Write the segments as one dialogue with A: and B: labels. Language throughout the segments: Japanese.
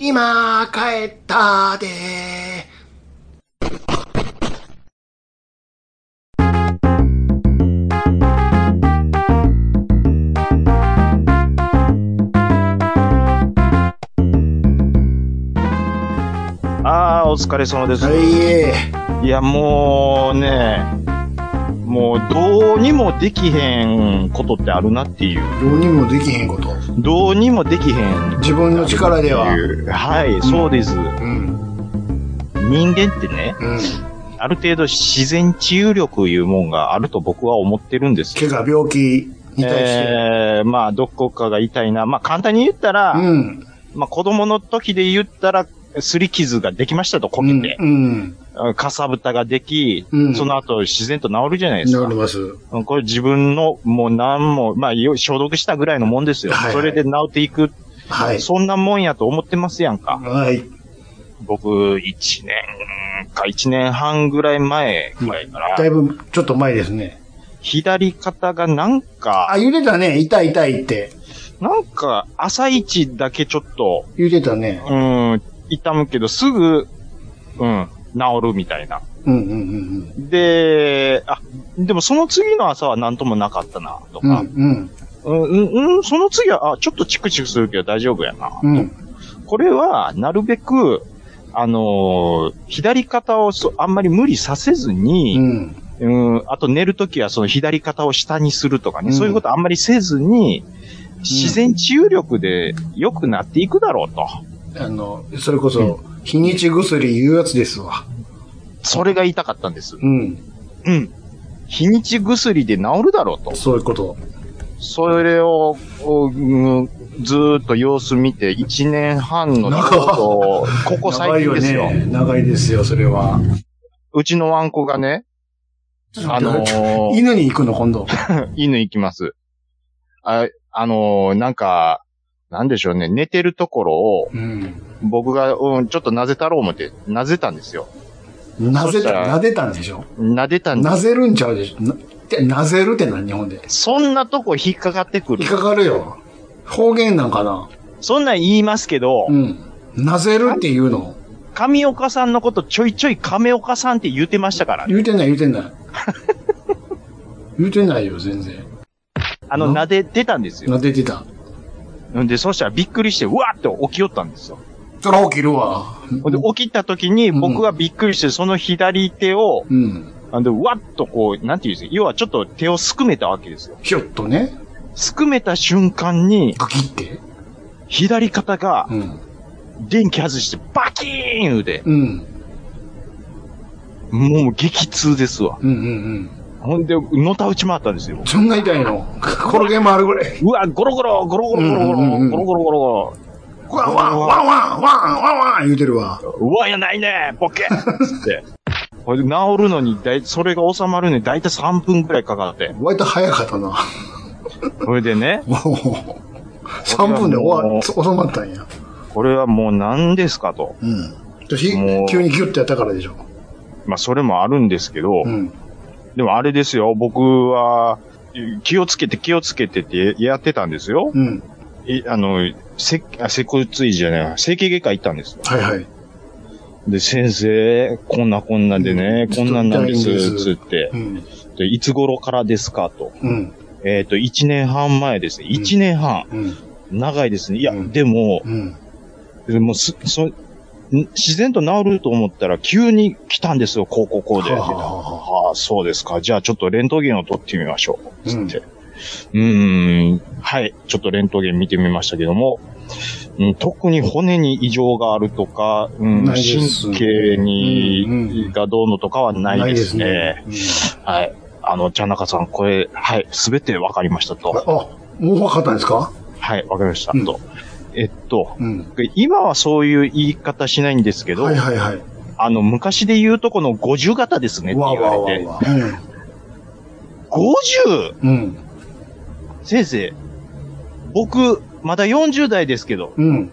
A: 今、帰ったで
B: ああ、お疲れ様です。
A: はい。
B: いや、もうね、もうどうにもできへんことってあるなっていう。
A: どうにもできへんこと。
B: どうにもできへん。
A: 自分の力では。
B: はい、そうです。
A: うん。
B: 人間ってね、
A: うん。
B: ある程度自然治癒力いうもんがあると僕は思ってるんですよ。
A: 怪我、病気に対して。
B: えー、まあ、どこかが痛いな。まあ、簡単に言ったら、
A: うん。
B: まあ、子供の時で言ったら、すり傷ができましたと、こけて。
A: うん。
B: かさぶたができ、
A: うん
B: その後自然と治るじゃないです
A: な
B: か。
A: ります。
B: うんこれ自分の、もう何も、まあ、よ消毒したぐらいのもんですよ。
A: はいはい
B: それで治っていく、
A: はい。
B: そんなもんやと思ってますやんか。
A: はい。
B: 僕、一年か一年半ぐらい前ぐらいか
A: だ
B: ら、
A: いぶ、ちょっと前ですね。
B: 左肩がなんか、
A: あ、揺れたね。痛い痛いって。
B: なんか、朝一だけちょっと、
A: 揺れたね。
B: うん、痛むけど、すぐ、うん、治るみたいな。
A: うんうんうん
B: で、あ、でもその次の朝は何ともなかったな、と
A: うん。
B: か。
A: うん
B: うん、うん、うん、その次は、あ、ちょっとチクチクするけど大丈夫やな。
A: うん。うん。
B: これは、なるべく、あのー左肩をそあんまり無理させず
A: う
B: に、
A: ん。
B: うん、あと寝るときはその左肩を下にするとかね、
A: うん
B: そういうことあんまりせずに、自然治癒力で良くなっていくだろうと。
A: あの、それこそ、日にち薬言うやつですわ。
B: それが言いたかったんです。
A: うん。
B: うん。日にち薬で治るだろうと。
A: そういうこと。
B: それを、おうんずーっと様子見て、1年半のちょうど、ここ最近ですよ。
A: 長いよね。長いですよ、それは。
B: うちのワンコがね、あのー
A: 犬に行くの、今度。
B: 犬行きます。あ、あのーなんか、なんでしょうね、寝てるところを、
A: うん。
B: 僕が、うん、ちょっとなぜたろう思って、なぜたんですよ。
A: な
B: そ
A: ぜ
B: した
A: た、
B: ら
A: なでたんでしょ
B: なでたんで
A: なぜるんちゃうでしょな、てなぜるって何日本で。
B: す。そんなとこ引っかかってくる
A: 引っ。かかるよ。方言なんかな
B: そんなん言いますけど
A: う、ん。なぜるって言うの
B: 亀岡さんのことちょいちょい亀岡さんって言ってましたからね。
A: 言うてない言うて ない。言うてないよ、全然。
B: あの、
A: うん
B: なでてたんですよ。
A: なでてた。
B: で、そしたらびっくりして、うわーって起きよったんですよ。
A: そら起きるわ。
B: ほんで、起きた時に僕がびっくりして、その左手を、
A: うん。
B: あの、わっとこう、なんていうんですか、要はちょっと手をすくめたわけですよ。
A: ひょっとね。
B: すくめた瞬間に、
A: グキって。
B: 左肩が
A: うん。
B: 電気外してバキーンで、
A: うん。
B: もう激痛ですわ。
A: うんうんうん。
B: ほんで、のたうち回ったんですよ。
A: そんな痛い の転げ回るぐらい。
B: うわ、ゴロゴロ、ゴロゴロゴロゴ
A: うんうんうんうん
B: ロ、ゴロゴロゴロゴ
A: ワンワン、ワンワン、ワンワンワン言うてるわ。
B: ロ、うわ、やないねボケーつって。ほんで、治るのに、だい、それが収まるのに大体3分くらいかかって。
A: 割と早か ったな。
B: それでね、
A: 3分で終わ、収まったんや。
B: これはもう何ですかと。
A: うん。私
B: もう、
A: 急にギュッてやったからでしょ。
B: まあ、それもあるんですけど、
A: うん。
B: でもあれですよ、僕は、気をつけて気をつけてってやってたんですよ。
A: うん。
B: いあの、せ、あ、せこついじゃないわ、整形外科行ったんですよ。
A: はいはい。
B: で、先生、こんなこんなでね、
A: うん
B: こんなんなんで
A: ちょっと痛いん
B: す、
A: です
B: つって
A: う。ん。
B: で、いつ頃からですかと。
A: うん。
B: えっ、と、1年半前ですね。1年半。
A: うん。
B: 長いですね。いや、
A: うん
B: でも、
A: うん。
B: でもす、そ、ん自然と治ると思ったら、急に来たんですよ、こうこうこうで。
A: はあは
B: ああ、そうですか。じゃあ、ちょっとレントゲンを撮ってみましょう。つって。うーん、はい。ちょっとレントゲン見てみましたけども、うん、特に骨に異常があるとか、うん、
A: ないです
B: 神経に、
A: うんうん
B: がどうのとかはないですね。
A: ないで
B: はい。あの、ちゃなかさん、これ、はい、すべてわかりました
A: うんあ
B: と。、
A: もう分かったんですか
B: はい、わかりました、
A: うん
B: と。ええっと、
A: うん。
B: 今はそういう言い方しないんですけど、
A: はいはいはい。
B: あの、昔で言うとこの50型ですねって
A: わ
B: 言
A: わ
B: われ
A: わ
B: て、
A: わ。
B: 50!
A: うん。
B: 先生、僕、まだ40代ですけど、
A: うん。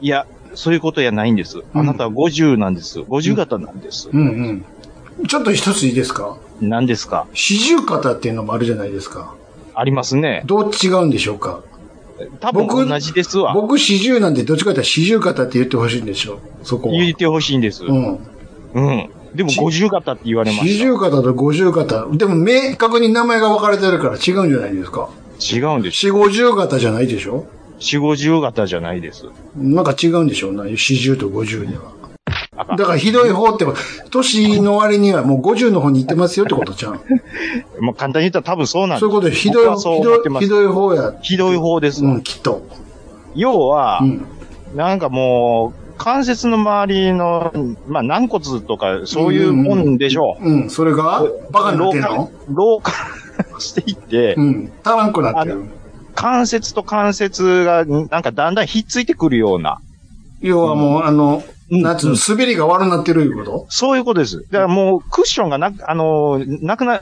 B: いや、そういうことやないんです。あなたは50なんです。50型なんです。
A: うんうん。ちょっと一ついいですか
B: 何ですか
A: 四十肩っていうのもあるじゃないですか。
B: ありますね。
A: どう違うんでしょうか
B: 多分
A: 僕
B: 同じですわ。
A: 僕四十なんでどっちかって言ったら四十肩って言ってほしいんでしょそこは。
B: 言ってほしいんです。う。
A: うんん。
B: でも
A: し
B: 50型って言われま
A: 四
B: し
A: 十肩と五十肩。でも明確に名前が分かれてるから違うんじゃないですか
B: た。違うんです。
A: 四五十肩じゃないでしょ
B: 4、50型じゃないです。
A: なんか違うんでしょうな。四十と五十では。
B: あか
A: だ
B: ん
A: からひどい方ってば、年の割にはもう50の方に行ってますよってことじゃん。
B: まあ、簡単に言ったら多分そうなんです。
A: そういうことでひど
B: 僕
A: い、
B: はそう
A: ひ
B: 思
A: ど
B: って
A: い、
B: ます
A: ひどい方や。
B: ひどい方です。
A: うん、きっと。
B: 要は
A: う、ん。
B: なんかもう、関節の周りの、まあ、軟骨とか、そういうもんでしょう。
A: うん、それが、バカになってんの
B: 老化、老化していって、
A: うん、足らんくなって
B: あ
A: る。
B: 関節と関節が、なんかだんだんひっついてくるような。
A: 要はもう、あの、
B: うん
A: なんつうの、滑りが悪なってるいうこと
B: そういうことです。だからもう、クッションがなく、あのー、なくな、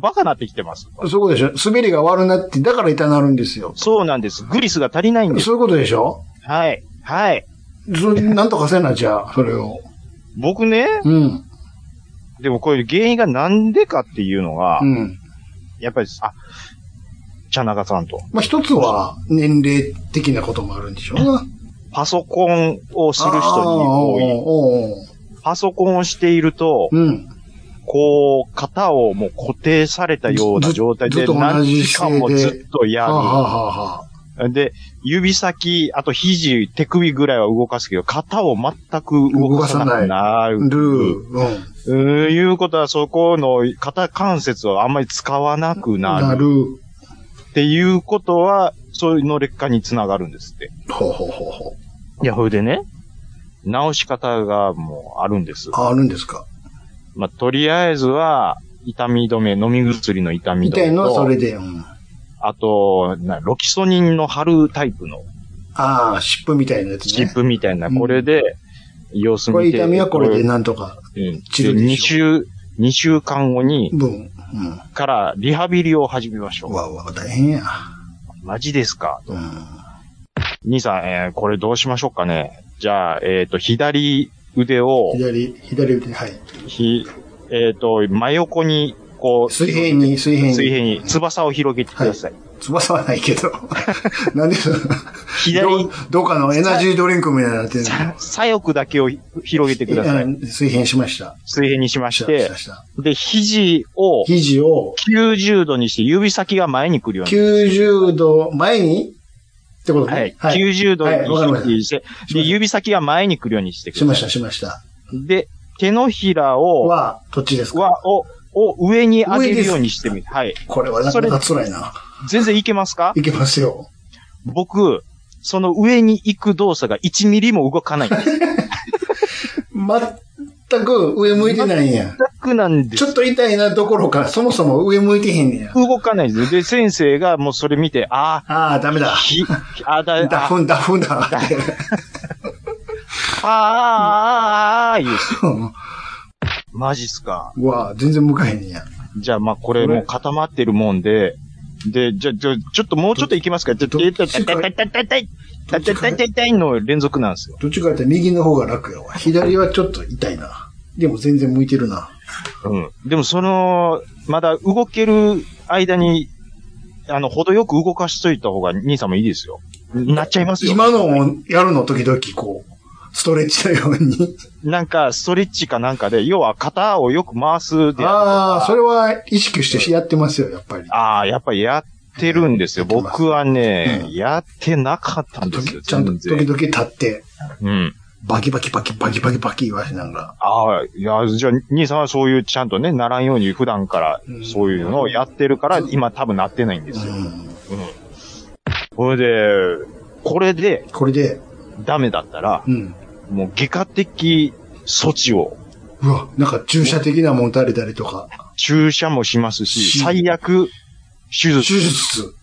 B: バカなってきてます。
A: そういうことでしょ滑りが悪なって、だから痛なるんですよ。
B: そうなんです。グリスが足りないんです。
A: そういうことでしょ
B: はい。はい。
A: そなんとかせな、じゃあ、それを。
B: 僕ね、
A: うん、
B: でもこれ原因がなんでかっていうのが、
A: うん。
B: やっぱり、あ、茶中さんと。
A: まあ、一つは、年齢的なこともあるんでしょうな。
B: パソコンをする人に
A: あーお
B: 多
A: ーお
B: い。
A: ーおー
B: パソコンをしていると、
A: うん。
B: こう、型をもう固定されたような
A: ず
B: 状態
A: ず
B: で
A: っと同
B: 何
A: じ
B: 時間
A: 姿
B: も
A: 勢で
B: ずっとや
A: はあ、
B: る。
A: はあはあはあ、
B: で、指先、あと肘、手首ぐらいは動かすけど、肩を全く動かさなくなる。
A: ルー、うん。
B: うんいうことは、そこの肩関節をあんまり使わなくな
A: な
B: る。
A: る。
B: っていうことは、そういうの劣化につながるんですって。
A: ほうほうほうほ
B: いや、それでね、直し方がもうあるんです
A: う。。ああるんですか
B: まあ、とりあえずは、痛み止め、飲み薬の痛み
A: み
B: 止
A: たい
B: め
A: のはそ
B: と、
A: れで、うん。
B: あと、なロキソニンの貼るタイプの
A: ああ、湿布みたいなやつ
B: チ
A: ね。
B: ップみたいな、
A: うん
B: これで、様子見
A: こ
B: て。
A: れ痛みはこれでなんとか。
B: うん
A: 治療でしょ
B: 二週、二週間後に、
A: 分。うん。
B: からリハビリを始めましょ
A: うわうわ、大変や。
B: う。マジですか
A: うん。
B: 兄さん、えーこれどうしましょうかね。じゃあ、えっ、と、左腕を、
A: 左、左腕、はい。
B: ひ、えっ、と、真横に、こう、
A: 水平に、水平に。
B: 水平に、翼を広げてください。
A: 翼はないけど。 なんでその、
B: 左
A: ど、どっかのエナジードリンクみたいになってる
B: さ左翼だけを広げてください。
A: の。水平しました。
B: 水平にしま
A: し、
B: したて
A: した、、した。
B: で、肘を
A: 肘を
B: 90度にして、指先が前に来るように。
A: 90度前にってことね。
B: はい。90度
A: はいわかりました
B: にして、
A: し
B: で、
A: まし
B: 指先が前に来るようにして
A: た。し
B: くだ
A: まし
B: さ
A: た、しました。
B: い。で、手のひらを、
A: は、どっちですか
B: は、を、を上に上げるようにしてみる。はい。
A: これはなかなか辛いな。
B: 全然いけますか
A: いけますよ。
B: 僕、その上に行く動作が1ミリも動かない。全
A: 全く上向いてないんや。
B: くなんで
A: ち
B: す。
A: ょっと痛いなどころか、そもそも上向いてへんねや。
B: 動かないです。で、先生がもうそれ見て、あ
A: ああ、ダメだ
B: あ、。ひ、あだ、あ、
A: ダ
B: あ
A: フン、ダフン だ。
B: あ、ああ、言うし。
A: うん
B: マジっすか。
A: うわあ、全然向かへんねや。
B: じゃあ、まあ、これもう固まってるもんで、で、じゃあ、じゃあちょっともうちょっと行きますか。ちょっと、えっと、たたたたたたい、たたたたたいの連続なんですよ。
A: どっちかって右の方が楽やわ。左はちょっと痛いな。でも全然向いてるな。
B: うん。でも、その、まだ動ける間に、あの、程よく動かしといた方が、兄さんもいいですよ。なっちゃいますよ。
A: 今のをやるの時々こう、ストレッチのよ うに。
B: なんか、ストレッチかなんかで、要は肩をよく回すで
A: ああ、そ
B: れ
A: れは意識してやってますよ、やっぱり。
B: ああ、やっぱりやってるんです
A: や
B: よ。
A: ってます
B: 僕はね、
A: うん
B: やってなかったんですよ。
A: 時ちゃんと
B: 全
A: 時
B: 然
A: 々立って、
B: うん。
A: バキバキバキバキバキバキ言わしながら。
B: ああ、いや、じゃあ、兄さんはそういう、ちゃんとね、ならんように普段から
A: うん、
B: そういうのをやってるから、今多分なってないんです
A: う
B: よ。
A: ん。
B: それで、これで
A: これで、
B: ダメだったら、
A: うん。
B: もう外科的措置を、
A: うわ、なんか注射的なもん打たれたりとか。
B: 注射もしますし、
A: し
B: 最悪、手
A: 手
B: 術、
A: 術。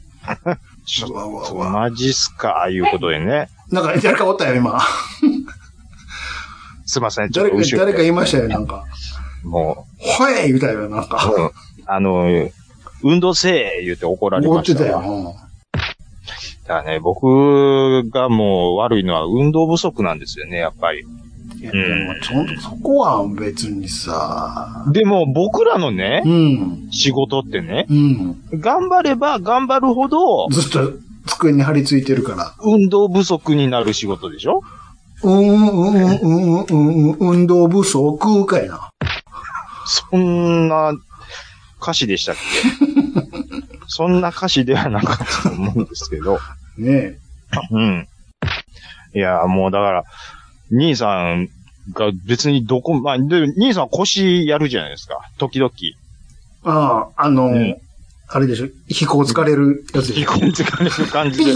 B: ちょ
A: うわうわ
B: っ
A: う
B: と、
A: わ
B: マジっすか、いうことでね。
A: なんか、誰かおったよ、 今。
B: すいません、ちょっ
A: 誰
B: と
A: か、
B: 後ろ
A: 誰
B: で
A: か言いましたよ、なんか。
B: も
A: ほえ言うたよ、なんか。
B: う、うんあの、運動せえ言うて 怒られ
A: 思
B: ま
A: って
B: したた
A: よ。
B: わ。
A: うん
B: だからね、僕がもう悪いのは運動不足なんですよね、やっぱり。
A: いや、でも、ちょんと、そこは別にさ。
B: でも僕らのね
A: う、ん。
B: 仕事ってね、
A: うん。
B: 頑張れば頑張るほど、
A: ずっと机に張り付いてるから。
B: 運動不足になる仕事でしょ
A: うん、うん、うん、うん、うん、運動不足かいな。
B: そんな歌詞でしたっ けそんな歌詞ではなかったと思うんですけど。
A: ね
B: うん。いや、もうだから、兄さんが別にどこ、まあ、で兄さんは腰やるじゃないですか。時々。
A: ああ、あの、
B: ね
A: あれでしょ。飛行疲れるやつでし
B: 引
A: ょ。
B: き込んでかれる感じで。
A: ピ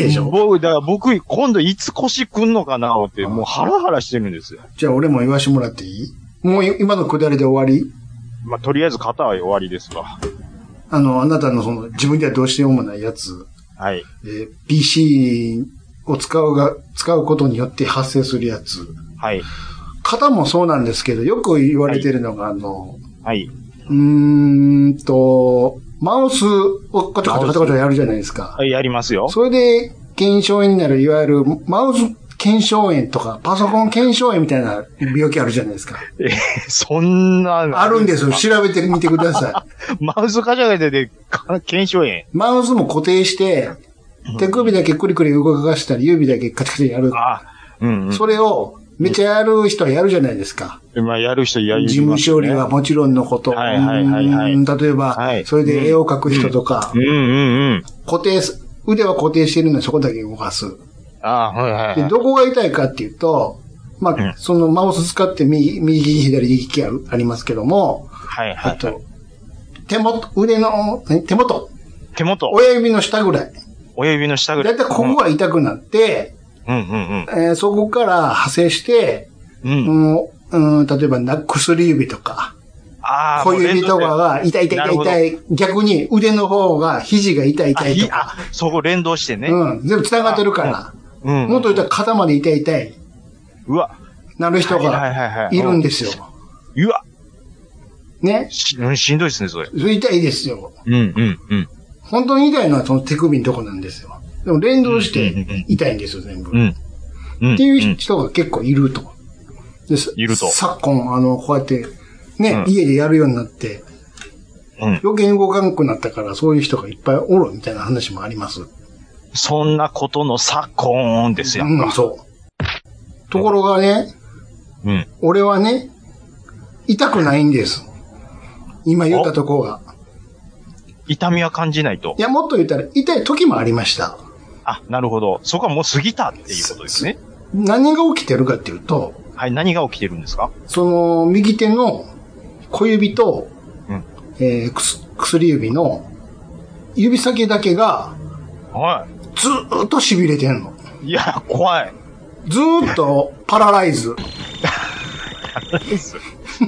A: ーでしょ。
B: 僕、だから僕、今度いつ腰くんのかなって、もうハラハラしてるんですよ。
A: じゃあ俺も言わしてもらっていいもうい今のくだりで終わり
B: まあ、とりあえず肩は終わりですわ。
A: あの、あなたのその自分ではどうしようもないやつ、
B: はい。
A: えー PC を使うが、使うことによって発生するやつ。
B: はい。
A: 型もそうなんですけど、よく言われてるのが、あの、
B: はい。
A: うーんと、マウスをカチャカチャカチャカチャやるじゃないですか。
B: はいやりますよ。
A: それで、検証炎になる、いわゆる、マウス検証炎とか、パソコン検証炎みたいな病気あるじゃないですか。
B: えそんなの
A: あるんですよ。調べてみてください。
B: マウスカチャカチャで、か検証炎。
A: マウスも固定して、手首だけクリクリ動かしたり、指だけカチカチやる。
B: あ、うん、
A: それを、めっちゃやる人はやるじゃないですか。
B: うん。まあ、やる人やります
A: 事
B: ね
A: 務処理は。もちろんのこと。
B: はいはいはいはい
A: うん例えば、
B: はい
A: それで絵を描く人とか
B: うん、うんうん。
A: 固定す、腕は固定してるのにそこだけ動かす。
B: あはいはい、
A: で、
B: はい。
A: どこが痛いかっていうと、ま
B: うん
A: あ、そのマウス使って右、右、左、右利きあるありますけども、
B: はいは
A: あ
B: い。
A: と、手元、腕の、ね手元、
B: 手元、
A: 親指の下ぐらい。
B: 親指の下ぐら
A: だ
B: い。
A: いたいここが痛くなって、
B: うんうん
A: えーそこから派生して、
B: うん。うん。
A: もううん、例えばな、薬指とか、
B: ああ、
A: 小指とかが痛い痛い
B: な
A: 痛
B: る
A: い
B: ほど
A: 痛い、逆に腕の方が肘が痛い
B: あ
A: 痛い
B: ひ
A: と
B: あ
A: か、、
B: そこ連動してね。
A: うん、全部繋がってるから、
B: うん。
A: もっと言ったら肩まで痛い痛い、
B: うわ、
A: なる人
B: はいはいはい
A: が
B: はい
A: いるんですよ。
B: うわ、
A: ね。
B: しうんしんどいですね、それ。
A: それ痛いですよ。
B: うんうんうん。
A: 本当に痛いのはその手首のとこなんですよ。でも連動して痛いんですよ、全部。
B: うん。うん。
A: っていう
B: 人。
A: 人が結構いると。です
B: いると
A: 昨今、あの、こうやって、ね、
B: うん
A: 家でやるようになって、
B: うん。
A: 余計に動かんくなったから、そういう人がいっぱいおるみたいな話もあります。
B: そんなことの昨今ですやん
A: うん、
B: か。
A: そう。ところがね、
B: うん。
A: 俺はね、痛くないんです。今言ったとこが。
B: 痛みは感じないと
A: い。や、もっと言ったら、痛い時もありました。
B: あ、なるほど。そこはもう過ぎたっていうことですね。
A: 何が起きてるかっていうと、
B: はい、何が起きてるんですか
A: その、右手の小指と、
B: うん
A: えーくす薬指の指先だけが、
B: は
A: ずーっと痺れてんの。
B: い。いや、怖い。
A: ずーっとパラライズ。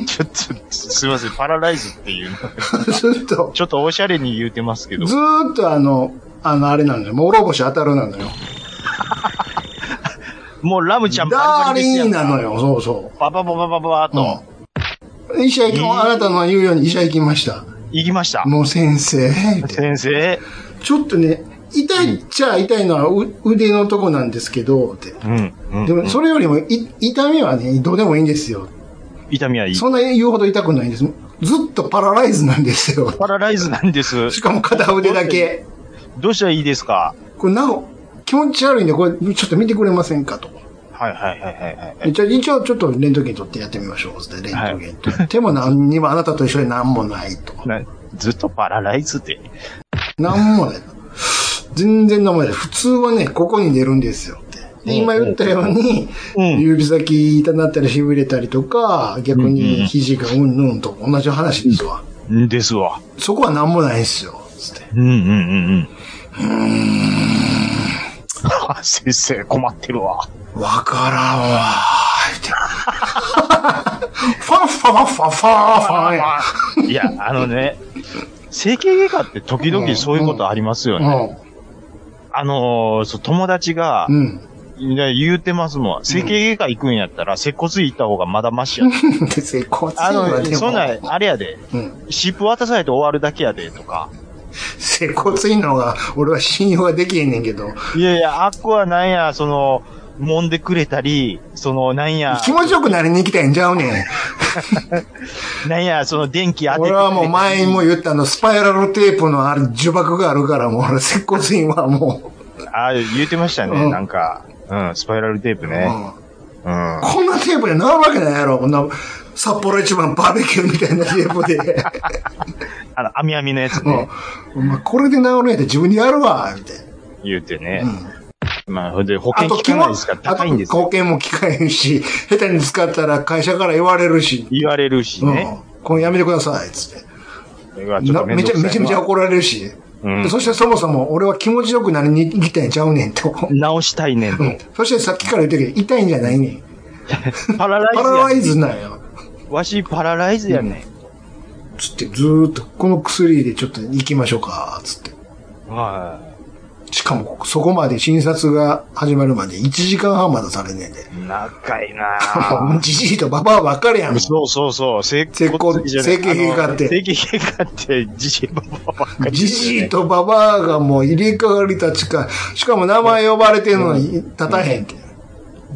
B: ちょっと、すいません、パラライズっていうの。
A: ずーっと、
B: ちょっとおしゃれに言うてますけど。
A: ずーっとあの、あの、あれなんだよ。諸星当たるなのよ。
B: もうラムちゃんバ
A: ダー
B: リバリ
A: リ
B: ですや
A: ン
B: ん
A: なのよ、そうそ
B: ババババババー
A: う。
B: と、
A: うん。医者行き、
B: えー
A: あなたの言うように医者行きました。
B: 行きました。
A: もう先生、って
B: 先生。
A: ちょっとね、痛いっちゃ痛いのはう腕のとこなんですけど、って。
B: うん。うん
A: でも、それよりも、い痛みはね、どうでもいいんですよ。
B: 痛みはいい。
A: そんな言うほど痛くないんです。ずっとパラライズなんですよ。
B: パラライズなんです。
A: しかも片腕だけ。
B: どうしたらいいですか
A: これ、なお、気持ち悪いんで、これ、ちょっと見てくれませんかと。
B: はいはいはいはいはい。
A: じゃあ一応、ちょっとレントゲン取ってやってみましょう。つってレントゲン取っても何にも、あなたと一緒に何もないと。
B: なずっとパラライズで。
A: 何もない。全然何もない。普通はね、ここに出るんですよって。で今言ったように、
B: うん
A: 指先痛なったり痺れたりとか、逆
B: うんうん
A: に肘がうんぬんと同じ話ですわ。
B: んですわ。
A: そこは何もないですよ。つって。
B: うんうんうんうん。あ先生困ってるわ。
A: わからんわーって。ファンファンファンファンファンや。
B: いや、あのね、整形外科って時々そういうことありますよね。
A: う
B: あのーそう友達が、
A: うん。
B: いや言うてますもん。整形外科行くんやったら、接骨院行った方がまだマシや。
A: で、成功
B: あの、
A: でも
B: そんなん、あれやで。
A: うん。
B: シップ渡されて終わるだけやで、とか。
A: 成功ついのが、俺は信用ができへんねんけど。
B: いやいや、あっこはなんや、その、揉んでくれたり、その、なんや、
A: 気持ちよくなりに行きたいんちゃうねん。
B: なんや、その電気当ててくれ
A: 俺
B: たり
A: はもう前にも言ったあの、スパイラルテープのある呪縛があるから、もう俺、接骨院はも
B: ああ、言うてましたね、
A: うん
B: なんか。うん、スパイラルテープ
A: う、
B: ね。
A: うん
B: うん。
A: こんなテープで治るわけないやろ。こんな、札幌一番バーベキューみたいなテープ で。
B: あの、網網のやつ
A: も
B: ね、
A: う、まあ、これで治るんやったら自分でやるわ、みたいな。
B: 言うてね
A: う。ん
B: まあ、ほんで、保
A: あ
B: 険
A: と、
B: 効かないですから、
A: あと、
B: 高いんですよ。
A: 貢献も効かへんし、下手に使ったら会社から言われるし、
B: 言われるしね。
A: うん。これやめてください、つって。
B: これはちょっ
A: な
B: とめ
A: め
B: んど
A: ちゃ
B: くさいわ
A: めちゃめちゃ怒られるし、
B: うん
A: でそしてそもそも俺は気持ちよくなりに行きたいんちゃうねん と。
B: 直したいねんと。
A: そしてさっきから言ってるけど、痛いんじゃないねん。
B: パラライズ
A: パ
B: やね
A: ラ
B: ん。
A: ライズなんよ。
B: わし、パラライズやね
A: つって、ずーっと、この薬でちょっと行きましょうか、つって。
B: ん。は
A: しかも、そこまで診察が始まるまで1時間半まだされねえで。
B: い。仲いいな
A: じじいとババアばっかりやん。
B: そうそうそう。整
A: 整骨
B: じゃない
A: 整形外科って
B: あの整形外科って、じじいばばばっかり。
A: じじい。とババアがもう入れ替わりたちか、しかも名前呼ばれてんのに立たへんって。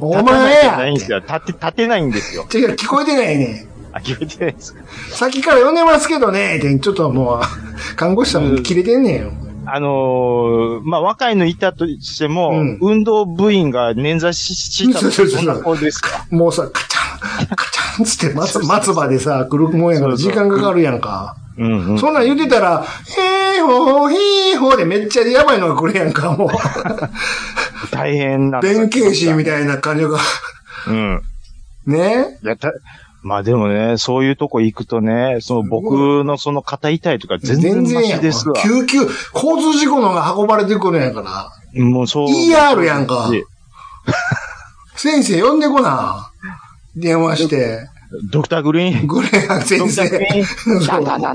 A: お
B: 立たな
A: 前
B: いんじゃな
A: や
B: いん
A: っ
B: ですよ。立て、立てないんですよ。
A: て。違う、聞こえてないね。
B: あ、決めてないですか。
A: さっきから呼んでますけどね、って、ちょっともう、看護師さんも切れてんねんよ。
B: あのー、まあ、若いのいたとしても、
A: うん
B: 運動部員が捻挫しした
A: そうそうそう
B: そんな子ですか。
A: もうさ、カチャン、カチャンつって松、松葉でさ、来るもんやから
B: そうそ
A: 時
B: う
A: 間かかるやんか。
B: うんうん。
A: そんなん言ってたら、へーほーへーほーでめっちゃやばいのが来るやんか、 もう。
B: 大変なんだ
A: 弁慶師みたいな感じが。
B: うん。
A: ね
B: いやた、まあでもね、そういうとこ行くとね、その僕のその肩痛いとか全然マシですわ。
A: 救急、交通事故のが運ばれてくるんやから。
B: もうそう。
A: ER やんか先生呼んでこな。電話して。
B: ドクターグリーン。
A: グレア
B: ド
A: 先
B: クタ
A: 生
B: ー。グリーン。
A: そ
B: だ
A: う
B: だだだ。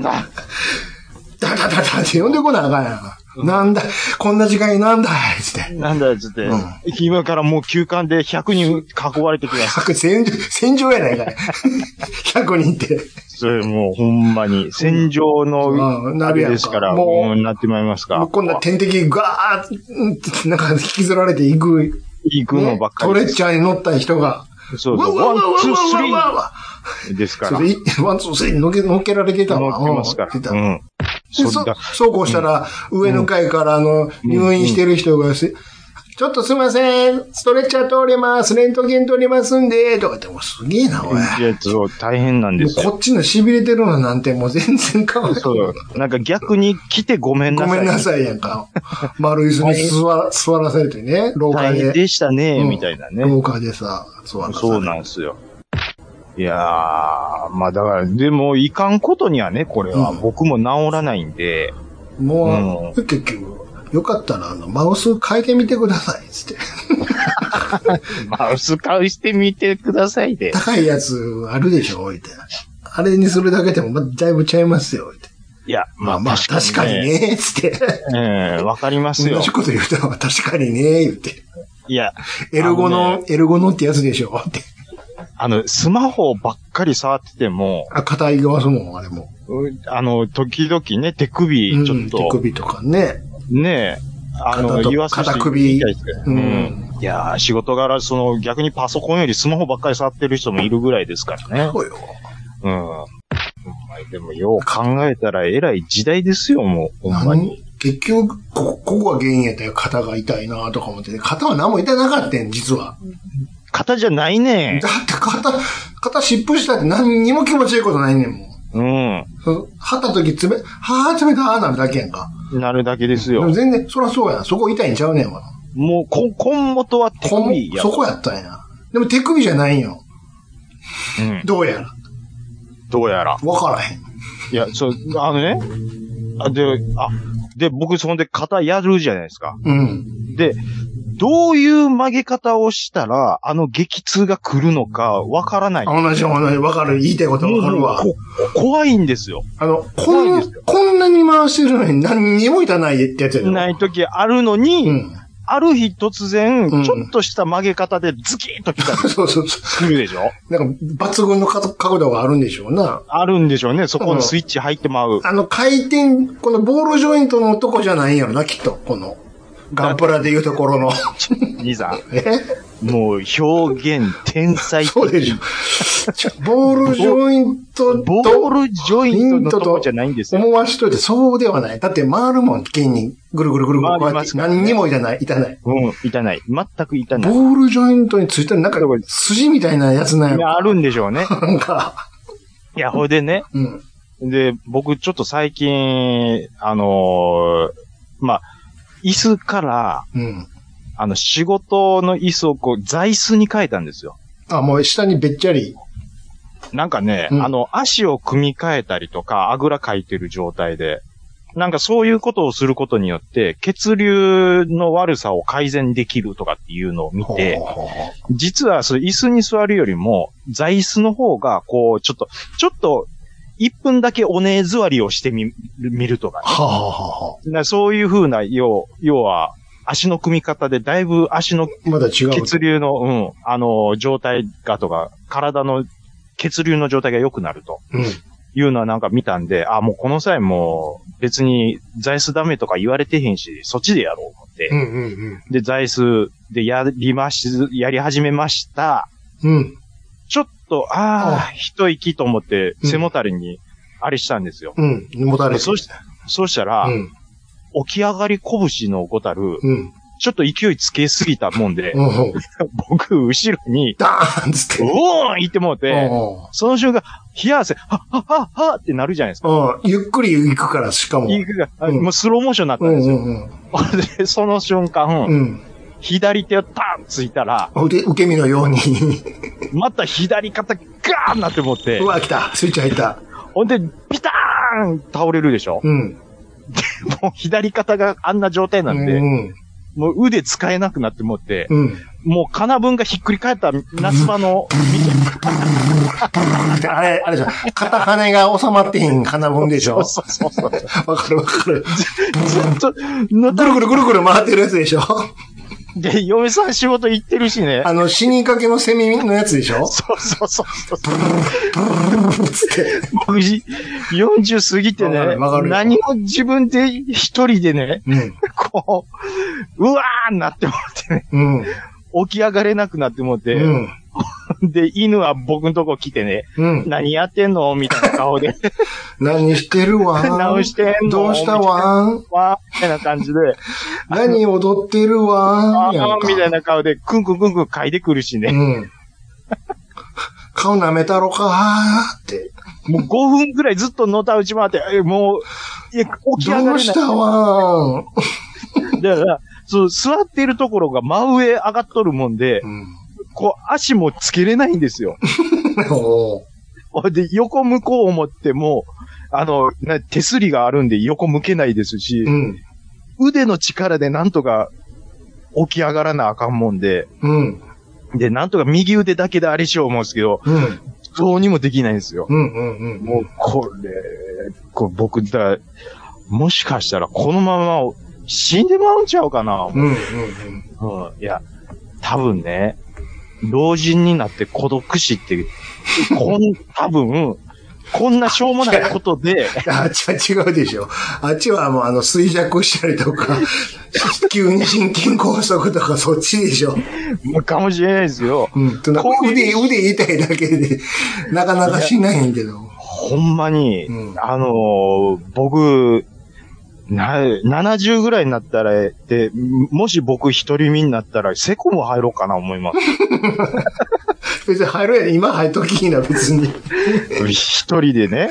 A: ダダダダって呼んでこなあかんやんか。なんだ、こんな時間になんだいつ って。
B: なんだよ、つって、
A: うん
B: 今からもう休館で100人囲われてください。
A: 各戦場、戦場やないかい。100人って。
B: それもうほんまに、戦場
A: うん
B: の、
A: な
B: あ
A: るや
B: れ
A: んか
B: ですから、
A: もう
B: もうなってまいりますか
A: も
B: ら。
A: うこんな天敵ガーッ、なんか引きずられていく、
B: 行くのばっか
A: トレ
B: り
A: ッ
B: です。
A: チャーに乗った人が、
B: そうそう。ワン、ツー、スリー
A: わ
B: ですから。
A: それでワン、ツー、スリー乗っけ、乗っけられてたわ。
B: 乗ってますから。
A: うん出た
B: うん。
A: で
B: そ
A: そ
B: んな
A: そうこうしたら、上の階から、あの、入院してる人がせ、ちょっとすいません、ストレッチャー通ります、レントゲン通りますんで、とかって、もうすげえな、おい。
B: いや、そう、大変なんで
A: も
B: すよ
A: う。こっちの痺れてるのなんてもう全然変わらない。
B: そう。なんか逆に来てごめんな
A: ご
B: さい。
A: めんなさいやんか。丸椅子に座ら座らされてね、廊下
B: 大変
A: で。
B: でしたね、
A: うん
B: みたいなね。
A: 廊下でさ、座らされて。
B: そうなんですよ。いやー、まあだから、でも、いかんことにはね、これは、
A: うん
B: 僕も治らないんで、
A: もう、結局、よかったら、あの、マウス変えてみてください、つって。
B: まあ、薄顔してみてくださいで。
A: 高いやつあるでしょ、置いて。あれにするだけでも、まだいぶちゃいますよ、置いて。
B: いや、ま
A: ま
B: あ、
A: あまあ、確かに。ね、つって。
B: ええわかります
A: 同
B: よ
A: じ。こと言うたら、確かにね、言って。
B: いや、
A: エルゴ
B: あの
A: の、エルゴのってやつでしょ、って。
B: あの、スマホばっかり触ってても、
A: あ、硬い側すもん、あれも。
B: うあの、時々ね、手首
A: うん、
B: ちょっ
A: 手
B: と、
A: 首とかね。
B: ねえ、あの、
A: 肩と
B: 言わさせて
A: 肩首
B: いただきたいです
A: う
B: ね
A: ん
B: うん。いやー、仕事柄、その、逆にパソコンよりスマホばっかり触ってる人もいるぐらいですからね。
A: そうよ。
B: うん。ほんまにでも、よう考えたら、えらい時代ですよ、もう。ほんまに。
A: 何結局、ここ、ここが原因やったよ。肩が痛いなとか思ってて。肩は何も痛なかったん、実は。
B: 肩じゃない
A: だっ
B: ね
A: て肩、肩湿布したって何にも気持ちいいことないねん、もん。
B: うん。
A: そのはった時冷、はぁ、冷たーなるだけやんか。
B: なるだけです
A: でも
B: よ。
A: 全然、そらそうやん。そこ痛いんちゃうねんわ。
B: もう、こ、根元は手
A: こん
B: 首や。
A: そこやったんや。でも手首じゃないんよ。
B: うん。
A: どうやら。
B: どうやら。
A: わからへん。
B: いや、そう、あのね。あで、あ、で、僕、そんで、肩やるじゃないですか。
A: うん。
B: で、どういう曲げ方をしたら、あの激痛が来るのかわからない。
A: 同じ同じ、わかる。言いたいことわかるわ
B: も。うこ怖いんですよ。
A: あの、こ
B: ない
A: ん
B: です、
A: こんなに回してるのに何にもいたないってやつやで
B: ない時あるのに、
A: うん。
B: ある日突
A: う
B: 然、
A: ん
B: ちょっとした曲げ方でズキーッと来たり
A: そうそうそ
B: するでしょ
A: う。なんか、抜群の角角度があるんでしょうな。
B: あるんでしょうね。そこのスイッチ入ってまう。
A: あの、回転、このボールジョイントのとこじゃないんやろな、きっと。この、ガンプラでいうところ の。
B: 兄さ
A: え
B: ん、もう表現天才。
A: そう でしょ。ちょボールジョイント
B: ボー
A: と
B: ルジョイントのとこじゃないんですよ。
A: 思わしといて、そうではない。だって回るもん、剣にぐるぐるぐるぐる。こう
B: 回り
A: や
B: ま
A: って
B: すからね
A: 何にもいたない、いたない。
B: うん、いたない。全くいたない。
A: ボールジョイントについてるなんか筋みたいなやつなんやろ。
B: あるんでしょうね。
A: なんか、
B: いや、ほいでね。
A: うん。
B: で、僕ちょっと最近、あのーまあ、椅子から、
A: うん。
B: あの、仕事の椅子をこう、座椅子に変えたんですよ。
A: あ、もう下にべっちゃり。
B: なんかね、
A: うん
B: あの、足を組み替えたりとか、あぐらかいてる状態で、なんかそういうことをすることによって、血流の悪さを改善できるとかっていうのを見て、
A: ほうほうほう
B: 実はその椅子に座るよりも、座椅子の方が、こう、ちょっと、ちょっと、1分だけおねえ座りをしてみ、見るとかね。
A: はあはあは
B: なそういう風な、要、要は、足の組み方で、だいぶ足の
A: あまだ違う。
B: 血流の、うん、あの、状態がとか、体の血流の状態が良くなると
A: うん。
B: いうのはなんか見たんで、あ、もうこの際もう別に座椅子ダメとか言われてへんし、そっちでやろう思って、
A: うんうん
B: で、座椅子でやりまし、やり始めました。
A: うん。うん。
B: ちょっと、ああ、一息と思って
A: うん
B: 背もたれにあれしたんですよ。
A: うん。もたれて
B: そうしそうしたら、
A: うん。
B: 起き上がり拳のごたる、
A: うん。
B: ちょっと勢いつけすぎたもんで、
A: うんうん。
B: 僕、後ろに、
A: ダーンつって。
B: おーん行ってもうて、
A: う
B: その瞬間、冷や汗、はっはっはっはってなるじゃないですか。
A: んうん。ゆっくり行くから、しかも。
B: いいぐらいあ
A: うん
B: もうスローモーションになった
A: うんん
B: です
A: う
B: よ。
A: んうん。
B: で、 その瞬間、
A: うん。
B: 左手をターンついたら、
A: 腕、受け身のように。
B: また左肩ガーンなって思って
A: う、わ、来た。スイッチ入った。
B: ほんで、ピターン倒れるでしょ
A: うん。
B: もう左肩があんな状態なんで、
A: うん。
B: もう腕使えなくなって思って、
A: うん。
B: もう金分がひっくり返った夏場の、
A: だってあれ、あれじゃん。片羽が収まってへん金分でしょ。
B: そう
A: わ
B: そうそうそう。ず
A: かるわかる。
B: っと、な
A: ぐるぐるぐるぐる回ってるやつでしょ。
B: で、嫁さん仕事行ってるしね。
A: あの、死にかけのセミのやつでしょ。
B: そうそうそうそう。
A: つって。
B: 僕じ、40過ぎてね
A: わか、るわかる
B: 何も自分で一人でね、
A: うん。
B: こう、うわーなって思ってね、
A: うん。
B: 起き上がれなくなって思って、
A: うん。
B: で、犬は僕のとこ来てね、
A: うん。
B: 何やってんのみたいな 顔で、
A: 何してるわん
B: 何してんの
A: どうしたわん
B: わーみたいな感じで、
A: 何踊ってるわ
B: あ
A: んやんか
B: ーみたいな顔で、くんくんくんくん嗅いでくるしね、
A: うん。顔舐めたろかーって。
B: もう5分くらいずっとのたうち回って、えもう、いや起き上が
A: どう
B: れな
A: し
B: い。
A: たわ
B: だから、そう、座ってるところが真上上がっとるもんで
A: ー、ん。
B: こう、足もつけれないんですよ。
A: うん。おー
B: ほ いで、横向こう思っても、あの、な手すりがあるんで横向けないですし
A: う、ん。
B: 腕の力でなんとか起き上がらなあかんもんで、
A: うん。
B: で、なんとか右腕だけであれしよう思うんですけど、
A: うん。
B: どうにもできないんですよ。
A: うん。うん。
B: もう、これ、これ僕だ、もしかしたらこのまま死んでまうんちゃうかな、
A: うん。うん。うん。
B: うん、いや、多分ね、老人になって孤独死って、こん、多分、こんなしょうもないことで、
A: あっちは違うでしょ。あっちはもうあの衰弱したりとか、急に心筋梗塞とかそっちでしょ。
B: かもしれないですよ。
A: うん。とな
B: こういう
A: 腕、腕痛いだけで、なかなかしないんやけど。
B: ほんまに、
A: うん
B: あのー僕、な、70ぐらいになったら、で、もし僕一人身になったら、セコム入ろうかな思 います。
A: 別に入るやん。今入っときいな、別に。
B: 一人でね、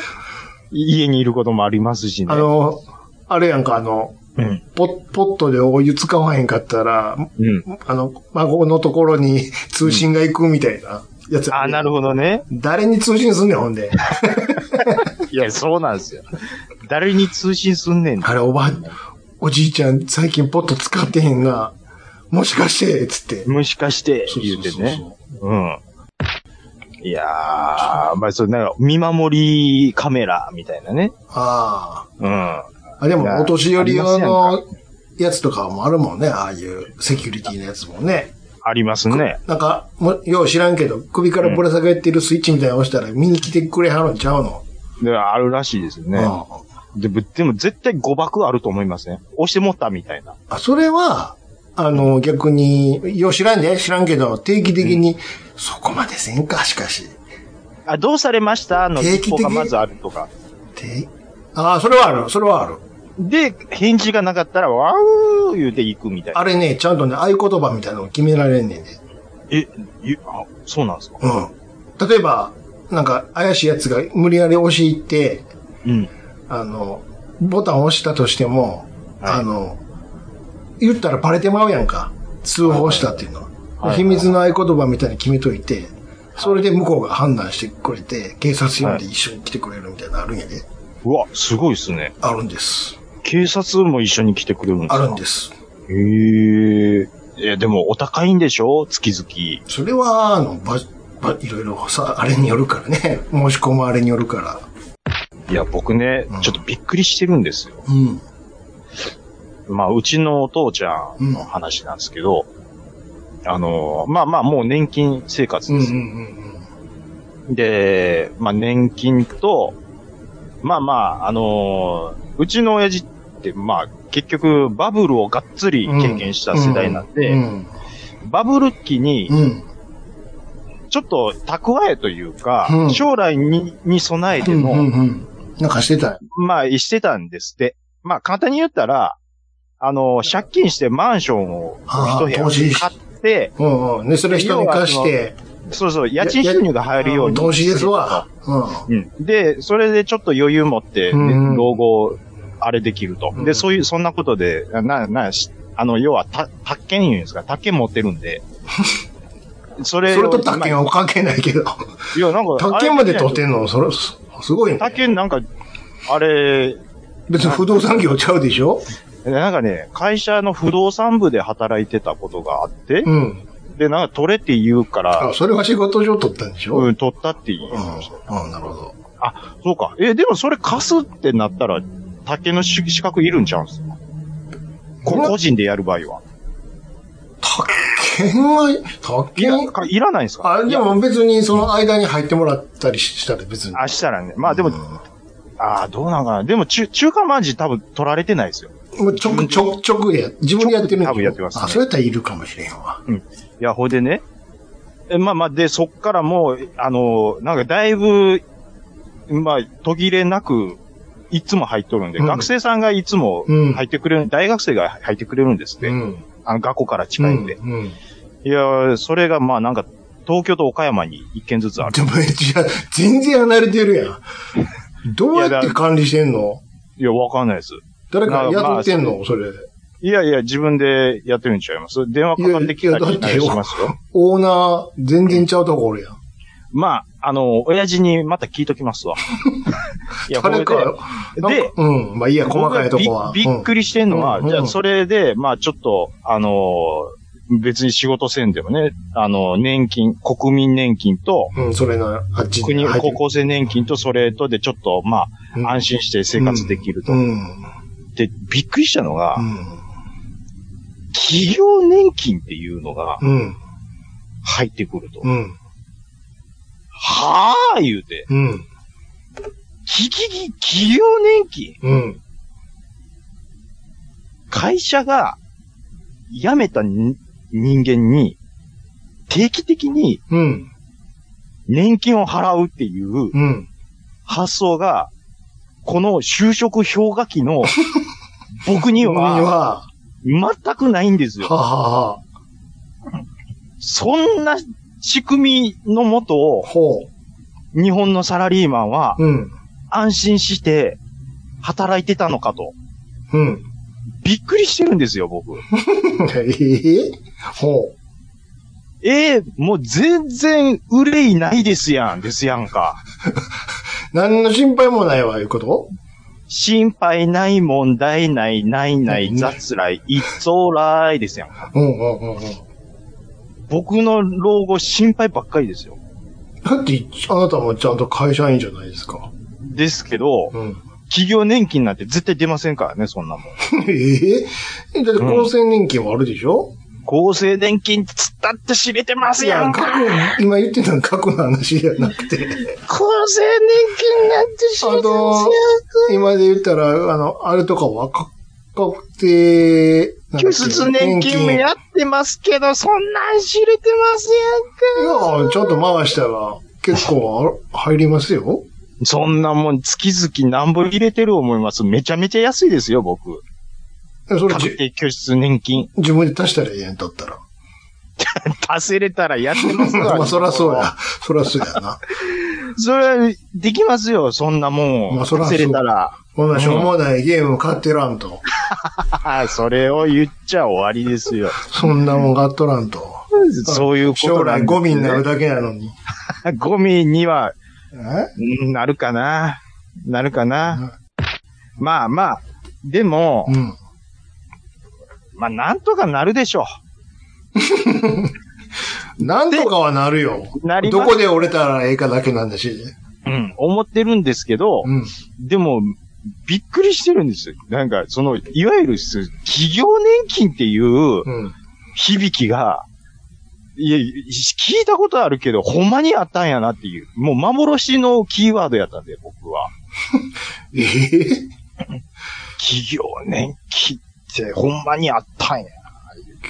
B: 家にいることもありますしね。
A: あの、あれやんか、あの、
B: うん、
A: ポッ、ポットでお湯使わへんかったら、
B: うん。
A: あの、孫のところに通信が行くみたいなやつ。
B: あ、なるほどね。
A: 誰に通信すんねん、ほんで。
B: いや、そうなんですよ。誰に通信すんねんって
A: あれ、おば、おじいちゃん、最近ポット使ってへんな。もしかして、つって。
B: もしかして、言うてね。
A: そうそう
B: うん。いやー、まあ、それ、なんか、見守りカメラみたいなね。
A: そうあ
B: うん。
A: あ。あ、で
B: いや
A: も、お年寄り用
B: あ
A: のやつとかもあるもんね。ああいうセキュリティのやつもね。
B: ありますね。
A: なんか、もよう知らんけど、首からぶら下げてるスイッチみたいなの押したら見に来てくれはるんちゃうの。
B: で、あるらしいですね。
A: うん
B: でぶでも、絶対誤爆あると思いますね。押してもったみたいな。
A: あ、それは、あの、逆に、よう知らんで、知らんけど、定期的に、そこまでせんか、しかし。
B: あ、どうされましたの
A: 定期的
B: 一報がまずあるとか。
A: てああ、それはある、それはある。
B: で、返事がなかったら、わー言うて行くみたいな。
A: あれね、ちゃんとね、合言葉みたいなの決められんねんね。
B: え、ゆあ、そうなんですか
A: うん。例えば、なんか、怪しい奴が無理やり押し入って、
B: うん。
A: あの、ボタンを押したとしても、
B: はい
A: あの、言ったらバレてまうやんか。通報したっていうのは。
B: はい
A: 秘密の合言葉みたいに決めといて、それで向こうが判断してくれて、警察呼んで一緒に来てくれるみたいなのあるんやで。
B: うわ、すごいですね。
A: あるんです。
B: 警察も一緒に来てくれるんですか
A: あるんです。
B: へえ。いや、でも、お高いんでしょ月々。
A: それは、あの、ば、ば、いろいろさ、あれによるからね。申し込むあれによるから。
B: いや、僕ね、
A: うん
B: ちょっとびっくりしてるんですよ。
A: うん。
B: まあ、うちのお父ちゃんの話なんですけど、あの、まあまあ、もう年金生活
A: うんう
B: で
A: ん
B: す。
A: うん
B: で、まあ、年金と、まあまあ、あのうちの親父って、まあ、結局、バブルをがっつり
A: うん。
B: 経験した世代なんで、
A: うん。
B: バブル期に
A: う、ん。
B: ちょっと蓄えというか、
A: うん
B: 将来にに備えての、
A: うんうんうん、なんかしてたよ。
B: まあ、してたんですって。まあ、簡単に言ったら、あの、借金してマンションを
A: あ
B: 一
A: あ
B: 部屋
A: 投資し
B: 買って、
A: うんうん。で、それ人に貸して、
B: そうそう、家賃収入が入るように。
A: 投資ですわ。うん。
B: うん。で、それでちょっと余裕持って、
A: うんうん
B: ね老後、あれできると。
A: うん
B: で、そういう、そんなことで、な、な、しあの、要は、た、宅建言うんですか、宅建持ってる んで。それを、
A: それと宅建
B: まあ
A: は関係ないけど。
B: いや、なんか、
A: 宅建まで取ってんの、それ、すすごいね。
B: 宅建なんか、あれ、
A: 別に不動産業ちゃうでしょ
B: なんかね、会社の不動産部で働いてたことがあって、
A: うん。
B: で、なんか取れって言うから
A: あ、、それは仕事上取ったんでしょ
B: う
A: うん。
B: ん、取ったって言いました。
A: うん、なるほど。
B: そうか。え、でもそれ貸すってなったら、竹の資資格いるんちゃうんすかこ
A: うん
B: 個人でやる場合は。
A: 宅建は、宅
B: いや、
A: 建
B: かいらないんですか
A: あ、でも別にその間に入ってもらったりしたら別に。
B: あ、したらね。まあでも、
A: う
B: ああ、どうなんかな。でも、中、中華マンジ多分取られてないですよ。
A: んもう直、直、直でや、自分でやってるんでしょ
B: 多分やってますね
A: あ、それやったらいるかもしれんわ。
B: いや、ほいでね。え、まあまあ、で、そっからもう、あの、なんかだいぶ、まあ、途切れなく、いつも入っとるんで、
A: うん
B: 学生さんがいつも
A: うん
B: 入ってくれる、大学生が入ってくれるんですって。
A: ん。
B: あの、学校から近いんで。
A: うんうん
B: いやー、それがまあなんか、東京と岡山に一軒ずつある。
A: でも、じゃあ全然離れてるやん。どうやって管理してんの
B: いや、わかんないです。
A: 誰か雇ってん
B: まあ
A: のそれ。
B: いやいや、自分でやってるんちゃいます電話かかってきたりし
A: いやいやだってよ
B: ますよ。
A: オーナー、全然ちゃうとこおるやん。
B: まあ、あの、親父にまた聞いときま すわ。いや、これ
A: 誰
B: で
A: か、、なん
B: で
A: か、うん。まあいいや、細かいとこは。
B: 僕がびびっく
A: り。
B: りしてんのは、
A: うん
B: じゃ
A: う
B: あ、
A: ん
B: それで、まあ、ちょっと、あのー別に仕事せんでもね、あの、年金、国民年金と、
A: うん、それな、あっち
B: 国、
A: 入って
B: 高
A: る
B: 校生年金とそれとで、ちょっと、ま
A: うん
B: あ、安心して生活できると
A: う。ん。うん。
B: で、びっくりしたのが、
A: う
B: 企業年金っていうのが
A: ん。
B: 入ってくると。
A: うん。
B: はぁ言うて、
A: うん。
B: ききき、企業年金
A: うん。
B: 会社が辞めたに人間に定期的に
A: うん。
B: 年金を払うっていう
A: うん。
B: 発想が、この就職氷河 期の僕に
A: 君
B: は
A: は、
B: 全くないんです
A: は
B: よ。
A: はは。
B: そんな仕組みのもとを
A: ほ
B: 日本のサラリーマンは
A: う。うん。
B: 安心して働いてたのかと。
A: うん。
B: びっくりしてるんですよ、僕。
A: ええほ
B: ええもう全然憂いないですやん、ですやんか。
A: う。何の心配もないわ、いうこと
B: 心配ない問題ないないない雑来、いつおらいですやん。
A: うんうんうんうん。
B: 僕の老後心配ばっかりですよ。
A: だって、あなたもちゃんと会社員じゃないですか。
B: ですけど、
A: うん。
B: 企業年金なんて絶対出ませんからね、そんなもん。
A: ええだって厚生年金はあるでしょ、
B: 厚生年金つったって知れてますやんか。
A: 過去、今言ってたの過去の話じゃなくて。
B: 厚生年金なんて知
A: あと、今で言ったら、あの、あれとかは、か確定、なんだっけ
B: 休日年金もやってますけど、そんなん知れてます
A: い
B: やんか。
A: や、ちょっと回したら、結構あ入りますよ。
B: そんなもん月々何本入れてる思います。めちゃめちゃ安いですよ、僕。
A: それ
B: 確
A: じ、
B: 定拠出年金。
A: 自分で足したらええやん、だったら。
B: 足せれたらやってますか ら。
A: まあ、そらそうや。そらそうやな。
B: それ、できますよ、そんなもん。
A: まあそらそう
B: 忘れたら。
A: こんなしょうもないゲーム買ってらんと。
B: はい、それを言っちゃ終わりです よ。
A: そんなもん買っとらんと。
B: そういうこと
A: 将
B: な
A: 来
B: んです、ね。
A: ゴミになるだけなのに。
B: ゴミには、
A: え
B: うんなるかな。なるかな。まあまあ、でも、
A: うん。
B: まあなんとかなるでしょ
A: なんとかはなるよ。
B: なります
A: どこで折れたらええかだけなんだし。
B: う。うん、思ってるんですけど、
A: うん。
B: でも、びっくりしてるんですよ。なんか、その、いわゆるす、企業年金っていう
A: うん。
B: 響きが、いや、聞いたことあるけど、ほんまにあったんやなっていう。もう幻のキーワードやったんで、僕は。
A: ええ
B: 企業年金ってほんまにあったんや。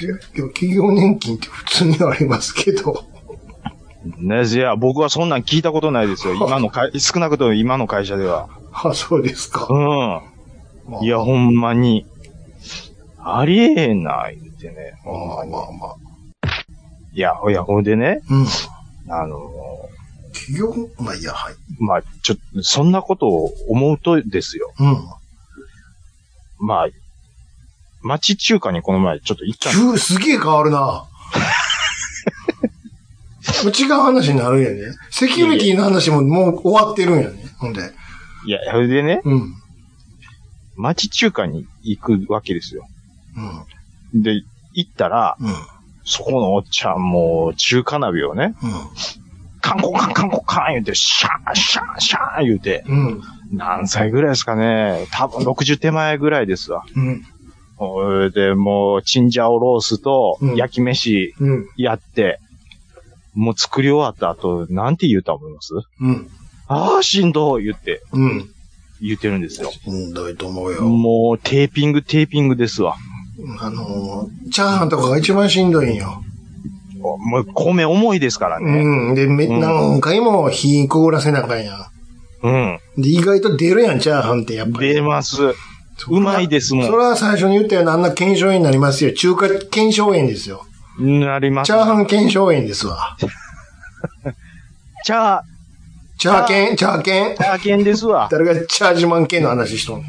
A: でも企業年金って普通にありますけど。
B: ねじゃあ僕はそんなん聞いたことないですよ。今の会、少なくとも今の会社では。
A: あ、そうですか。
B: う
A: まあ
B: ん。いや、ほんまに。ありえないってね。
A: まあまあまあ。
B: いや、ほや、ほんでね、
A: うん。
B: あの
A: 企業、まあいや、はい。
B: ーまあ、ちょっと、そんなことを思うとですよ。
A: うん。
B: まあ、町中華にこの前ちょっと行ったんです
A: 急、すげえ変わる な。もう違う話になるんやね。セキュリティの話ももう終わってるんやね。ほんで。
B: いや、それでね、
A: うん。うん。
B: 町中華に行くわけですよ。で、行ったら、
A: うん。
B: そこのおっちゃんも、中華鍋をね、カンコカンカンコカン言うて、シャンシャンシャン言うて、
A: うん。うん。
B: 何歳ぐらいですかね。多分60手前ぐらいですわ。
A: うん。
B: それで、もう、チンジャオロースと
A: うん
B: 焼き飯
A: うん。
B: やって、もう作り終わった後、なんて言うと思います
A: うん。
B: ああ、しんどい言って、
A: うん。
B: 言ってるんですよ。
A: しんどいと思うよ。
B: もう、テーピング、テーピングですわ。
A: あのー、チャーハンとかが一番しんどいんよ。
B: もう、米重いですからね。
A: うん。で、め、
B: うん
A: 何回も火凍らせなあかんやん。
B: うん。
A: で、意外と出るやん、チャーハンって、やっぱり。
B: 出ます。うまいですも
A: それは最初に言ったような、あんな検証炎になりますよ。中華検証炎ですよ。
B: ん。なります。
A: チャーハン検証炎ですわ。
B: チャー、
A: チャーケン、チャーケン
B: チ。ャーケンですわ。
A: 誰がチャージマン系の話しとんね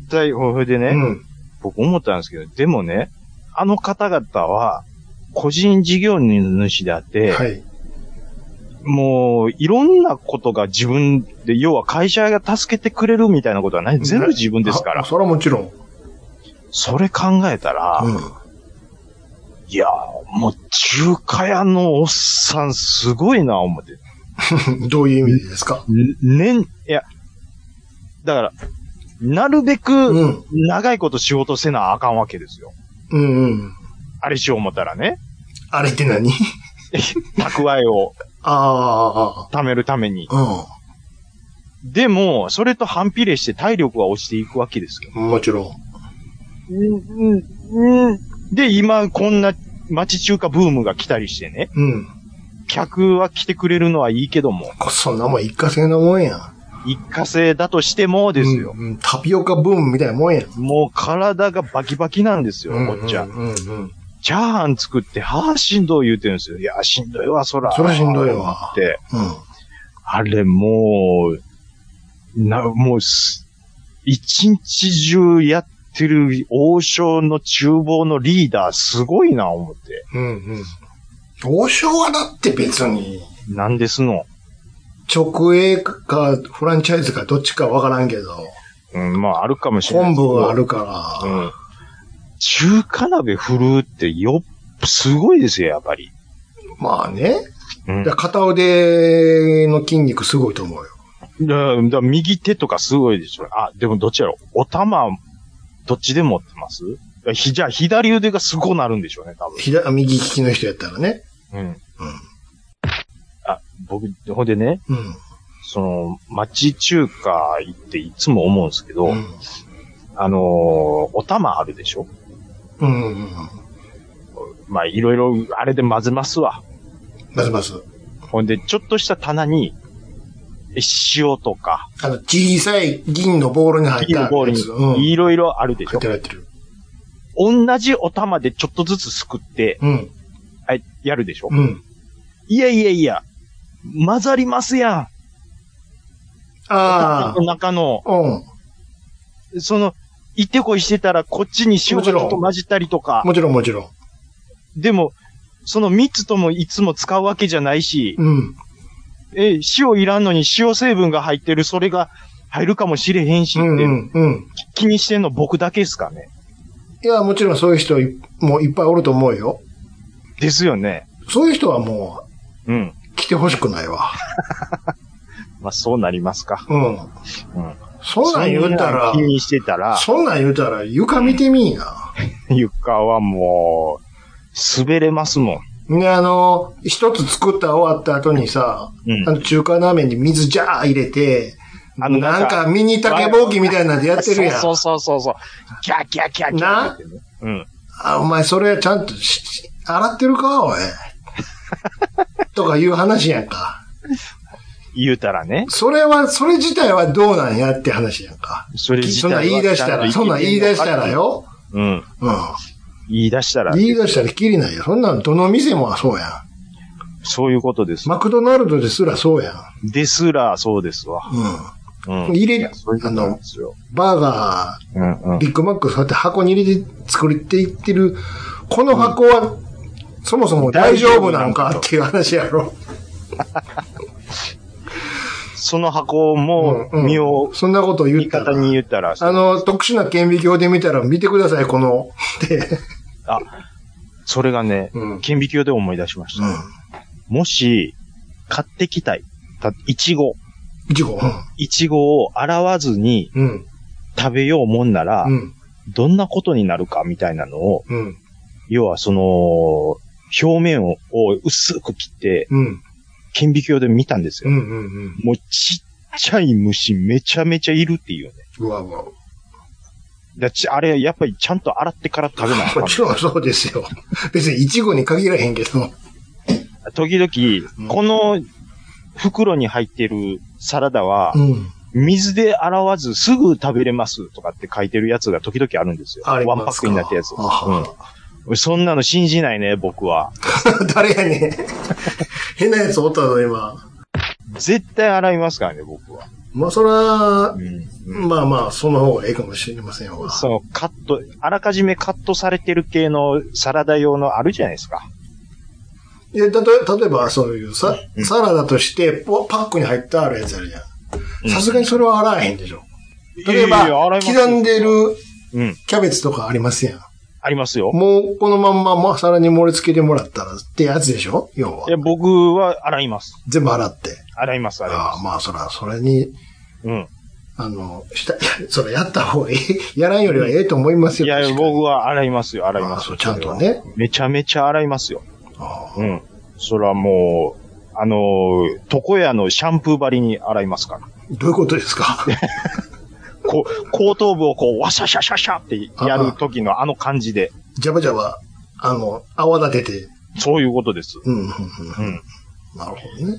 B: 絶対、それでね、
A: ん。うん。
B: 僕思ったんですけど、でもね、あの方々は、個人事業主であって、
A: はい。
B: もう、いろんなことが自分で、要は会社が助けてくれるみたいなことはない。全部自分ですか
A: あ
B: ら。
A: それはもちろん。
B: それ考えたら、
A: う
B: いやー、もう中華屋のおっさんすごいな、思って。
A: ん。どういう意味ですか
B: 年、いや、だから、なるべ
A: う
B: く、
A: ん。
B: 長いこと仕事せなあかんわけですよ。
A: うんうん。
B: あれしよう思ったらね、
A: あれって何
B: 蓄えを
A: あ
B: 貯めるために。
A: あ、
B: でも、それと反比例して体力は落ちていくわけですよ。
A: うん。もちろ
B: うん、うん。で、今、こんな町中華ブームが来たりしてね、
A: ん。うん。
B: 客は来てくれるのはいいけども、
A: こそんなもん一過性のもんや。
B: 一過性だとしてもですよ。
A: うん。うんタピオカブームみたいなもんや。
B: もう体がバキバキなんですよ、
A: うん
B: こっちは。
A: うんうん。
B: チャーハン作って、はあ、しんどい言うてるんですよ。いや、しんどいわ、そら。
A: そらしんどいわ
B: って、
A: う
B: あれ、もう、な、もうす、一日中やってる王将の厨房のリーダー、すごいな、思って。
A: ん。うんうん。王将はだって別に、
B: なんですの。
A: 直営かフランチャイズかどっちかわからんけど、
B: うん、まあ、あるかもしれな
A: 昆
B: いですけど。
A: 布があるから。
B: うん。中華鍋振るってよっ、すごいですよ、やっぱり。
A: まあね。
B: うん。
A: だ
B: だ
A: 片腕の筋肉すごいと思うよ。
B: だだ右手とかすごいでしょ。あ、でもどっちやろう。お玉、どっちで持ってますひ、じゃあ左腕がすごなるんでしょうね、多分。
A: 左、右利きの人やったらね。
B: うん。うん。あ、僕、ほんでね、
A: うん。
B: その、町中華行っていつも思うんですけど、
A: うん。
B: あのーお玉あるでしょ
A: うんうん。うん
B: まあ、いろいろ、あれで混ぜますわ。
A: ますます。
B: ほんで、ちょっとした棚に、塩とか、
A: あの、小さい銀のボールに入ったやつ。
B: ボール
A: うん。
B: に、いろいろあるでし
A: 入
B: ょ
A: って。る入ってる。
B: 同じお玉でちょっとずつすくって、
A: うん。
B: はい、やるでしょ。
A: うん。
B: いやいやいや、混ざりますやん。
A: あ
B: お中の、
A: あ。うん。
B: その、いてこいしてたらこっちに塩がちょっと混じったりとか、
A: もちろんもちろん。
B: でも、その3つともいつも使うわけじゃないし、
A: うん。
B: え、塩いらんのに塩成分が入ってる、それが入るかもしれへんし
A: う
B: って、
A: んうん。うん。
B: 気にしてんの僕だけですかね。
A: いや、もちろんそういう人いもういっぱいおると思うよ。
B: ですよね。
A: そういう人はも
B: うん。
A: う来てほしくないわ。
B: まあ、そうなりますか。
A: うん。
B: うん。
A: そんなん言うたら
B: そんなん気、にしてたら、
A: そんなん言うたら床見てみいな。
B: 床はもう、滑れますもん。
A: ね、あの、一つ作った終わった後にさ、
B: うん
A: あの中華鍋に水ジャー入れて、
B: あの
A: な
B: なんん
A: か
B: か
A: ミニ竹ぼうきみたいなんでやってるやん。
B: そうそうそうそうそう。キャーキャーキャーキャー
A: な
B: ってね。うん。
A: あ、お前それちゃんとし洗ってるかおい。 とかいう話やんか。
B: 言うたらね。
A: それは、それ自体はどうなんやって話やんか。
B: それ自
A: そん
B: 体
A: な
B: は
A: ん言い出したら、
B: ちゃ
A: そ
B: と
A: んなん言い出したら。よ。
B: うん。
A: うん。
B: 言い出したら、
A: 言い出したらきりないよ。そんなんどの店もそうやん。
B: そういうことです。
A: マクドナルドですらそうやん。
B: ですら、そうですわ。
A: うん。
B: うん。
A: 入れ
B: いやそういうことなんですよ。
A: バーガ
B: うんう
A: ー、
B: ん。
A: ビッグマック、そうやって箱に入れて作っていってる、この箱は、そもそも大丈夫なんかっていう話やろ。
B: その箱も、
A: うんうん
B: 身を、
A: そんなこと言
B: 言
A: っ
B: い
A: たら
B: 方。に言ったら、
A: あの、特殊な顕微鏡で見たら見てください、この。で、
B: あ、それがね
A: うん、
B: 顕微鏡で思い出しました。もし、買ってきたい。た、いち
A: う
B: ご。
A: ん。いちご。
B: いちごを洗わずに
A: うん。
B: 食べようもんなら
A: う、ん。
B: どんなことになるかみたいなのを、
A: うん。
B: 要はその、表面をを薄く切って、
A: うん。
B: 顕微鏡で見たんです
A: う
B: よ。
A: ん。うん。
B: もうちっちゃい虫めちゃめちゃいるっていうね。
A: うわうわ。
B: だちあれ、やっぱりちゃんと洗ってから食べなあか
A: も
B: ん
A: ちろんそうですよ。別にいちごに限らへんけど。
B: 時
A: うん
B: 々、この袋に入ってるサラダは
A: う、ん。
B: 水で洗わずすぐ食べれますとかって書いてるやつが時々あるんですよ。
A: ありま
B: ワ
A: す
B: ン
A: か
B: パックになったやつ。
A: あは
B: うん、そんなの信じないね、僕は。
A: 誰やねん。変なやつおったぞ、今。
B: 絶対洗いますからね、僕は。
A: まあ、そら
B: う、ん
A: まあまあ、その方がいいかもしれませんわ。
B: そのカット、あらかじめカットされてる系のサラダ用のあるじゃないですか。
A: いや、たとえ、例えば、そういうさ、サラダとして、ポパックに入ったあるやつあるじゃん。さすがにそれは洗わへんでしょ。例え
B: いやいや
A: ば、刻んで。
B: 洗いますよ
A: る
B: うん。
A: キャベツとかありますやん。
B: ありますよ。。
A: もう、このまんま、まあ、皿に盛り付けてもらったらってやつでしょ要はい
B: や、僕は洗います。
A: 全部洗って。
B: 洗います、洗いま
A: ああ、まあ、そら、それに、
B: す。うん。
A: あの、した、 それやった方がいい。 やらんよりはええと思いますよ。
B: いや、
A: 確かに
B: 僕は洗いますよ、洗い
A: あ
B: ま
A: あ
B: す
A: そ
B: よ。
A: うちゃんとね。
B: めちゃめちゃ洗いますよ。
A: ああ
B: うん。それはもう、あのー床屋のシャンプー張りに洗いますから。
A: どういうことです か
B: こう、後頭部をこう、ワシャシャシャシャってやる時のあの感じで、
A: ジャバジャバ、あの、泡立てて。
B: そういうことです。
A: うん、うん、うん。
B: うん。
A: なるほどね。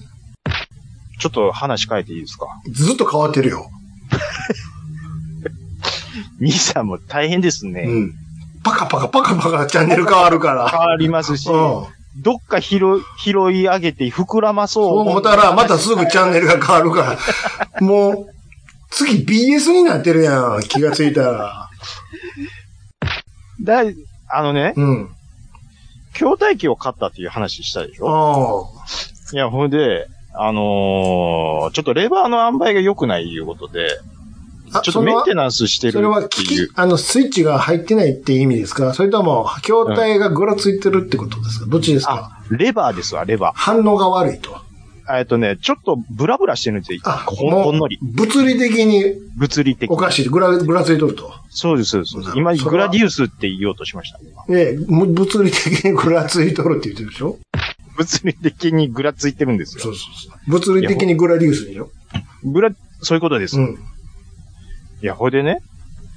B: ちょっと話変えていいですか
A: ずっと変わってるよ。
B: 兄さんも大変ですね。
A: うん。パカパカパカパカチャンネル変わるから。
B: 変わりますし、
A: うん。
B: どっか拾い拾い上げて膨らまそう
A: そう思ったら、またすぐチャンネルが変わる から。もう、次 BS になってるやん。気がついたら。
B: だいあのね、
A: うん。
B: 筐体機を買ったっていう話したでし
A: あ
B: ょ
A: あ。
B: いや、ほんで、あのーちょっとレバーの塩梅が良くないいうことで、
A: あ
B: ちょっとメンテナンスして
A: そ
B: る
A: れは
B: っ
A: 機
B: ていう
A: 器、。あの、スイッチが入ってないって意味ですかそれとも、筐体がぐらついてるってことですかどっちですか
B: あ、レバーですわ、レバ
A: 反応が悪いと。
B: ー。えっとね、ちょっとブラブラしてるんですよ。
A: あ、
B: ほんほんのり。
A: もう物理的に
B: 物理的
A: お
B: に。
A: かしい。ぐら、ぐらついとると。
B: そうです、そうですそうです。
A: な
B: 今、
A: るほど
B: グラディウスって言おうとしました。今
A: ええ、む物理的にぐらついとるって言ってるでしょ
B: 物理的にぐらついてるんです
A: そ
B: よ。
A: うそうそう。物理的にグラディウスでしょ
B: ぐら、そういうことです。
A: う
B: い
A: ん。
B: や、ほいでね、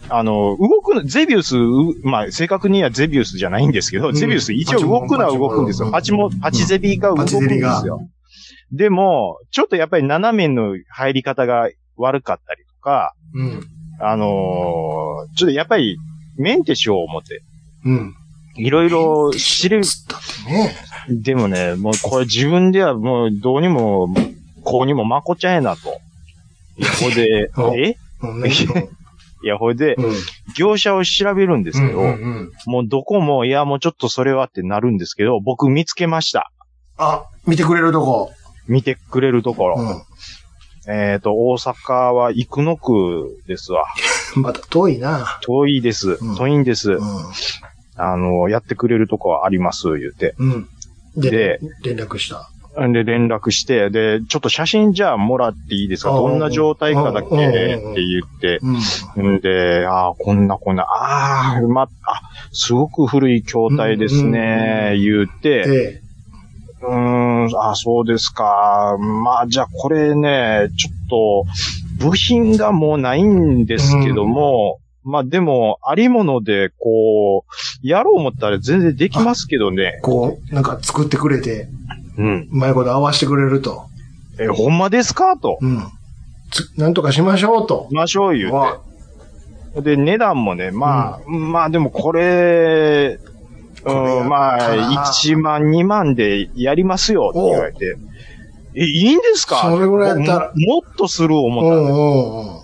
B: あの、動くの、ゼビウス、うまあ、正確にはゼビウスじゃないんですけど、
A: うん
B: ゼビウス一応動くのは動くんですよ。
A: パ
B: パ
A: チ
B: チ
A: も
B: も、パチゼビが動くん
A: パチゼビ
B: で
A: が
B: すよ。でも、ちょっとやっぱり斜めの入り方が悪かったりとか、
A: うん。
B: あのーちょっとやっぱり、メンテしよう思って、
A: うん。
B: いろいろ知る、
A: つったってね。
B: でもね、もうこれ自分ではもうどうにも、こうにもまこちゃんやなと。いや、ほ いで
A: お、
B: え
A: うん。何しろ
B: いや、ほいで
A: う、ん。うん
B: 業者を調べるんですけど、
A: うんうん。
B: もうどこも、いや、もうちょっとそれはってなるんですけど、僕見つけました。
A: あ、見てくれるとこ。
B: 見てくれるところ。
A: う
B: えっ、と、大阪は生野区ですわ。
A: ん。また遠いな。
B: 遠いです。
A: うん
B: 遠いんです。
A: う
B: あの、やってくれるとこはあります、言うて。
A: ん。うん。で
B: で、
A: 連絡した。
B: んで、連絡して、で、ちょっと写真じゃあもらっていいですか
A: あ
B: どんな状態かだけっ
A: うんうんうん
B: て言って。
A: うん。
B: んで、ああ、こんなこんな、ああ、ま、あ、すごく古い筐体ですね、言うて、
A: で、
B: うーん、あ、そうですか。まあ、じゃあこれね、ちょっと、部品がもうないんですけども、まあでも、ありもので、こう、やろう思ったら全然できますけどね。
A: こう、なんか作ってくれて、
B: うん。
A: うまいこと合わせてくれると。
B: え、ほんまですかと。
A: うん。つなんとかしましょうと。
B: ましょう言う
A: わ
B: て。で、値段もね、まあ、まあでもこれ、
A: これや
B: うん、ま
A: ったら
B: あ、1万、2万でやりますよって言われて。え、いいんですか
A: それぐらいやったら
B: ももっとする思
A: う
B: っ
A: ん
B: たんですよ
A: うんうん。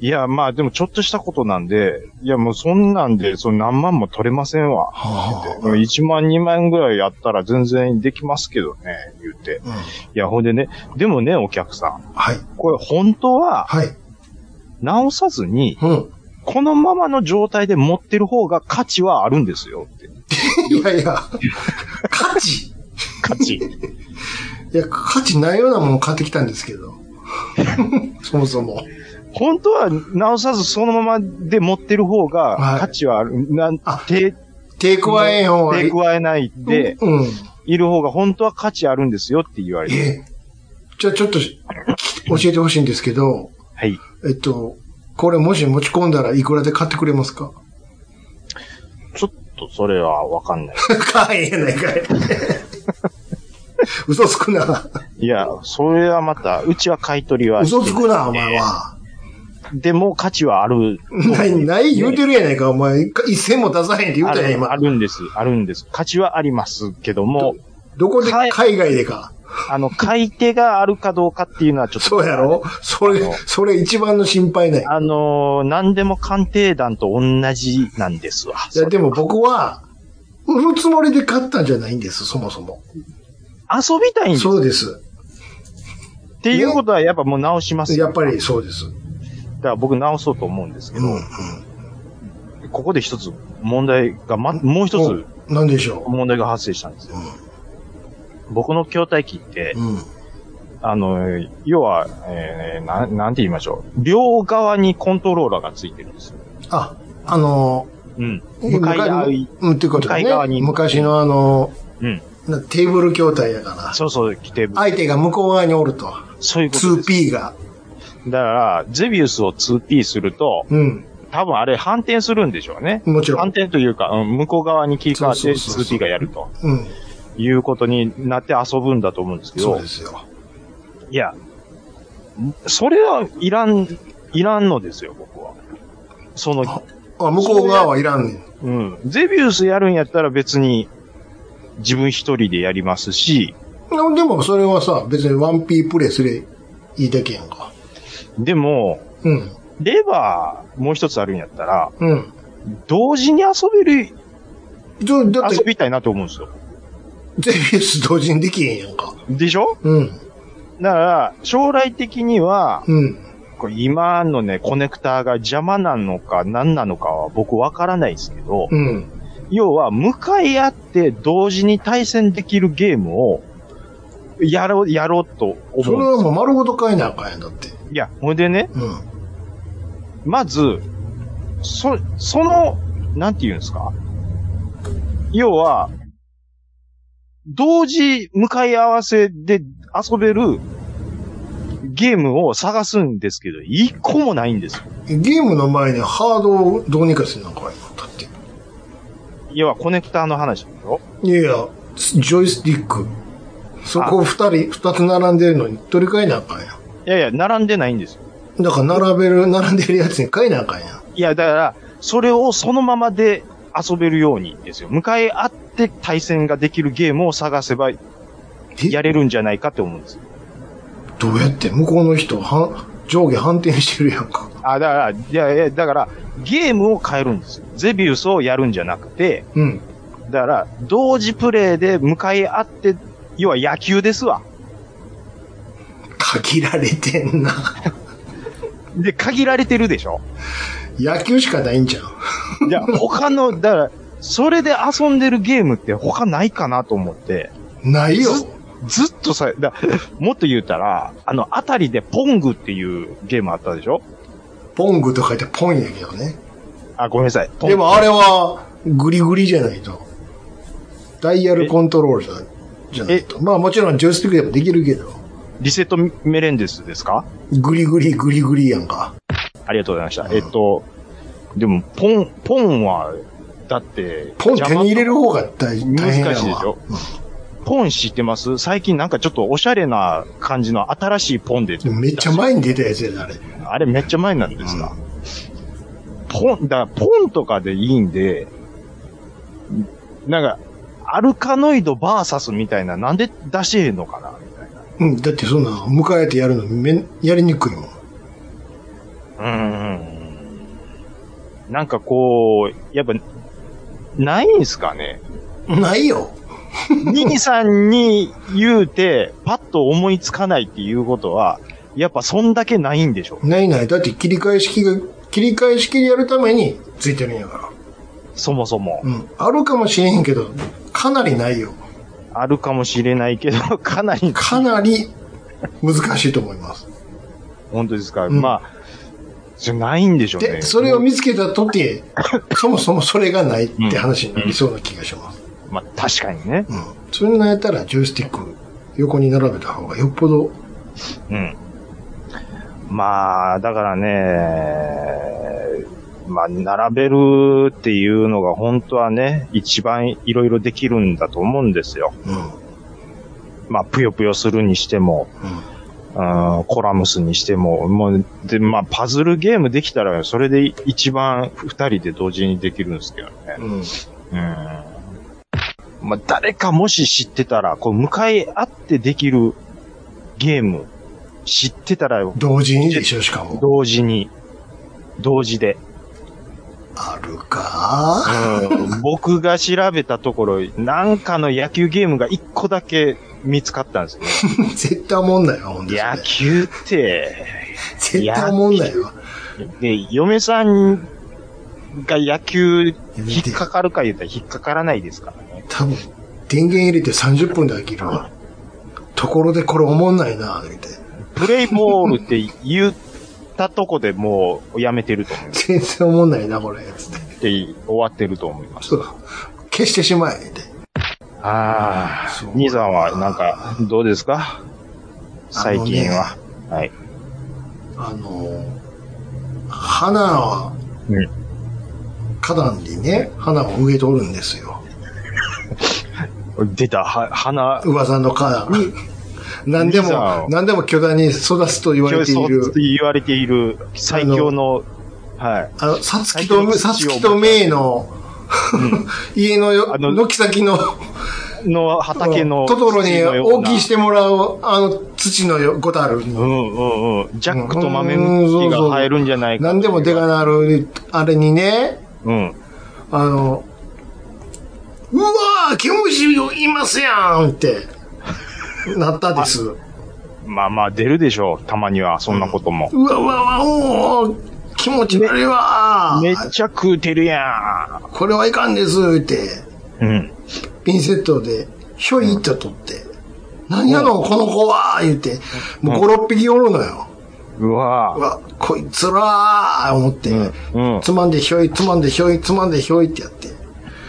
B: いや、まあでもちょっとしたことなんで、いやもうそんなんで、その何万も取れませんわ。
A: はあ
B: 1万2万ぐらいやったら全然できますけどね、言うて。
A: うん
B: いや、ほんでね、でもね、お客さん。
A: はい。
B: これ本当は
A: はい。
B: 直さずに、
A: うん。
B: このままの状態で持ってる方が価値はあるんですよって。
A: いやいや、価値
B: 価値。
A: いや、価値ないようなもの買ってきたんですけ ど。そもそも。
B: 本当は直さずそのままで持ってる方
A: は
B: が
A: い
B: 価値はある。なん
A: あ
B: 手、
A: 手加えん方がいい
B: 手加えないで、
A: うん。
B: いる方が本当は価値あるんですよって言われ
A: え
B: て。
A: え。じゃあちょっと、教えてほしいんですけど、
B: はい。
A: えっと、これもし持ち込んだらいくらで買ってくれますか
B: ちょっとそれはわかんない。
A: 買えやないかい。 嘘つくな。
B: いや、それはまた、うちは買い取りは。
A: 嘘つくな、お前は。
B: でも価値はある。
A: ない、ない言うてるやないか、お前。一銭も出さへんって言う
B: あ
A: たやん、
B: るあ
A: 今。
B: るんです、あるんです。価値はありますけども、
A: どこで、
B: はい
A: 海外でか。
B: あの、買い手があるかどうかっていうのはちょっと。
A: そうやろそれ
B: あの、
A: それ一番の心配ない。
B: あのー、何でも鑑定団と同じなんですわ。
A: いや、でも僕は、売るつもりで買ったんじゃないんです、そもそも。
B: 遊びたいんです。
A: そうです。
B: っていうことはやっぱもう直しますよ
A: やっぱりそうです。う
B: だから僕直そうと思うんですけど、
A: ん、うん。
B: ここで一つ問題が、ま、もう一つ
A: つ。なんでしょ
B: 問題が発生したんですよ。僕の筐体機って
A: う。、うん。
B: あの、要は、えーなん、なんて言いましょう。両側にコントローラーがついてるんですよ。
A: あ、あの、
B: うん。向かい合い。
A: うん、っていうことだ
B: 向かい側
A: ね。
B: に
A: 昔のあの、
B: うん。
A: なテーブル筐体やから。
B: そうそう、来て、
A: 相手が向こう側におると。
B: そういうことです。
A: 2P が。
B: だから、ゼビウスを 2P すると、
A: うん。
B: 多分あれ反転するんでしょうね。
A: もちろ
B: 反
A: ん。
B: 転というか、うん、向こう側に切り替わっ
A: そ
B: て
A: うそうそうそう
B: 2P がやると
A: うん。
B: いうことになって遊ぶんだと思うんですけ
A: そう
B: ど
A: で、すよ。
B: いや、それはいらん、いらんのですよ、僕は。その、
A: あ、向こう側はいらんねん。
B: うん。ゼビウスやるんやったら別に自分一人でやりますし、
A: なでもそれはさ、別に 1P プレイすれいいだけやんか。
B: でも、
A: うん。
B: レバーもう一つあるんやったら、
A: うん。
B: 同時に遊べる、
A: じゃだっ
B: 遊
A: て、
B: びたいなと思うんですよ。
A: ゼビウス同時にできへんやんか。
B: でしょ
A: うん。
B: だから、将来的には、
A: うん。
B: これ今のね、コネクターが邪魔なのか何なのかは僕わからないですけど、
A: うん。
B: 要は向かい合って同時に対戦できるゲームを、やろう、やろうと
A: それ
B: 思う。
A: はもう丸ごと買えなあかんやんだって。
B: いや、ほんでね、
A: うん。
B: まず、そ、その、なんて言うんですか要は、同時向かい合わせで遊べるゲームを探すんですけど、一個もないんですよ。
A: ゲームの前にハードをどうにかせなあかんやんだって。
B: 要はコネクターの話でしょ
A: いやいや、ジョイスティック。そこ二人、二つ並んでるのに取り替えなあかんやん。
B: いやいや、並んでないんですよ。
A: だから並べる、並んでるやつに買えなあかんやん。
B: いや、だから、それをそのままで遊べるようにですよ。向かい合って対戦ができるゲームを探せば
A: え
B: やれるんじゃないかって思うんですよ。
A: どうやって向こうの人、は上下反転してるやんか。
B: あ、だから、いやいや、だから、ゲームを変えるんですよ。ゼビウスをやるんじゃなくて、
A: うん。
B: だから、同時プレイで向かい合って、要は野球ですわ。
A: 限られてんな。
B: で、限られてるで しょ。
A: 野球しかないんじゃん。
B: いや、他の、だから、それで遊んでるゲームって他ないかなと思って、
A: ないよ。
B: ずずっとさ、だもっと言うたら、あの、あたりでポングっていうゲームあったでしょ
A: ポングと書いてポンやけどね。
B: あ、ごめんなさい。ポン
A: でもあれは、グリグリじゃないと。ダイヤルコントロールじゃじゃないと。まあもちろんジョイスティックでもできるけど。
B: リセットメレンデスですか
A: グリグリ、グリグリやんか。
B: ありがとうございました。
A: うん
B: えっと、でも、ポン、ポンは、だって、
A: ポン手に入れる方が大大変やわ
B: 難しいでしょポン知ってます最近なんかちょっとおしゃれな感じの新しいポンで。
A: でもめっちゃ前に出たやつやで、あれ。
B: あれめっちゃ前なんですが。ポン、だからポンとかでいいんで、なんか、アルカノイドバーサスみたいな、なんで出してへんのかなみたいな。
A: うん、だってそんな、迎えてやるのめん、やりにくいもん。
B: うーん。なんかこう、やっぱ、ないんすかね
A: ないよ。
B: 兄さんに言うて、パッと思いつかないっていうことは、やっぱそんだけないんでしょ
A: ないない。だって切り替え式が、切り替え式でやるためについてるんやか
B: そもそも。
A: ら。うん。あるかもしれへんけど、かなりないよ。
B: あるかもしれないけど、 かなり、
A: かなり難しいと思います。
B: 本当ですか、
A: うん
B: まあ、じゃないんでしょうね。
A: で、それを見つけたとて、そもそもそれがないって話になりそうな気がします。
B: まあ、確かにね。
A: うん。それなんやったら、ジョイスティック横に並べた方がよっぽど、
B: うん。まあ、だからね、まあ、並べるっていうのが本当はね、一番いろいろできるんだと思うんですよ。
A: うん。うん。
B: まあ、ぷよぷよするにしても、うん、コラムスにしても、もう、で、まあ、パズルゲームできたら、それで一番二人で同時にできるんですけどね。
A: うん。
B: うん。まあ、誰かもし知ってたら、こう、向かい合ってできるゲーム、知ってたら、
A: 同時にでしょ、しかも。
B: 同時に、同時で。
A: あるか
B: うん、 僕が調べたところ、なんかの野球ゲームが一個だけ見つかったんですよね。
A: 絶対おもんないわ、ほんとそれ
B: 野球って、
A: 絶対おもんないわ。
B: で、嫁さんが野球引っかかるか言ったら引っかからないですからね。
A: 多分、電源入れて30分で飽きるわ。ところでこれおもんないな、みたいな。
B: プレイボールって言ったとこでもうやめてると思います。
A: 全然おもんないな、これ、つって。
B: って終わってると思います。
A: そう。消してしまえ、みたいな。
B: ああ
A: そう、
B: 兄さんはなんか、どうですか最近は。はい。
A: あの、花は
B: うん、
A: 花壇にね、花を植えとるんですよ。
B: 出た、は、花、
A: 噂の花 壇。何で
B: いいじゃ
A: も、
B: ん
A: 何でも巨大に育つと言われてい
B: そう
A: る、
B: 言われている最強の、はい。
A: あの、さつき
B: 最強の
A: と、
B: 土を
A: さつきとめいの、 家のよ、
B: あの
A: 軒先の、
B: の畑の、
A: トトロに
B: 土のような
A: 大きいしてもらう、あの、土のよごたる
B: う
A: に。
B: んうんうん。ジャックと豆向きが生えるんじゃないか。
A: 何でもでかなる、あれにね、
B: うん。
A: あの、うわ ー、毛虫いますやんって、なったです。
B: まあまあ出るでしょう。たまには、そんなことも。
A: うわうわうわ、おお気持ち悪いわ
B: めっちゃ食うてるや
A: これはいかんです、って、
B: ん。うん。
A: ピンセットで、ひょいっと取って、何やの、この子は言って、もう5、6匹おるのよ。
B: う
A: う
B: わ
A: わ、こいつらー思って、
B: うんうん
A: つまんでひょい、つまんでひょい、つまんでひょいってやって、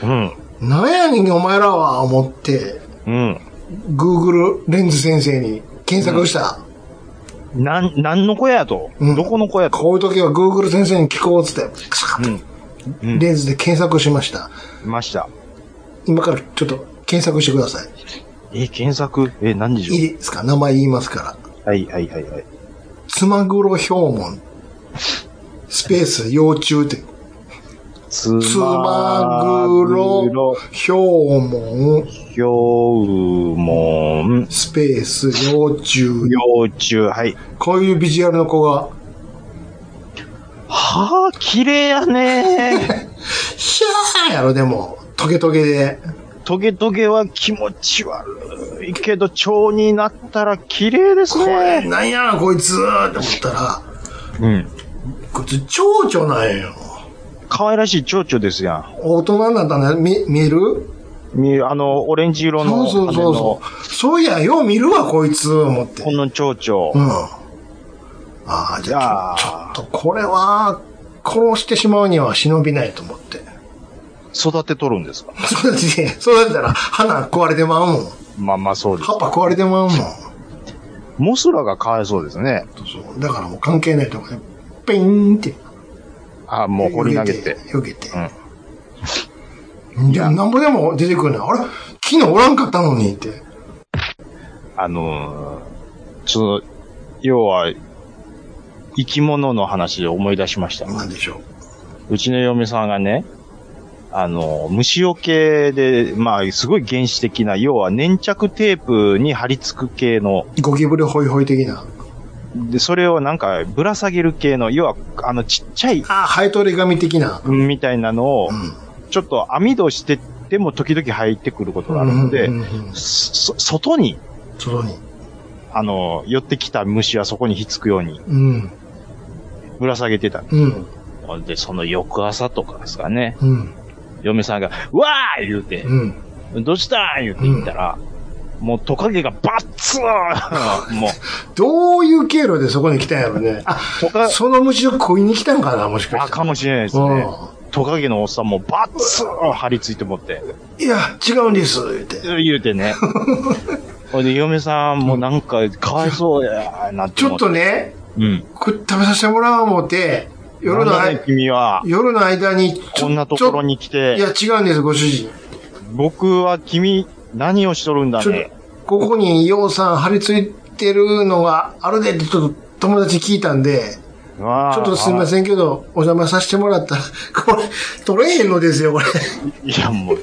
B: うん。
A: なんやねん、お前らは、思って、
B: うん。
A: Google レンズ先生に検索した。
B: なん、なんの子やと。
A: うん
B: どこの子やと。
A: こういう時は Google 先生に聞こうっつって、カサカ
B: う
A: ッ
B: ん。う
A: と
B: ん。
A: レンズで検索しました。
B: ました。
A: 今からちょっと検索してください。
B: え、検索え、何でしょう
A: いいですか名前言いますから。
B: はいはいはいはい。
A: つまぐろ表門。スペース、幼虫って。
B: つま
A: つまぐろ
B: ぐろ、
A: 表門。
B: ひょうもん、
A: スペース、幼虫。
B: 幼虫、はい。
A: こういうビジュアルの子が、
B: はぁ、綺麗 やね
A: ひゃーやろ、でも。トゲトゲで。
B: トゲトゲは気持ち悪いけど、蝶になったら綺麗です
A: これ、
B: ね。
A: なんやろ、こいつって思ったら、
B: うん。
A: こいつ、蝶々なんよ。
B: 可愛らしい蝶々ですやん。
A: 大人になったら見、見える
B: みあの、オレンジ色
A: そ
B: の
A: う
B: 羽
A: そうそう
B: の
A: そ、う。そういや、よう見るわ、こいつ、思って。
B: こ
A: うん。
B: の蝶々。
A: ああ、じゃあち
B: じ
A: ょ、
B: ゃあ
A: ちょっと、これは、殺してしまうには忍びないと思って。
B: 育てとるんですか
A: そうだね。そうだったら、花壊れてまうもん。
B: まあまあそうです
A: 葉。っぱ壊れてまうもん。
B: モスラがかわいそうですね。
A: そうだからもう関係ないとこで、ペイーンって。
B: あもう掘り投げて。。
A: 避けて。いや、なんぼでも出てくるな。あれ昨日おらんかったのにって。
B: あのー、その、要は、生き物の話で思い出しました。
A: なんでしょ
B: うちの嫁さんがね、あの、虫除けで、まあ、すごい原始的な、要は粘着テープに貼り付く系の、
A: う。ゴキブリホイホイ的な。
B: で、それをなんかぶら下げる系の、要は、あの、ちっちゃい、
A: ああ、ハエ取り紙的な。
B: みたいなのを
A: う、ん。
B: ちょっと網戸してても時々入ってくることがあるので
A: う、んうんうん
B: そ、外に、
A: 外に。
B: あの、寄ってきた虫はそこにひっつくように
A: うん。
B: ぶら下げてた。
A: うん。
B: で、その翌朝とかですかね、
A: うん。
B: 嫁さんが、うわー言うて、
A: うん。
B: どうしたん言って言ったら、もうトカゲがバッツ ーンもう、
A: どういう経路でそこに来たんやろね。あ、
B: トカ、
A: その虫を食いに来たんかな、もしか
B: あ、
A: して。
B: かもしれないですね。トカゲのおっさんもバッツーン張り付いて持って、
A: うん。いや、違うんです、言って。
B: 言う てね。ほいで、嫁さんもなんか、かわいそうやなって
A: ちょ
B: 思。
A: ってとね、
B: うん。
A: これ食べさせてもらおう思って、夜の
B: なんだ
A: 間
B: ね、君は、
A: 夜の間にちょ、
B: こんなところに来
A: ちょい
B: て、
A: や、違うんです、ご主人。
B: 僕は君、何をしとるんだ
A: ちょっ
B: ね
A: と。、ここにようさん張り付いてるのがあるでって、ちょっと友達聞いたんで、
B: ちょ
A: ちょっとすいま
B: ん。
A: せんけど、お邪魔させてもらったら、 これ、取れへんのですよ、これ。
B: いや、もう、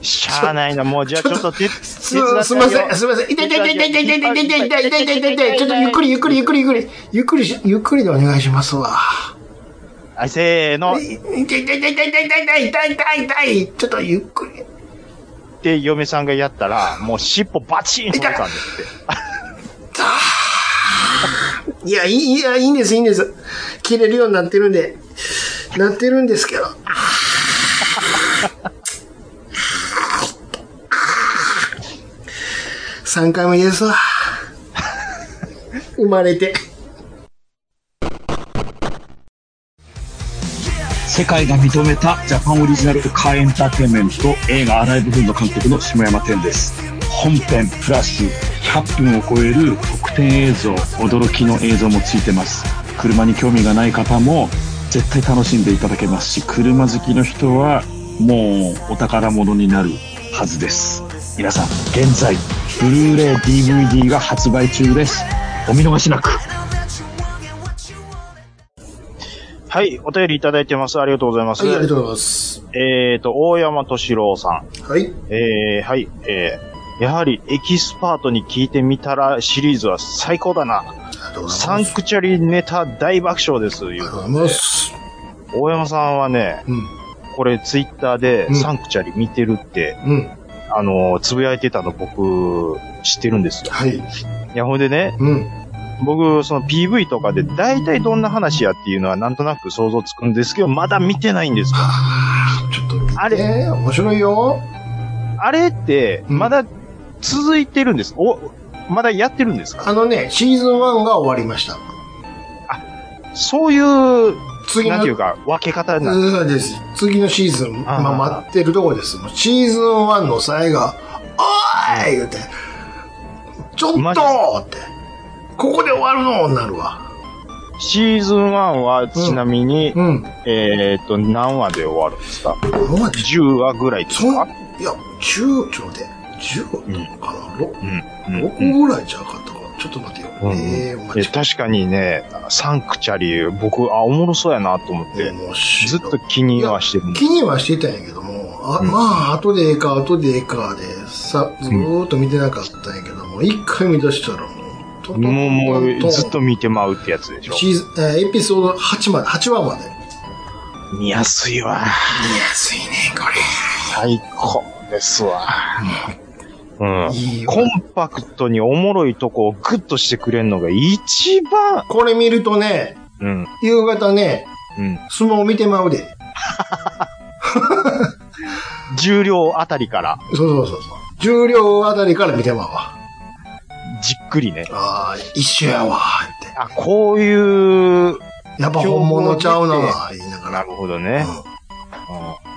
B: しゃあないな。もう、じゃあちょっと手、
A: す、すいません、すいません。痛い痛い痛い痛い痛い痛い痛い痛い痛い痛い痛い痛い。ちょっとゆっくりゆっくりゆっくりゆっくり。ゆっくりし、ゆっくりでお願いしますわ。
B: はい、せーの。
A: 痛い痛い痛い痛い痛い痛い痛い痛い痛い痛い。ちょっとゆっくり。
B: って嫁さんがやったら、もう尻尾バチン取れたんですって。
A: いや、いい、いや、いいんです、いいんです。切れるようになってるんで、なってるんですけど。3回目ですわ。生まれて。
C: 世界が認めたジャパンオリジナルカーエンターテインメント映画アライブフード監督の下山天です。本編プラス100分を超える特典映像、驚きの映像もついてます。車に興味がない方も絶対楽しんでいただけますし、車好きの人はもうお宝物になるはずです。皆さん、現在、ブルーレイ DVD が発売中です。お見逃しなく。
B: はい、お便りいただいてます。ありがとうございます。
A: はい、ありがとうございます。
B: えーと、大山敏郎さん。
A: はい。
B: えー、はい、えー、やはりエキスパートに聞いてみたらシリーズは最高だな。
A: ありがとうござい
B: サ
A: ま
B: ン
A: す。
B: クチャリネタ大爆笑です。い
A: ありがとうご
B: う
A: ざいます。
B: 大山さんはね、
A: うん。
B: これツイッターで
A: うん
B: サンクチャリ見てるって、
A: うん。
B: あの、つぶやいてたの僕知ってるんですよ。
A: はい。
B: いや、ほんでね、
A: うん。
B: 僕、その PV とかで大体どんな話やっていうのはなんとなく想像つくんですけど、まだ見てないんですよ。
A: はあ、ちょっと見て。
B: あれ
A: え面白いよ。
B: あれって、
A: うん
B: まだ続いてるんです。お、まだやってるんですか
A: あのね、シーズン1が終わりました。
B: そういう、
A: 次
B: なん
A: の
B: ていうか、分け方なん
A: そうです。次のシーズン、
B: あー
A: まあ、待ってるとこです。もうシーズン1の最後、おーい言うて、ちょっと
B: マジ
A: って、ここで終わるのになるわ。
B: シーズン1はちなみに、
A: うん。
B: えーっと、何話で終わるんですか
A: うわ
B: ?10 話ぐらいです
A: そん、い
B: か
A: や、10、ちょっと待って、10かな、ろ
B: うん
A: 六
B: うん
A: 個ぐらいじゃなかったかな。ちょっと待ってよ。
B: うん
A: えー、
B: え
A: 待ち
B: 確かにね、サンクチャリー、僕、あ、おもろそうやなと思って、
A: 面白い
B: ずっと気にはしてるんです。
A: 気にはしてたんやけども、あ
B: うん
A: まあ、後でええか、後でええかで、さ、ずーっと見てなかったんやけども、一回見出したらもう、トントン
B: も
A: ト
B: う、も
A: ントン
B: う、ずっと見てまうってやつでしょ。
A: シーズン、えーエピソード8まで、8話まで。
B: 見やすいわ。
A: 安いね、こ
B: 最高ですわ。うん。
A: いいよ
B: コンパクトにおもろいとこをグッとしてくれんのが一番、
A: これ見るとね、
B: うん、
A: 夕方ね、
B: うん。
A: 相撲見てまうで。
B: 重量あたりから、
A: そうそうそうそう。重量あたりから見てまうわ。
B: じっくりね。
A: ああ、一緒やわ、っ
B: あ、こういう、
A: て。やっぱ本物ちゃうな、言いなが
B: な
A: ら。
B: るほどね。
A: う
B: うん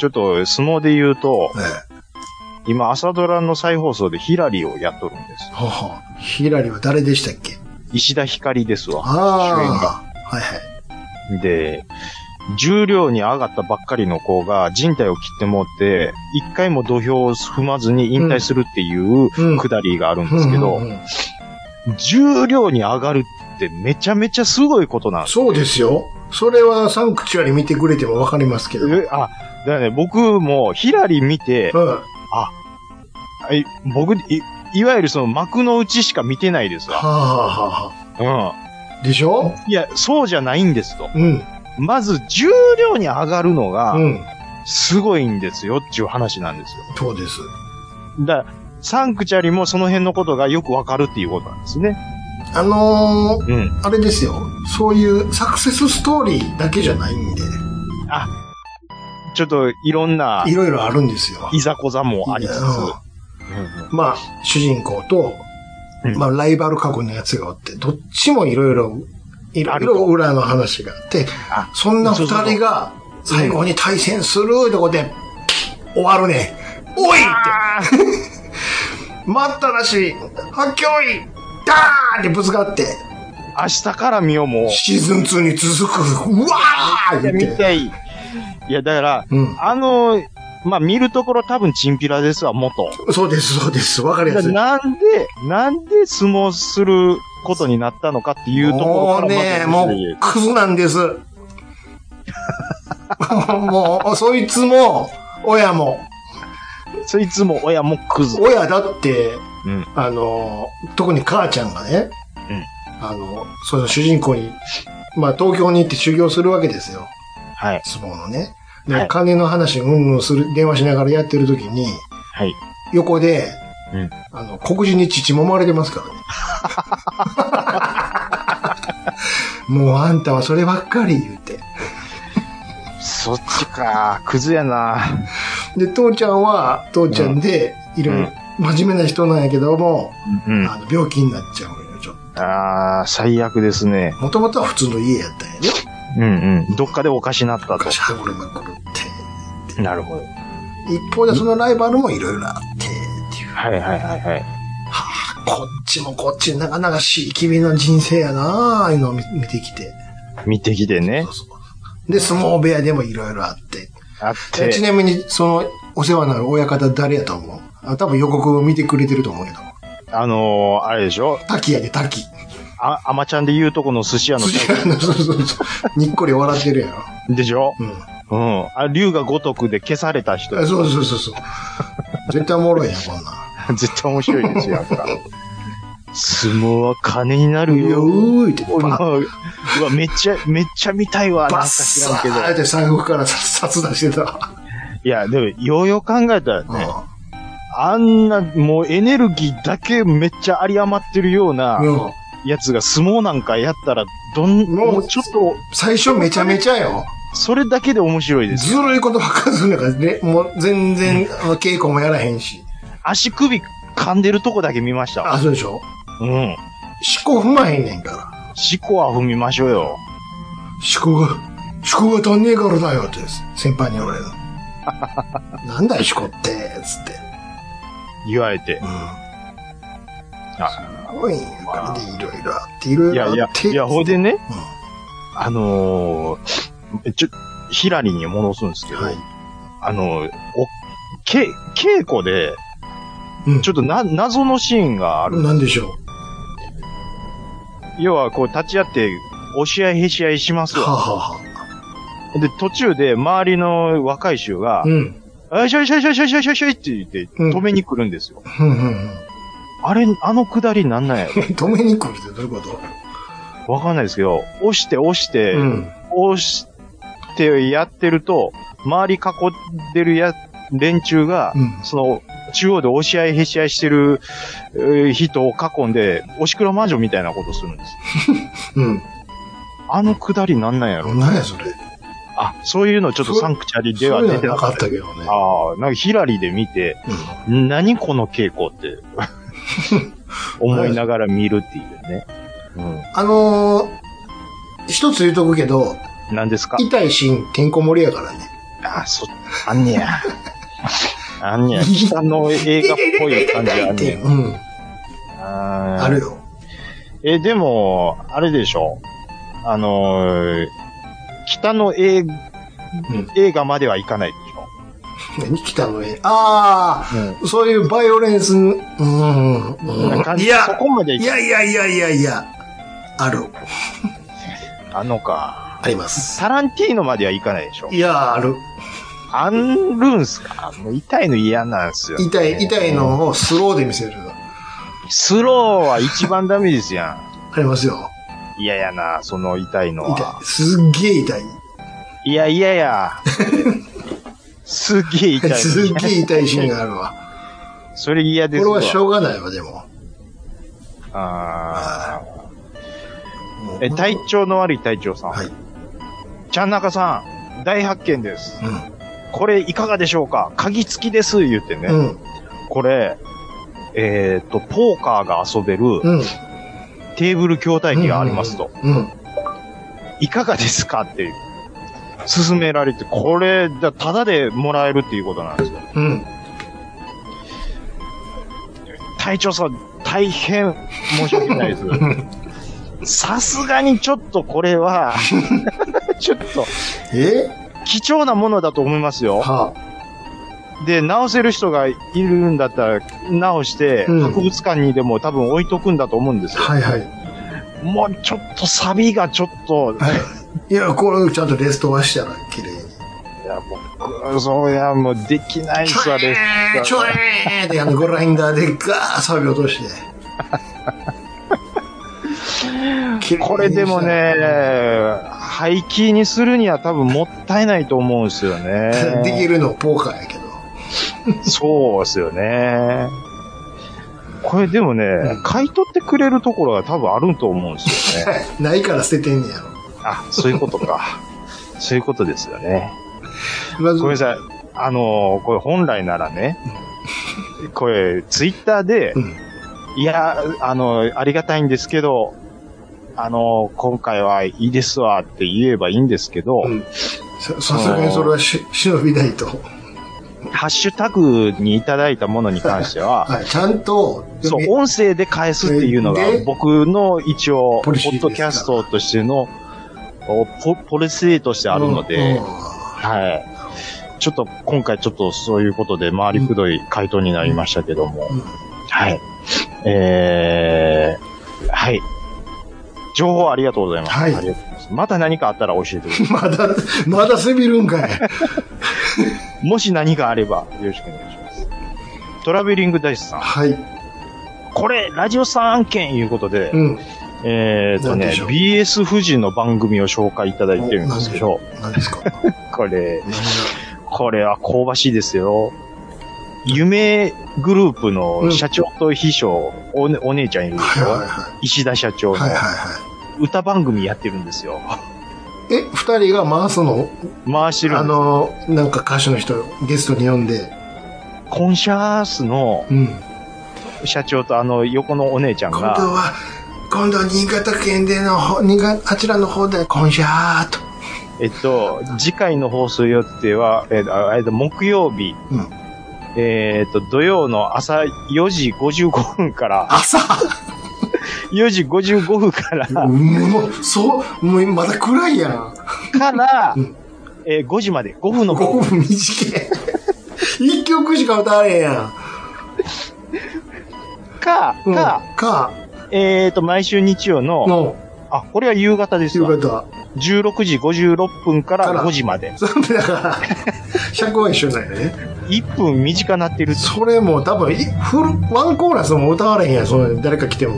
B: ちょっと、相撲で言うと、
A: ん。ええ
B: 今、朝ドラの再放送でヒラリをやっとるんです。
A: ほうほう。ヒラリは誰でしたっけ
B: 石田ひかりですわ。
A: あ
B: 主演
A: あ。はいはい。
B: で、重量に上がったばっかりの子が人体を切ってもって、一回も土俵を踏まずに引退するっていう
A: うん
B: くだりがあるんですけ
A: う
B: ど
A: んう、んうん
B: 重量に上がるってめちゃめちゃすごいことなんです。
A: そうですよ。それはサンクチュアリ見てくれてもわかりますけど。うん。
B: えあ、だからね、僕もヒラリ見て、
A: は
B: はい僕、い、いわゆるその幕の内しか見てないです
A: あは
B: わ。
A: あは
B: う
A: あ。でしょ
B: ん。いや、そうじゃないんですと。
A: うん。
B: まず重量に上がるのが、
A: うん。
B: すごいんですよっていう話なんですよ。
A: そうです。
B: だから、サンクチャリもその辺のことがよくわかるっていうことなんですね。
A: あのー、
B: うん。
A: あれですよ。そういうサクセスストーリーだけじゃないんで、
B: ちょっといろんない
A: ろいろあるんですよ。
B: いざこざもありつつ。
A: うんまあ、主人公と、
B: うん
A: まあ、ライバル格のやつがおって、どっちもいろいろ、いろ
B: あ
A: い
B: ると
A: ろ裏の話があって、
B: あ
A: そんな二
B: そうそう
A: 人が最後に対戦するとこで、終わるね。おいって。待ったなし、発狂い、ダーンってぶつかって、
B: 明日から見ようもう。
A: シーズン2に続く、うわーって
B: 見
A: 言って。
B: たい。いや、だから、
A: うん。
B: あの、まあ、見るところ多分チンピラですわ、元。
A: そうです、そうです。わかりやすい。
B: なんで、なんで相撲することになったのかっていうところ
A: も
B: か
A: う
B: ら
A: ね、
B: ま
A: も
B: ず
A: う、クズなんです。 もう、そいつも、親も、
B: そいつも親もクズ。
A: 親だって、
B: うん
A: あの、特に母ちゃんがね、
B: うん
A: あの、その主人公に、まあ東京に行って修行するわけですよ、
B: はい。
A: 相撲のね。で、
B: はい
A: 金の話、うんうんする、電話しながらやってる時に、
B: はい。
A: 横で、
B: うん
A: あの、黒人に乳揉まれてますからね。 もうあんたはそればっかり言うて。
B: そっちか、クズやな。
A: で、父ちゃんは、父ちゃんで、いろいろ、真面目な人なんやけども、
B: うん。
A: あの、病気になっちゃうよ、ちょっ
B: ああ、最悪ですね。
A: と。もともとは普通の家やったんやね。
B: うんうん。どっかでおかしなった
A: ガシ
B: と。
A: ャぐるまぐるっ
B: なるほど。
A: て。一方でそのライバルもいろいろあって、っていう。
B: はいはいはいはい。
A: はあ、こっちもこっち、なかなかしい君の人生やなああいうのを見見てきて。
B: 見てきてね
A: そう。そうで、相撲部屋でもいろいろあって。
B: あっ
A: でち
B: て。
A: なみに、その、お世話になる親方誰やと思うあ多分予告を見てくれてると思うけど。
B: あのー、あれでしょ
A: 滝やで、滝。
B: あ、アマちゃんで言うとこの寿司屋の
A: そ。う そうそう。にっこり笑ってるやろ。
B: でしょ
A: うん。
B: うん。あ、竜が如くで消された人
A: あそうそうそうそう。絶対おもろいやん、こんなん。
B: 絶対面白いですよ、やっぱ。相撲は金になる
A: よ
B: よ。
A: ーいって、
B: おいま
A: バッ、
B: あうわ、めっちゃ、めっちゃ見たいわ。なん
A: バ
B: か
A: ッ
B: 知
A: サ
B: らんけど。
A: ーって財布から札出してた。
B: いや、でも、ようよう考えたらね、
A: う
B: あんな、もうエネルギーだけめっちゃ有り余ってるような
A: うん。
B: やつが相撲なんかやったら、どん、
A: もう
B: もうちょっと、
A: 最初めちゃめちゃよ。
B: それだけで面白いです
A: ず
B: よ。
A: るいことばっかりするんだから、ね、もう全然、あの稽古もやらへんし。
B: 足首噛んでるとこだけ見ました。
A: あ、そうでしょ
B: うん。
A: 思考踏まへんねんから。
B: しこは踏みましょうよ。
A: 思考が、思考が足んねえからだよって、先輩に言われ た。なんだよ思考って、つって。
B: 言われて。
A: うん。
B: あ
A: すごいんやからで、いろいろあって、いろ
B: い
A: いろあ
B: や
A: って。
B: いや、いや、ほいでね、あのー、ちょ、ヒラリーに戻すんですけど、
A: はい。
B: あのー、お、け、稽古で、
A: うん
B: ちょっとな、謎のシーンがある。
A: なんでしょ
B: 要は、こう、立ち会って、押し合いへし合いします
A: う。はあ
B: よ。
A: はあは
B: で、途中で、周りの若い衆が
A: あ。う、ん。
B: あいしょいしょいしょいしょいしょいしょいしょいって言って、
A: うん
B: 止めに来るんですよ。
A: うんうん
B: あれ、あのくだりなんなんや
A: うん。 止めに来るってどういうこと
B: ろ わかんないですけど、押して押して、
A: うん。
B: 押してやってると、周り囲ってるや、連中が、
A: うん。
B: その、中央で押し合いへし合いしてるえー人を囲んで、押し黒魔女みたいなことするんです。
A: うん。
B: あのくだりなんなんやろ
A: 何やそれ。
B: あ、そういうのちょっとサンクチャリでは
A: そうい
B: 出
A: う
B: て
A: の
B: な
A: な
B: か
A: か
B: っ
A: った
B: た。
A: けどね。
B: ああ、なんかヒラリーで見て、
A: うん
B: 何この稽古 って、思いながら見るっていうね。
A: あのー、一つ言うとくけど、
B: うん。何ですか
A: 痛いシーン、てんこ盛りやからね。
B: あ、そ、あんね や。あんねや。北の映画っぽい感じあんねや。
A: うん。
B: あー
A: あるよ。
B: え、でも、あれでしょあのー北の映,、映画まではいかないでしょ
A: 何北の絵。ああ、そういうバイオレンス、うん。うんい
B: そ
A: や、
B: こまでい
A: いや
B: か
A: いやいやいやいや、ある。
B: あのか。
A: あります。
B: タランティーノまではいかないでしょ
A: いや、ある。
B: あんるんすかもう痛いの嫌なんすよ、
A: 痛い、痛い。のをスローで見せる。
B: スローは一番ダメですや
A: ありますよ。
B: ん。嫌やな、その痛いの
A: 痛
B: は。
A: い。すっげえ痛い。
B: いやいやや。すっげえ痛いの。
A: すっげえ痛いシーンがあるわ。
B: それ嫌
A: こ
B: で
A: れ
B: すわ
A: はしょうがないわ、でも。
B: あー
A: もう
B: え、体調の悪い隊長さん。
A: はい。
B: ちゃんなかさん、大発見です。
A: うん
B: これいかがでしょうか鍵付きです、言ってね。
A: うん。
B: これ、えっ、と、ポーカーが遊べ
A: う
B: る
A: ん。
B: テーブル筐体機がありますと。
A: うん。
B: いかがですかって、勧められて、これ、だただでもらえるっていうことなんですよ。
A: うん。
B: 隊長さん、大変申し訳ないです。 さすがにちょっとこれは、 ちょっと
A: え
B: 貴重なものだと思いますよ。
A: は
B: で、直せる人がいるんだったら、直して、
A: うん
B: 博物館にでも多分置いとくんだと思うんですよ。
A: はいはい。
B: もうちょっとサビがちょっと、
A: はい。いや、これちゃんとレストはしたら綺麗に。
B: いや、僕、そういや、もうできないっすわ、レ
A: えー
B: ス
A: ちょ
B: ト
A: えーってあのグラインダーでガーサビ落として。綺麗にしたら
B: これでもね、、廃棄にするには多分もったいないと思うんですよ
A: でき
B: ね。
A: るのポーカーやけど。
B: そうですよね。これでもね、
A: ん
B: 買い取ってくれるところが多分あると思うんですよね。
A: ないから捨ててんねやろ。
B: あ、そういうことか。そういうことですよね。
A: まず
B: ごめんなさい。あのーこれ本来ならね、これ、ツイッターで、
A: うん
B: いや、あのーありがたいんですけど、あのー今回はいいですわって言えばいいんですけど、
A: うんささすがにそれはし忍びないと。
B: ハッシュタグにいただいたものに関しては、
A: はい、ちゃんと、
B: そう
A: み、
B: 音声で返すっていうのが
A: で、
B: 僕の一応、ポ
A: ポリシー
B: ッ
A: ですか
B: ドキャストとしての、おポポリシーとしてあるので、
A: うんうん
B: はい。ちょっと、今回ちょっとそういうことで、回りくどい回答になりましたけども。
A: うん
B: はい。えー、はい。情報ありがとうございます。
A: はい
B: ありがとうございます。また何かあったら教えてください。
A: まだ、まだせびるんかい。
B: もし何があれば、よろしくお願いします。トラベリングダイスさん。
A: はい。
B: これ、ラジオさん案件いうことで、
A: うん。
B: えーっと
A: なん
B: ね
A: でしょ、う
B: BS 富士の番組を紹介いただいてるんですけど、
A: 何ですか
B: これ、
A: 何が
B: これは香ばしいですよ。夢グループの社長と秘書、おねお姉ちゃんいるでし
A: はいはい
B: ょ
A: は
B: 石田社長
A: い。はいはい
B: の
A: は
B: 歌番組やってるんですよ。
A: い。え、二人が回すの
B: 回してる
A: あ
B: んです。
A: の、なんか歌手の人、ゲストに呼んで。
B: コンシャースの
A: うん。
B: 社長とあの横のお姉ちゃん
A: 今度
B: が、
A: は、今度は新潟県でのほ、新潟、あちらの方で、コンシャーと。
B: えっと、次回の放送予定は、えっと、あえっと木曜日、
A: うん
B: えっと、土曜の朝4時55分から、
A: 朝
B: 4時55分から、
A: もう、そう、もうまだ暗いやん。
B: から
A: うん、
B: えー5時まで、5分の
A: 5分短い。一曲しか歌われへんやん。
B: か、
A: うん、
B: か、
A: か、
B: えっと、毎週日曜の、
A: の、
B: あ、これは夕方です
A: いう
B: わ。
A: 方。
B: 16時56分か
A: からら
B: 5時まで。
A: それだから、尺は一緒なんよね。
B: 1分短なってる。
A: それもう多分いフルワンコーラスも歌われへんやんその誰か来ても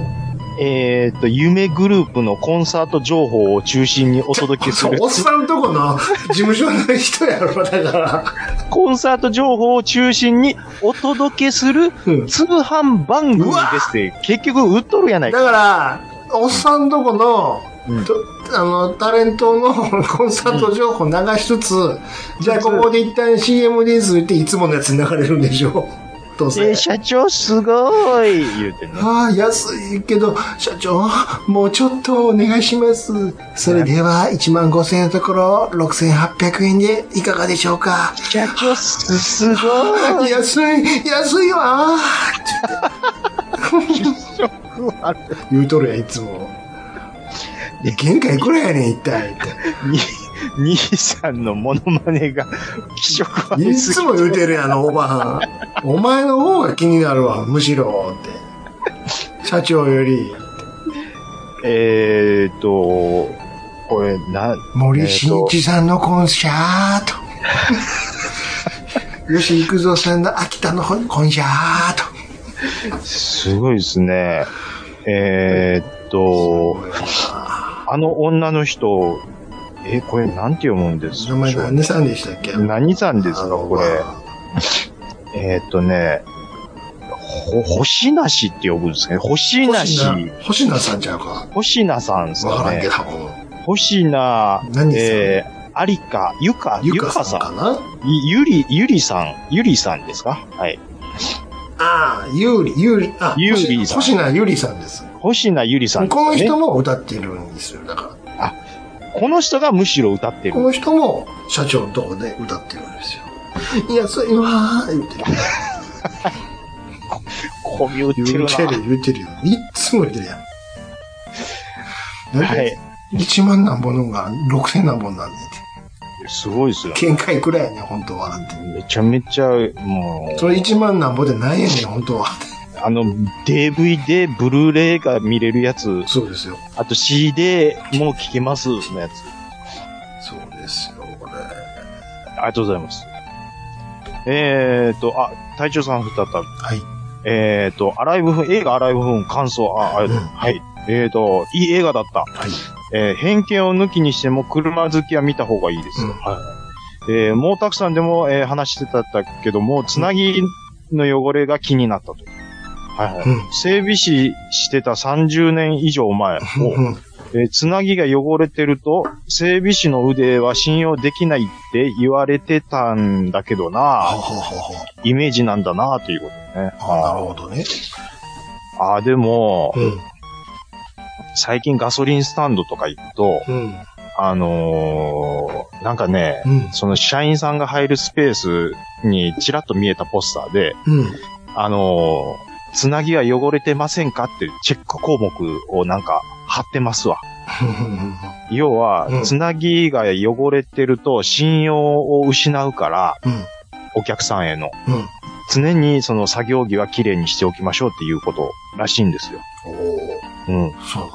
B: えっと、夢グループのコンサート情報を中心にお届けす
A: そう
B: る。
A: おっさんとこの事務所の人やろだから
B: コンサート情報を中心にお届けする
A: うん
B: 通販番組ですって、結局売っとるやない
A: だ
B: か。
A: からおっさんとこの、
B: うん
A: とあのタレントの コンサート情報流しつつ、じゃあここで一旦 CM ですっていつものやつ流れるんでしょどう
B: え
A: せ、
B: ー社長すごい言うてね。
A: ああ、安いけど、社長、もうちょっとお願いします。それでは、1万5千円のところ、6800円でいかがでしょうか
B: 社長す、すごい。
A: 安い、安いわ 言うとるやん、いつも。いや、限界いくらやねん、一体。って
B: に、兄さんのモノマネが気色悪
A: い
B: いす
A: つ
B: ぎ
A: も言うてるやん、あのおばはん。お前の方が気になるわ、むしろ、って。社長より、
B: えーっと、これ、な、
A: 森進一さんのコンシャ ート。吉幾三さんの秋田のコンシャート。
B: すごいですね。えーっと、あの女の人、え、これなんて読むんです
A: 名前何さんでしたっけ
B: 何さんですか、これ。えーっとね、ほ、星なしって呼ぶんですね。星なし
A: 星。名星名さんちゃうか。
B: 星なさんです
A: わか
B: から
A: んけ
B: ね
A: ど。。
B: 星な、
A: 何さん
B: えー、ありか、ゆか、
A: ゆ
B: ゆ
A: か
B: か
A: さ
B: さ
A: ん
B: ん。
A: かな
B: ゆゆり、ゆりさん、ゆりさんですかはい。
A: ああ、ゆうり、ゆうり、あ、
B: ゆうりさん
A: 星星名ゆりさんです。
B: 星名ゆりさん、
A: この
B: ね
A: 人も歌ってるんですよ。だから、
B: この人がむしろ歌って
A: こ
B: る。
A: の人も社長のとこで歌ってるんですよ。いや、そう、うわー、言ってる。
B: こび売って
A: 言
B: る
A: うて
B: な。
A: る、言うてる。いっつも言うてるやん。なん
B: は
A: で
B: い。
A: 1万何本のが6000何本なんねん
B: すごいですよ
A: て。。見解くらいやねん、本当は。だって
B: めちゃめちゃ、も
A: それ1万何本でないやねん、本当は。
B: う、あの、DVD、ブルーレイが見れるやつ、
A: そうですよ。
B: あと CD も聴けますのやつ。
A: そうですよ、これ。
B: ありがとうございます。えーと、あ、隊長さん再び。
A: はい。
B: えーと、アライブフン、映画アライブフン、感想、あ、ありがとう
A: うん
B: はい。えーと、いい映画だった。
A: はい。
B: えー偏見を抜きにしても車好きは見た方がいいです。
A: うん
B: はい。えーもうたくさんでも、えー話してたけども、つなぎの汚れが気になったと。はいはい。
A: うん
B: 整備士してた30年以上前を、
A: うん。
B: えーつなぎが汚れてると、整備士の腕は信用できないって言われてたんだけど
A: はは
B: な、
A: はは。
B: イメージなんだな、ということね。
A: あなるほどね。
B: あー、でも、
A: うん。
B: 最近ガソリンスタンドとか行くと、
A: うん。
B: あのーなんかね、
A: うん。
B: その社員さんが入るスペースにちらっと見えたポスターで、
A: うん。
B: あのーつなぎは汚れてませんかってチェック項目をなんか貼ってますわ。要は
A: うん、
B: つなぎが汚れてると信用を失うから、
A: うん。
B: お客さんへの。
A: うん。
B: 常にその作業着は綺麗にしておきましょうっていうことらしいんですよ。
A: おお
B: う
A: そう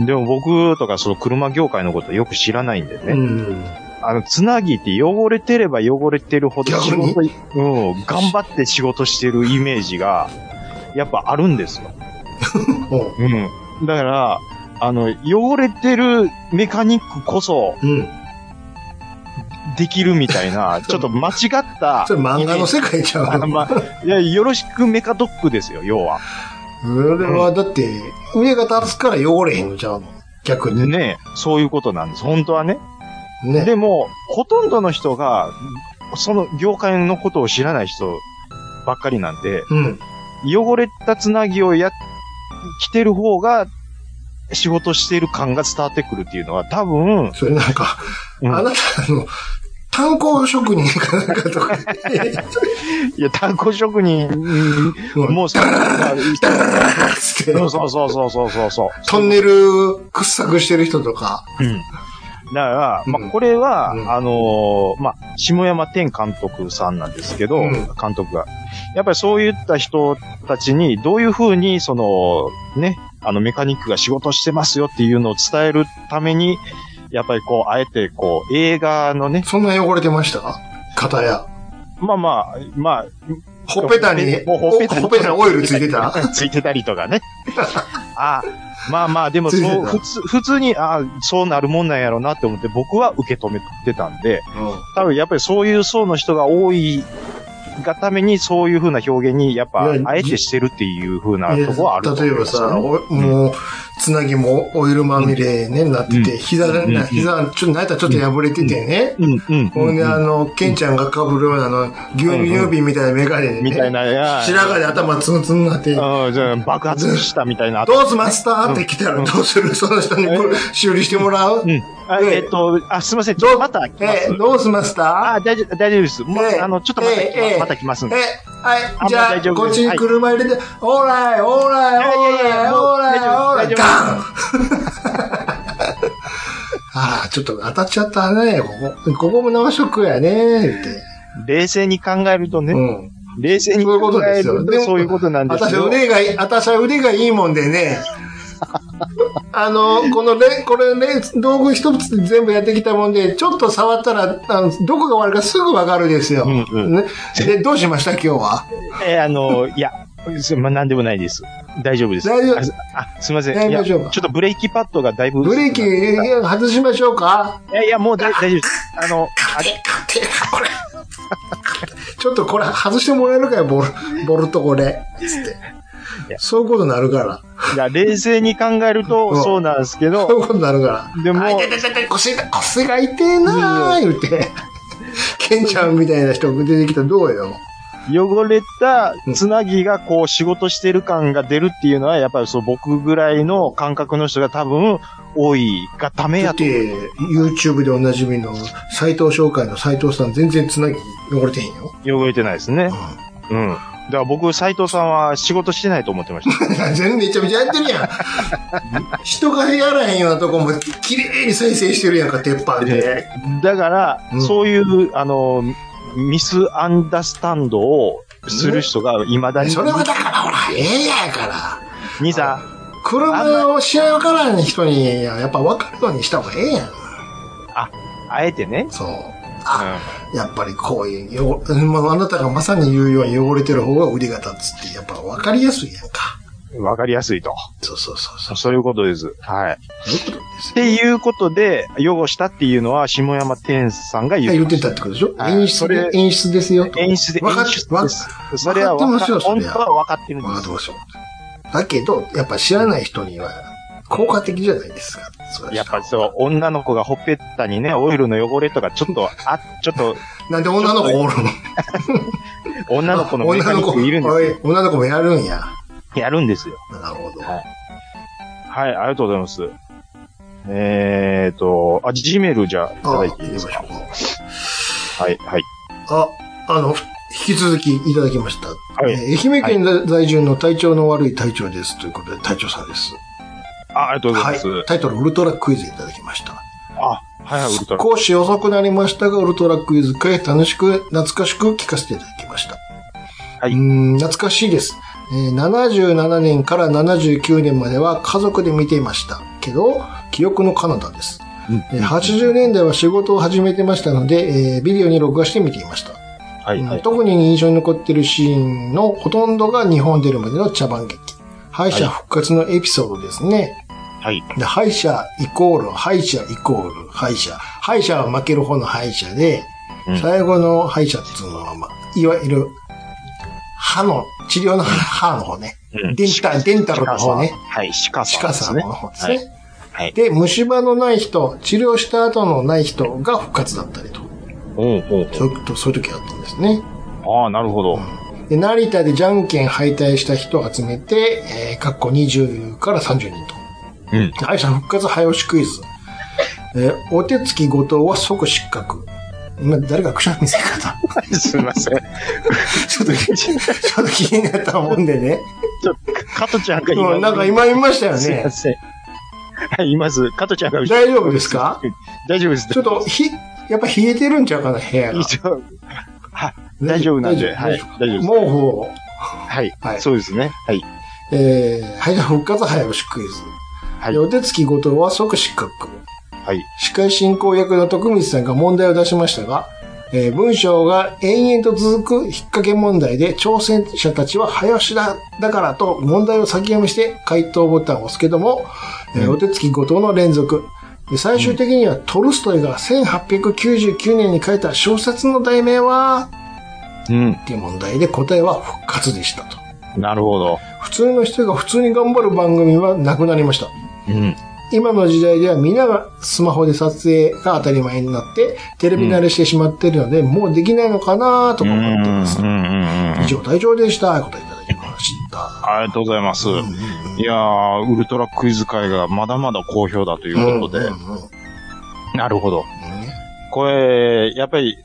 A: だ。
B: ん。でも僕とかその車業界のことよく知らないんでね。
A: うん。
B: あの、つなぎって汚れてれば汚れてるほど仕事、うん、頑張って仕事してるイメージが、やっぱあるんですよ。
A: おう
B: うん。だから、あの、汚れてるメカニックこそ、
A: うん。
B: できるみたい な、ちょっと間違った。
A: それ漫画の世界ちゃ
B: あの
A: うの
B: まあ、いや、よろしくメカドックですよ、要は。
A: それはだって、上が立つから汚れへんのちゃうの逆に。ね。
B: ねえそういうことなんです、本当はね。
A: ね。
B: でも、ほとんどの人が、その業界のことを知らない人ばっかりなんで、
A: うん。
B: 汚れたつなぎをや、着てる方が、仕事してる感が伝わってくるっていうのは多分、
A: それなんか、
B: うん
A: あなたの、炭鉱職人かなんかとか。
B: いや、炭鉱職人、
A: も
B: もうそ、
A: う、つって、
B: そうそうそうそうそうそうそう。
A: トンネル掘削してる人とか。
B: うんだから、ま
A: うん
B: あ、これは、
A: うん
B: あのーまあ、下山天監督さんなんですけど、
A: うん
B: 監督が。やっぱりそういった人たちに、どういうふうに、その、ね、あの、メカニックが仕事してますよっていうのを伝えるために、やっぱりこう、あえて、こう、映画のね、
A: そんな汚れてました肩や。
B: まあまあ、ま
A: ほっぺたに、
B: ほっぺたに
A: ほっぺたにオイルついてた
B: あ、 ついてたり とかね。あまあまあ、でも
A: ついて
B: そう、
A: た
B: 普通、普通に、あそうなるもんなんやろうなって思って、僕は受け止めてたんで、多分やっぱりそういう層の人が多いがためにそういう風な表現にやっぱ
A: いや
B: あえてしてるっていう風なとこはあると思
A: 例え
B: いま
A: ば
B: すよ
A: さ、
B: ね。
A: おもう、つなぎもオイルまみれね、なってて、
B: うん
A: 膝で
B: うん
A: な、膝、ちょっとなんやったらちょっと破れててね。
B: うんうん
A: ほんで、あの、ケンちゃんが被るような、あの、牛乳瓶みたいなメガネでね。
B: みたいなや
A: 白髪で頭ツンツンになって、ど
B: うんじゃあ爆発したみたいな。
A: うすマスターって来たらどうするその人にこれ修理してもらう
B: うんあ
A: ええ
B: えっと、あ、すいません。ちょ
A: ど
B: っと
A: う
B: また来ま
A: え
B: す
A: ー、。どうすマスタ
B: あ、大丈夫、大丈夫です。もう
A: ええ
B: あの、ちょっとまた来
A: ええ
B: ますまた来ます
A: ー
B: んで。
A: え、は
B: あ
A: い、じゃ
B: もう
A: あ、
B: 大丈夫
A: こっちに車入れて、オーライ、オーライ、オー
B: いやいやい
A: ライ、
B: や
A: オーライ、オーラ
B: もう大丈夫大丈
A: イ、
B: 夫
A: ガン あら、ちょっと当たっちゃったね、ここ。ここも直しとくやね、って。
B: 冷静に考えると
A: う
B: ね、
A: ん。
B: 冷静に
A: そういうこと
B: 考
A: で
B: え
A: すよ
B: る
A: で
B: と
A: も
B: そういうことなんです
A: 私
B: けど。
A: 腕がいい、私は腕がいいもんで ね。あの、このレ、これね、道具一つ全部やってきたもんで、ちょっと触ったら、あのどこが悪いかすぐわかるですよ。
B: うんうん
A: ねで、どうしました今日は。
B: えーあの、いや、すまあ、なんでもないです。大丈夫です。
A: 大丈夫
B: あ、あすいませ
A: 大
B: ん。いやち
A: 丈
B: ょ
A: 夫
B: っとブレーキパッドがだいぶ。
A: ブレーキ
B: い
A: 外しましょうか
B: やいや、もうだ大丈夫です。あの、あれ
A: てかこれ。ちょっとこれ外してもらえるかよ、ボル、ボルトこれ。つって
B: い。や
A: そういうことになるから。
B: いや、冷静に考える
A: うん
B: と、そうなんですけ
A: そうい
B: ど、
A: うことになるから。
B: でも
A: あ痛い痛い痛い腰が、腰が痛えなー、言う て。ケンちゃんみたいな人出てきたらどうよ。
B: 汚れたつなぎがこう仕事してる感が出るっていうのは、やっぱりそう僕ぐらいの感覚の人が多分多いがため
A: だっ
B: やと。
A: て、YouTube でおなじみの斎藤紹介の斎藤さん全然つなぎ汚れてへんよ。
B: 汚れてないですね。うん。だから僕、斎藤さんは仕事してないと思ってまし た。
A: 全然めちゃめちゃやってるやん。 人がやらへんようなとこも綺麗に再生してるやんか、鉄板で。
B: だから、
A: うん
B: そういう、あの、ミスアンダースタンドをする人が未だに。
A: それはだからほら、ええやんから。
B: 兄さん、
A: 車を試合わからん人に、やっぱ分かるようにした方がええやん。
B: あえてね。
A: そう。あ、やっぱりこういうよ、もうあなたがまさに言うように汚れてる方が腕が立つって、やっぱ分かりやすいやんか。
B: わ、かりやすいと。
A: そうそうそうそう。
B: そういうことです。はい。
A: そういうことです
B: っていうことで、汚したっていうのは、下山天さんが言
A: よ。言
B: う。
A: ってたってことでしょ
B: はい
A: 演
B: そ
A: 出
B: れ
A: で、演出ですよ。
B: 演出で、
A: わかっ
B: 演出です。それは
A: わかって
B: わ
A: ま
B: か
A: すよそ
B: 本
A: れ
B: 当
A: は
B: は分かってるん
A: ま
B: で
A: あ
B: す。
A: どうしよう。だけど、やっぱ知らない人には効果的じゃないですか。それ
B: やっぱりそう、女の子がほっぺったにね、オイルの汚れとか、ちょっと、あ、ちょっと、
A: なんで女の子おるの
B: 女の子のメ
A: 女
B: カニ
A: の
B: ッ
A: 子
B: クいるんで
A: お
B: す
A: い
B: よ。
A: 女の子もやるんや。
B: やるんですよ。
A: なるほど。
B: はいはい、ありがとうございます。えーと、あ、G メールじゃあいただ
A: あ、
B: いてい
A: 入
B: いで
A: れますしょ
B: か
A: うか。
B: はい、はい。
A: あ、あの、引き続きいただきました。
B: い
A: えー愛媛県在住の体調の悪い隊長です。ということで、隊長さんです。
B: あ、ありがとうござい
A: は
B: ます。
A: い。タイトル、ウルトラクイズいただきました。
B: あ、はいはい、ウルトラ。
A: 少し遅くなりましたが、ウルトラクイズ会、楽しく、懐かしく聞かせていただきました。
B: はいう
A: ーん、懐かしいです。えー77年から79年までは家族で見ていました。けど、記憶の彼方です。えー80年代は仕事を始めてましたので、えービデオに録画して見ていました。
B: はい、はい。
A: 特に印象に残ってるシーンのほとんどが日本出るまでの茶番劇。敗者復活のエピソードですね。
B: はい。
A: で敗者イコール、敗者イコール、敗者、敗者は負ける方の敗者で、
B: うん
A: 最後の敗者っていうのは、まあ、いわゆる、歯の、治療の歯の方ね。
B: うん
A: デンタデンタルの方ね
B: 鹿さんはい、鹿さん。
A: 鹿さんの方ですね。
B: はい。
A: で、虫歯のない人、治療した後のない人が復活だったりと。
B: おうおう
A: そういうとそういう時があったんですね。
B: ああ、なるほど。
A: で、成田でじゃんけん敗退した人を集めて、えー、かっこ20から30人と。
B: うん。
A: 敗者復活早押しクイズ。えー、お手つき後藤は即失格。今、誰が口の見せ方
B: すいませ
A: ち
B: ん。
A: ょっと、 ちょっと気になったもんでね。
B: ちょっと、加トちゃんが
A: う
B: 今。
A: んなんか今見ましたよ
B: すいま
A: ね。
B: せん。はい、います。加トちゃんが
A: 大丈夫ですか
B: 大丈夫です。
A: ちょっと、ひ、やっぱ冷えてるんちゃうかな、部屋が
B: 以。上。はい、大丈夫なんで。はい、大丈夫です。
A: 毛布を、
B: はい
A: は、い
B: そうですね。はい。
A: えー、敗者復活早押しクイズ。
B: はい
A: で。お手つき後藤は即失格。
B: はい。
A: 司会進行役の徳光さんが問題を出しましたが、えー文章が延々と続く引っ掛け問題で、挑戦者たちは早押しだだからと問題を先読みして回答ボタンを押すけども、えーお手つき後藤の連続。で最終的にはトルストイが1899年に書いた小説の題名は
B: うん。
A: っていう問題で答えは復活でしたと。
B: なるほど。
A: 普通の人が普通に頑張る番組はなくなりました。
B: うん。
A: 今の時代では皆がスマホで撮影が当たり前になって、テレビ慣れしてしまってるので、もうできないのかなと
B: うん
A: か
B: う
A: 思ってます。
B: んうんうん
A: 以。上、大丈夫でした。お答えいただきました。
B: ありがとうございます。
A: うんうんうん
B: いやー、ウルトラクイズ会がまだまだ好評だということで。
A: うんうんうんうん
B: なるほど。これ、やっぱり、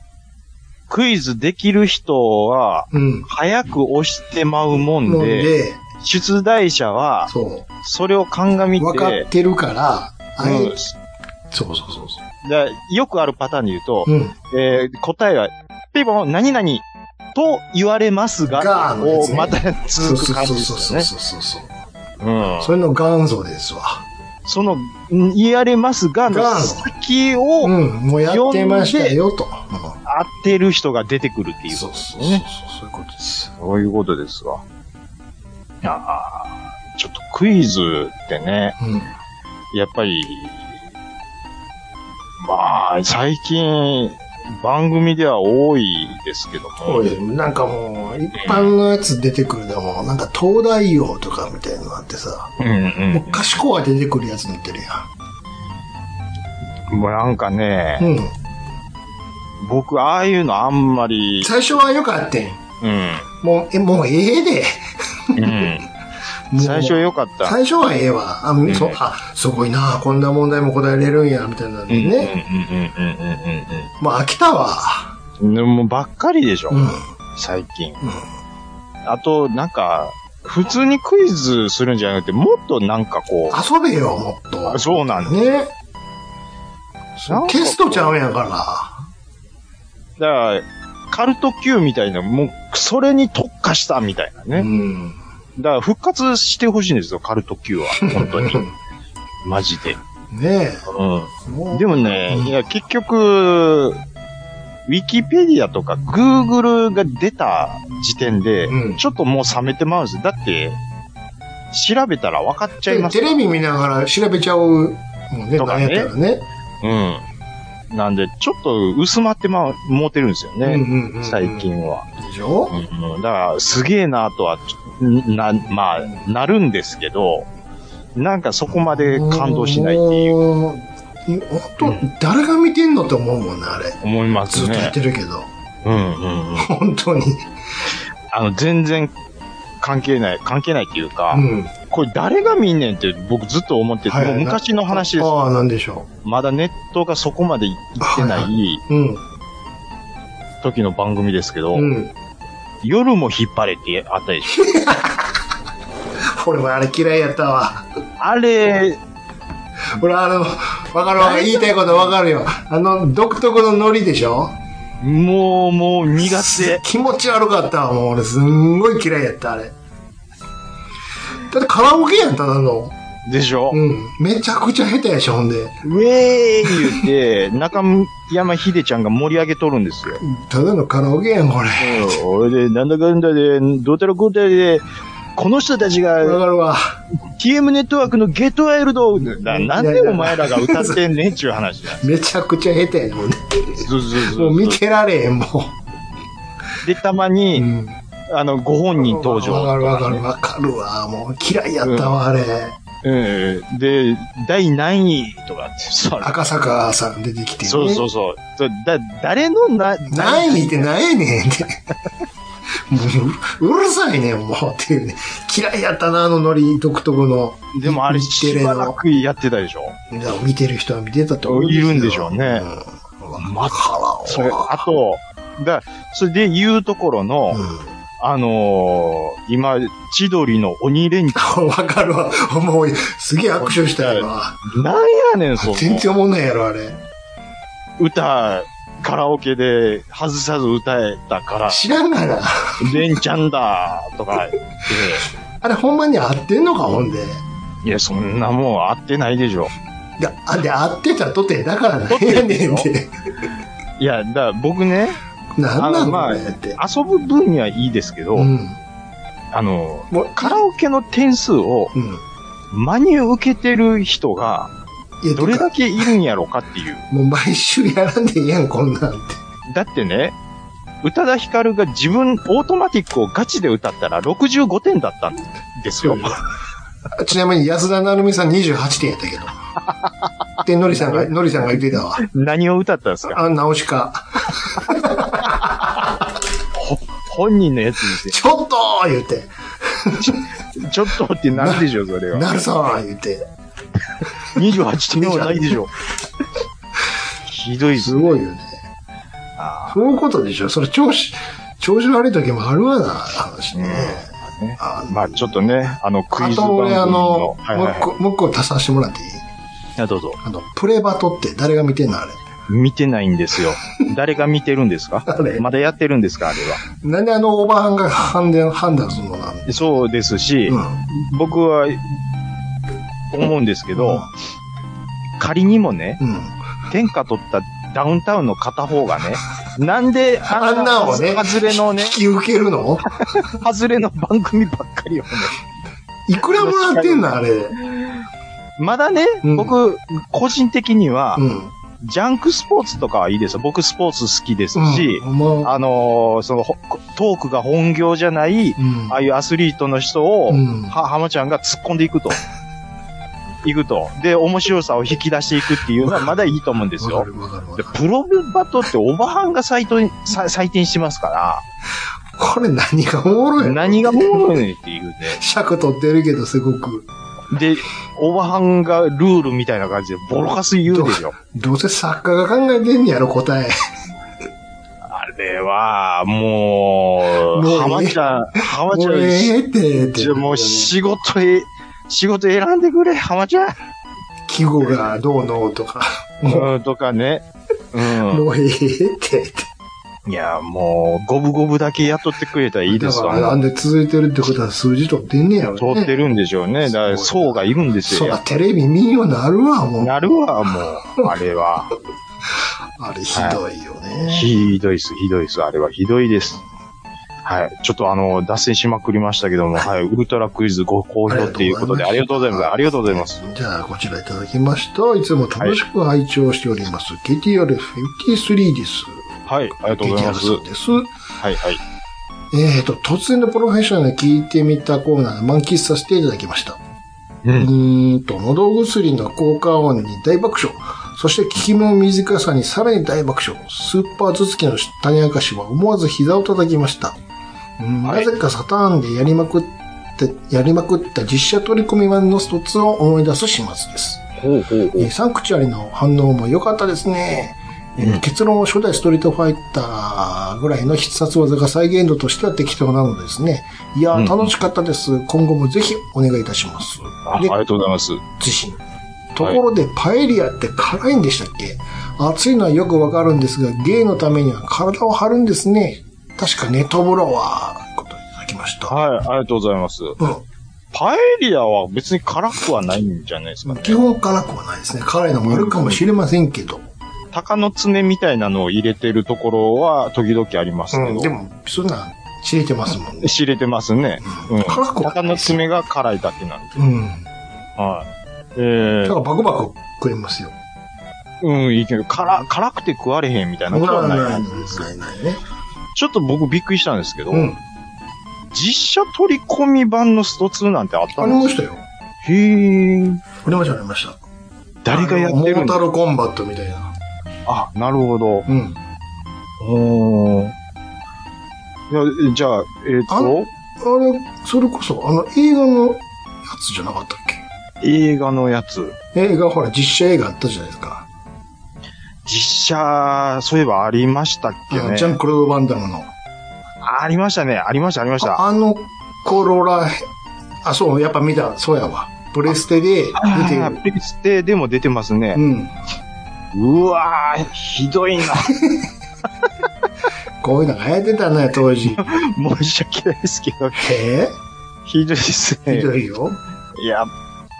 B: クイズできる人は、
A: うん。
B: 早く押してまうもん
A: なん
B: で、
A: で、
B: 出題者は、
A: そ
B: それを鑑み
A: う。分か
B: て
A: っ、てるから、あれ、
B: う
A: そう
B: ん
A: そうそうそ
B: だよくあるパターンで言うと
A: う。、うん。
B: えー答えは、ピボン、何々と言われます
A: が
B: が、
A: のやつ
B: を
A: ね
B: また
A: そうそう
B: 続く
A: そ
B: 感
A: う
B: じで
A: そう
B: す
A: そう
B: よね。
A: そうそう。
B: うん
A: それの元祖ですわ。
B: その、ん言われますがの
A: が
B: 先を
A: うん。もうやってましたよ、と。うん
B: 当てる人が出てくるっていう。
A: そうそうそう。そうそういうことです。
B: そういうことですわ。いやーちょっとクイズってね、
A: うん。
B: やっぱり、まあ、最近、番組では多いですけど
A: そ
B: も
A: う、ですなんかもう、一般のやつ出てくるでも、なんか東大王とかみたいなのあってさ、
B: うんうん
A: もう賢が出てくるやつになってるや
B: もうなんかね、
A: ん。うん。
B: 僕、ああいうのあんまり、
A: 最初は良かったん。
B: うん、
A: もう、え、もうええで。
B: うん、
A: もう
B: 最初良かった。
A: 最初はええわ。あ、
B: ん
A: そあすごいなこんな問題も答えれるんや、みたいなんでね。
B: うんうんうんうんうんうん
A: もう飽きたわ。
B: うん。でも、ばっかりでしょ、
A: うん。うん。
B: 最近。あと、なんか、普通にクイズするんじゃなくて、もっとなんかこ
A: 遊べよ、もっと
B: う、。そうなんです。
A: ね。
B: なんかこう
A: テストちゃうんやか
B: だから、カルト Q みたいな、もう、それに特化したみたいな
A: ら。う
B: ね。
A: ん。
B: だから、復活してほしいんですよ、カルト Q は。本当に。マジで。
A: ね
B: うん。
A: え。もう
B: でもね、
A: うん
B: いや、結局、ウィキペディアとか Google が出た時点で、
A: うん
B: ちょっともう冷めてまうんですだって、調べたら分かっちゃいます
A: テレビ見ながら調べちゃうもんね、
B: とかね
A: なんやったらね。
B: うん。なんで、ちょっと薄まってまう、持てるんですよ
A: うん
B: ね。
A: うんうん
B: 最。近は。
A: でしょ
B: うんだから、すげえなとは、ちょな、まあ、なるんですけど、なんかそこまで感動しないっていう、
A: もう本当、誰が見てんのと思うもんな、あれ。
B: 思います
A: ずっとやっ
B: ね。
A: てるけど。
B: うんうんうん。
A: 本当に。
B: あの、全然関係ない、関係ないっていうか、
A: うん。
B: これ誰が見んねんって僕ずっと思ってて、
A: はいはい
B: もう昔の話です。
A: ああ、なんでしょ
B: まだネットがそこまで行って
A: は。
B: ないいう
A: うん。
B: 時の番組ですけど、
A: うん。
B: 夜も引っ張れってあったでしょ。
A: 俺もあれ嫌いやったわ。
B: あれ、
A: 俺あの、わかるわかる。言いたいことわかるよ。あの、独特のノリでしょ
B: もう、もう苦手。
A: 気持ち悪かったわ、もう俺。すんごい嫌いやった、あれ。だってカラオケやん、ただの。
B: でしょ、
A: うん。めちゃくちゃ下手やし、ほんで。
B: ウェーイ言って、中山秀ちゃんが盛り上げとるんですよ。
A: ただのカラオケやん、これ。
B: 俺で、なんだかんだで、どうたらこうたらで、この人たち
A: わ
B: が
A: かるわ。
B: TM ネットワークのゲットワイルドななんでお前らが歌ってんねんちゅう話だ。
A: めちゃくちゃ下手やもんね。
B: そうそうそう
A: もう見てられへん、も
B: で、たま
A: う。
B: に、
A: うん
B: あの、ご本人登場
A: わ
B: と
A: か
B: か
A: る
B: ね、
A: わかるわかるわ。もう嫌いやったわ、あれ。
B: ええで、第何位とかって、そう
A: 赤坂さん出てきて、ね。
B: そうそうそう。だ、誰のな、
A: 何位って何やねんって。 もううるさいねん、もう。っていうね。嫌いやったな、あのノリ独特の。
B: でもあれ、し
A: 日テレ
B: ばら
A: の。
B: くやってたでしょ。
A: 見てる人は見てたと思う
B: いるんでしょうね
A: うんわか
B: そ
A: ら
B: れ
A: んわ。
B: あと、だ、それで言うところの、
A: うん
B: あのー今、千鳥の鬼レンチ
A: これわかるわ。もう、すげえ握手したよな。
B: ャン。なんやねん、その
A: 全然思んないやろ、あれ。
B: 歌、カラオケで外さず歌えた から、
A: 知らんがな。
B: レンチャンだ、とか言って。
A: あれ、ほんまに合ってんのか、ほんで。
B: いや、そんなもん合ってないでしょ。
A: で、あで合ってたとて、だからなんやねんって。
B: いや、だ、僕ね、
A: なんな
B: あのまあ
A: のねって。
B: 遊ぶ分にはいいですけど、
A: うん。
B: あの、
A: もう、
B: カラオケの点数を
A: うん。
B: 真に受けてる人が
A: いや、
B: どれ
A: てか
B: だけいるんやろかっていう。
A: もう毎週やらんでいいやん、こんなんって。
B: だってね、宇多田ヒカルが自分、オートマティックをガチで歌ったら65点だったんですよ。
A: あちなみに安田成美さん28点やった けど。で、のりさんが、のりさんが言ってたわ。
B: 何を歌ったんですか
A: あ、直しか。
B: ほ本人のやつに
A: ちょっとー言うて。
B: て、ちょっとってなるでしょ、それは。
A: なるさん言うて。
B: 28点はないでしょ。ひどいですす。
A: ごいよね。
B: あ
A: そういうことでしょ。それ調子、調子悪い時もあるわな、話ね。
B: ーね
A: あ
B: まあちょっとね、あの、クイ
A: あ
B: ズ番
A: と
B: 組
A: 俺あ
B: の
A: の、、
B: はいはいはい
A: もう一個、もう一個足させてもらっていい
B: あどうぞ。
A: あの、プレバトって誰が見てんのあれ。
B: 見てないんですよ。誰が見てるんですか
A: あれ
B: まだやってるんですかあれは。
A: なんであのおばはんが判断、判断するのなんで。
B: そうですし、
A: うん。
B: 僕は思うんですけど、仮にもね、
A: うん。
B: 天下取ったダウンタウンの片方がね、なんで
A: あんなんをね、
B: 外れのね
A: 引、き受けるの
B: 外れの番組ばっかりをね、
A: いくらもらってんのあれ。
B: まだね、
A: うん
B: 僕、個人的には、
A: うん。
B: ジャンクスポーツとかはいいですよ。僕スポーツ好きですし
A: う、ん、もう
B: あのーその、ほトークが本業じゃない、
A: うん
B: ああいうアスリートの人を、
A: うん
B: は、浜ちゃんが突っ込んでいくと。いくと。で、面白さを引き出していくっていうのはまだいいと思うんです
A: わ
B: よ
A: か。るわかるわ
B: で
A: かる
B: プロバトってオバハンが採点、さ採点してますか
A: これ何がおもろい
B: ら、
A: の
B: 何がおもろいねんっていう
A: 尺取ってるけど、すごく。
B: ね。で、オバハンがルールみたいな感じでボロカス言うでしょ。
A: どうせ作家が考えてんねやろ、答え。
B: あれは、もう、
A: もう
B: 浜ちゃん、浜ち
A: も
B: ゃ
A: うええっ
B: ん、
A: て、って。
B: もう仕事へ、仕事選んでくれ、浜ちゃん。
A: 季語がどうのとか。
B: うん、とかね。うん。
A: もうええって、って。
B: いや、もう、五分五分だけ雇ってくれたらいいで
A: だ
B: す
A: か
B: わ。
A: ら、なんで続いてるってことは数字取ってんねやろ、ね。
B: 通ってるんでしょうね。だから、
A: すごい
B: 層がいるんです
A: そうだ、
B: よ。
A: テレビ見んようになるわ、もう。
B: なるわ、もう。あれは。
A: あれ、ひどいよね。
B: ひどいです、ひどいです。あれはひどいです。はい。ちょっとあの、脱線しまくりましたけども、はい。ウルトラクイズご好評っていうことで、あ
A: あ
B: り
A: り
B: が
A: がと
B: とう
A: う
B: ご
A: ござ
B: ざ
A: いま
B: いま
A: す
B: す。ありがとうございます。
A: じゃあ、こちらいただきました。いつも楽しく拝聴しております。KTR53 です。
B: はい。ありがとうございます。
A: KTR さんです。
B: はい、はい。
A: えーと、突然のプロフェッショナルに聞いてみたコーナー、満喫させていただきました。
B: う。
A: うんーんと、喉薬の効果音に大爆笑。そして、効き目の短さにさらに大爆笑。スーパー頭突きの種明かしは思わず膝を叩きました。うん
B: はい
A: なぜかサターンでやりまくって、やりまくった実写取り込み版の卒を思い出す始末です。
B: ほうほうほ
A: えーサンクチュアリの反応も良かったですね。えー結論は初代ストリートファイターぐらいの必殺技が再現度としては適当なのですね。いや
B: うん
A: ー、楽しかったです。今後もぜひお願いいたします。
B: ああり
A: で、
B: がとうございます。
A: 自信。ところで、パエリアって辛いんでしたっけ熱いのはよくわかるんですが、芸のためには体を張るんですね。確かネトブロは、ということでいただきました。
B: はい。ありがとうございます。パエリアは別に辛くはないんじゃないです
A: う
B: か
A: ん。
B: ね。
A: 基本辛くはないですね。辛いのもあるかもしれませんけど。
B: 鷹の爪みたいなのを入れてるところは時々ありますけど。
A: うん、でも、そんな、知れてますもんね。
B: 知れてますね。うん。
A: 辛くは
B: 鷹の爪が辛いだけなんで。
A: うん。
B: はい。え
A: だ
B: ー
A: からバクバク食えますよ。
B: うん、いいけど、辛、辛くて食われへんみたいなことはないんですよ
A: ないないね。
B: ちょっと僕びっくりしたんですけど、
A: うん。
B: 実写取り込み版のスト2なんてあった
A: あり
B: ん
A: ま
B: です
A: したよ。
B: へー。
A: ありました、ありました。
B: 誰がやっ
A: あの
B: てる
A: モー
B: ん
A: タ
B: だ
A: ルコンバットみたいな。
B: あ、なるほど。
A: うん。
B: おーいやじゃあ、えっ、
A: ああ
B: と、
A: れ、それこそ、あの、映画のやつじゃなかったっ
B: 映画のやつ。
A: け映画、ほら、実写映画あったじゃないですか。
B: 実写、そういえばありましたっ
A: あ
B: け
A: のジャ
B: ね。
A: ン・クロード・バンダムの。
B: ありましたね。ありました、ありました。
A: ああの頃らへん、あ、そう、やっぱ見た、そうやわ。プレステで出て
B: あ
A: る
B: ー。プレステでも出てますね。
A: うん。
B: うわー、ひ どいな。
A: こういうのが流行ってたね、当 時。
B: 申し訳ないですけど、
A: へ
B: ひどいです
A: えひ
B: ね。
A: どいよ。
B: やっ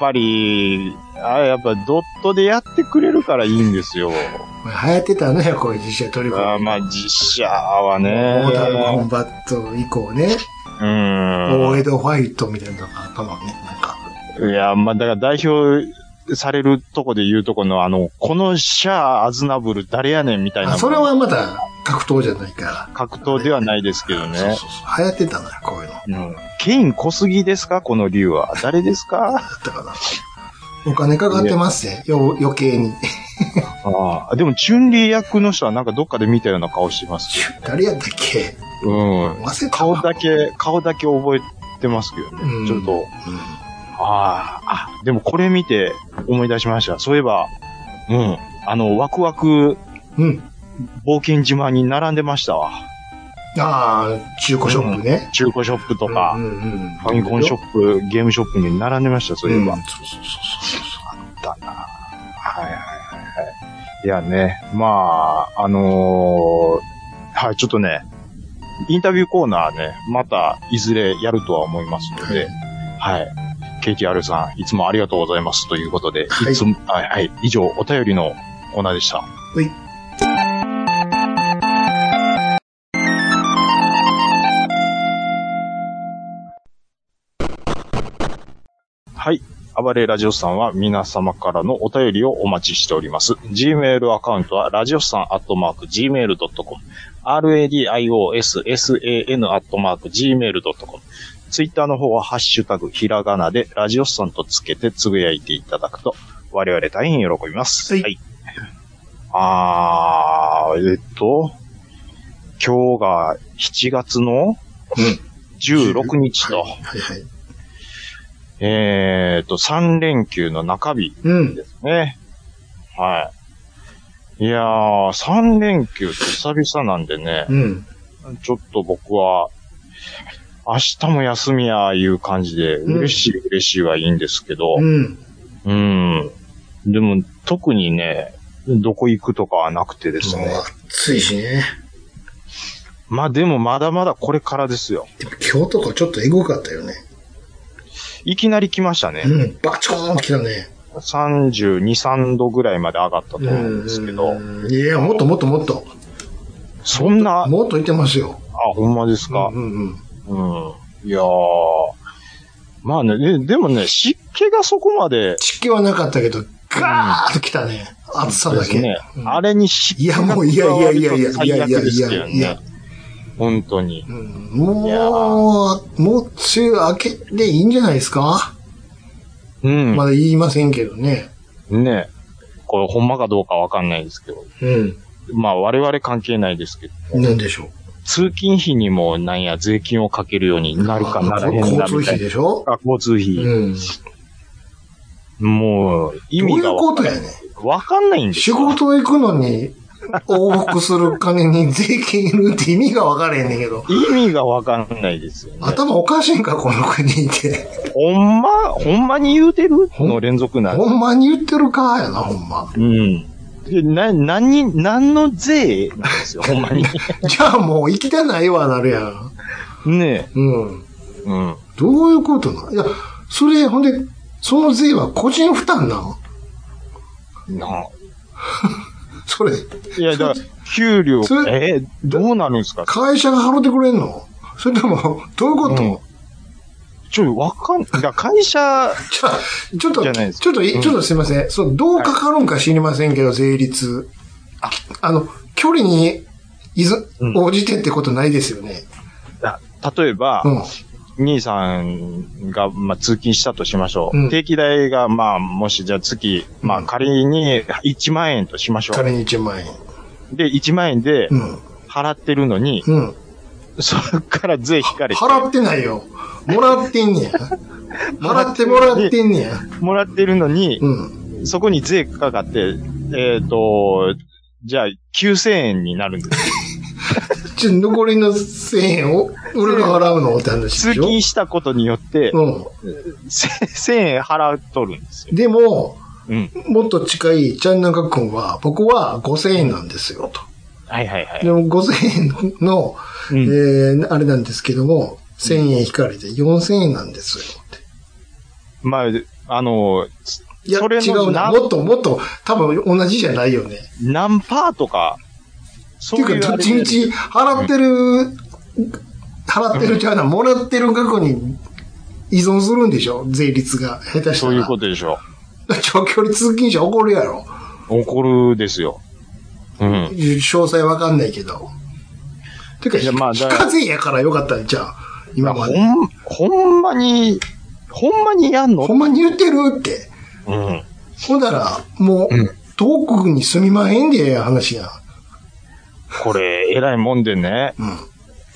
B: ぱり、あやっぱドットでやってくれるからいいんですよ。
A: 流行ってたね、こういう実写トリコ。
B: あーまあ実写はね。
A: モータルコンバット以降ね、
B: う
A: 大
B: ん。
A: 江戸ファイトみたいなのがあったもんね、なんか。
B: いや、まあだから代表されるとこで言うとこのあの、このシャア・アズナブル誰やねんみたいな。
A: あそれはまだ格闘じゃないから。
B: 格闘ではないですけど
A: そうそう
B: ね。
A: そう。流行ってたのよ、こういうの。
B: うん、ケイン小杉ですかこの竜は。誰ですか
A: だったから。お金かかってますね、よ余計に。
B: ああ。でも、チュンリー役の人はなんかどっかで見たような顔してます。
A: 誰やったっけ
B: うん。
A: 忘れた
B: 顔
A: わ
B: だけ、顔だけ覚えてますけどね。
A: うん
B: ちょっと、
A: うん
B: ああ、あ、でもこれ見て思い出しました。そういえば、うん、あの、ワクワク
A: うん。
B: 冒険島に並んでましたわ。
A: ああ、中古ショップね。
B: 中古ショップとか、
A: うんうんうん
B: ファミコンショップ、ゲームショップに並んでました、そういえば。
A: んそうそうそうそ
B: だなはいはいはいはい。いやね、まあ、あのーはい、ちょっとね、インタビューコーナーね、またいずれやるとは思いますので、はい。KTR さん、いつもありがとうございますということで、
A: はい
B: いつも、はい、はい、以上、お便りのコーナーでした。
A: う。はい。
B: はい。暴れラジオスさんは皆様からのお便りをお待ちしております。Gmail アカウントは、ラジオスさんアットマーク Gmail.com、radiossan アットマーク Gmail.com、ツイッターの方は、ハッシュタグ、ひらがなで、ラジオスさんとつけてつぶやいていただくと、我々大変喜びます。
A: はい
B: あー、えっと、今日が7月の16日と、
A: はいはい。
B: えっと、3連休の中日
A: うん。
B: ですね。はい。いやー、3連休って久々なんでね、
A: うん。
B: ちょっと僕は、明日も休みや、いう感じで、
A: うん
B: 嬉しい嬉しいはいいんですけど
A: う、ん。
B: うん。でも、特にね、どこ行くとかはなくてです
A: もう
B: ね。
A: 暑いしね。
B: まあでも、まだまだこれからですよ。
A: でも今日とかちょっとエゴかったよね。
B: いきなり来ましたね。
A: うん。バチコーンってきたね。
B: 32、3度ぐらいまで上がったと思うんですけど、
A: うんいや、もっともっともっと。
B: そんな、あ、
A: もっといてますよ。
B: ほんまですか。
A: うんうんうん。
B: うん。いやー。まあね、ででもね、湿気がそこまで、
A: 湿気はなかったけど、ガーッときたね。暑さだけ。
B: ね
A: う、ん
B: あれに湿
A: い
B: 気が
A: や、
B: 加
A: も
B: わ
A: う
B: る
A: いやいやいやいや
B: と
A: い
B: 最
A: や
B: 悪
A: いや
B: で
A: い
B: すけ
A: や
B: ど
A: いや
B: ね。。本当に。
A: うん
B: いや
A: もう、もう梅雨明けでいいんじゃないですか、
B: うん。
A: まだ言いませんけどね。
B: ね。これ、ほんまかどうかわかんないですけど。
A: うん。
B: まあ、我々関係ないですけど。
A: なんでしょう。
B: 通勤費にもなんや、税金をかけるようになるかならへんな
A: 交
B: み
A: 通
B: た
A: 費
B: いな。
A: でしょ
B: あ交通費。
A: うん。
B: もう、意味
A: どう
B: が
A: いうことやねん
B: わかんないんです
A: 仕
B: よ。
A: 事行くのに、往復する金に税金いるって意味が分からへんねんけど。
B: 意味がわかんないですよね。
A: 頭おかしいんか、この国って。
B: ほんま、ほんまに言うてるの連続なんで
A: ほんまに言ってるかやな、ほんま。
B: うん。でな、何、何の税なんです よ、ほんまに。
A: じゃあもう行きたないわ、なるやん。
B: ね
A: うん。
B: え。うん。
A: どういうことなのいや、それ、ほんで、その税は個人負担なの
B: な
A: それ、
B: いや、だから、給料
A: そ、れ
B: えーどうなるんですか
A: 会社が払ってくれんのそれとも、 どういうこと、
B: うんちょ、わかん、だから会社、
A: ちょちょっと、ち
B: じゃないです
A: ょっとい、
B: うん
A: ちょっとすいません。そう、どうかかるんか知りませんけど、税率。あの、距離に、いず
B: うん、
A: 応じてってことないですよね。
B: だ例えば、
A: うん。
B: 兄さんが、まあ、通勤したとしましょう。
A: うん
B: 定期代が、まあ、もしじゃあ月、まあ、仮に1万円としましょ
A: 彼に1万円。
B: う。で、1万円で
A: うん。
B: 払ってるのに、
A: うん。
B: それから税引かれて、
A: 払ってないよ。もらってんね や。もらってもらってんねや。
B: もらってるのに、
A: うん。
B: そこに税かかって、えっ、と、じゃあ、9000円になるんですよ。
A: ちょ、残りの1000円を、俺が払うのって話
B: 通
A: でしょ。
B: 勤したことによって、
A: うん。
B: 1000円払っとるんですよ。
A: でも、
B: うん。
A: もっと近いチャンナカ君は、僕は5000円なんですよ、と。
B: はいはいはい。
A: でも5000円の、
B: うん
A: えーあれなんですけども、1000円引かれて4000円なんですよ。
B: まあ、あの、
A: いや、
B: それの
A: 違うな。
B: な
A: もっともっと、多分同じじゃないよね。
B: 何パーとか、
A: っ
B: そ
A: ていう
B: いう
A: うか、
B: あ
A: どっ
B: れ
A: ちみち払ってる、払ってるじゃうな、もらってる額に依存するんでしょ税率が。下手した
B: そ
A: ら。
B: ういうことでしょ
A: 長距離通勤者怒るやろ。
B: う。怒るですよ。うん。
A: 詳細わかんないけど。てか、
B: いやまあだ
A: 非課税やからよかったんじゃあ、今ま
B: ほ
A: で。
B: ん、ほんまに、ほんまにやんの
A: ほんまに言ってるって。
B: うん。
A: ほんだら、もう、
B: うん
A: 遠くに住みまへんでええ話や。
B: これ、偉いもんでね。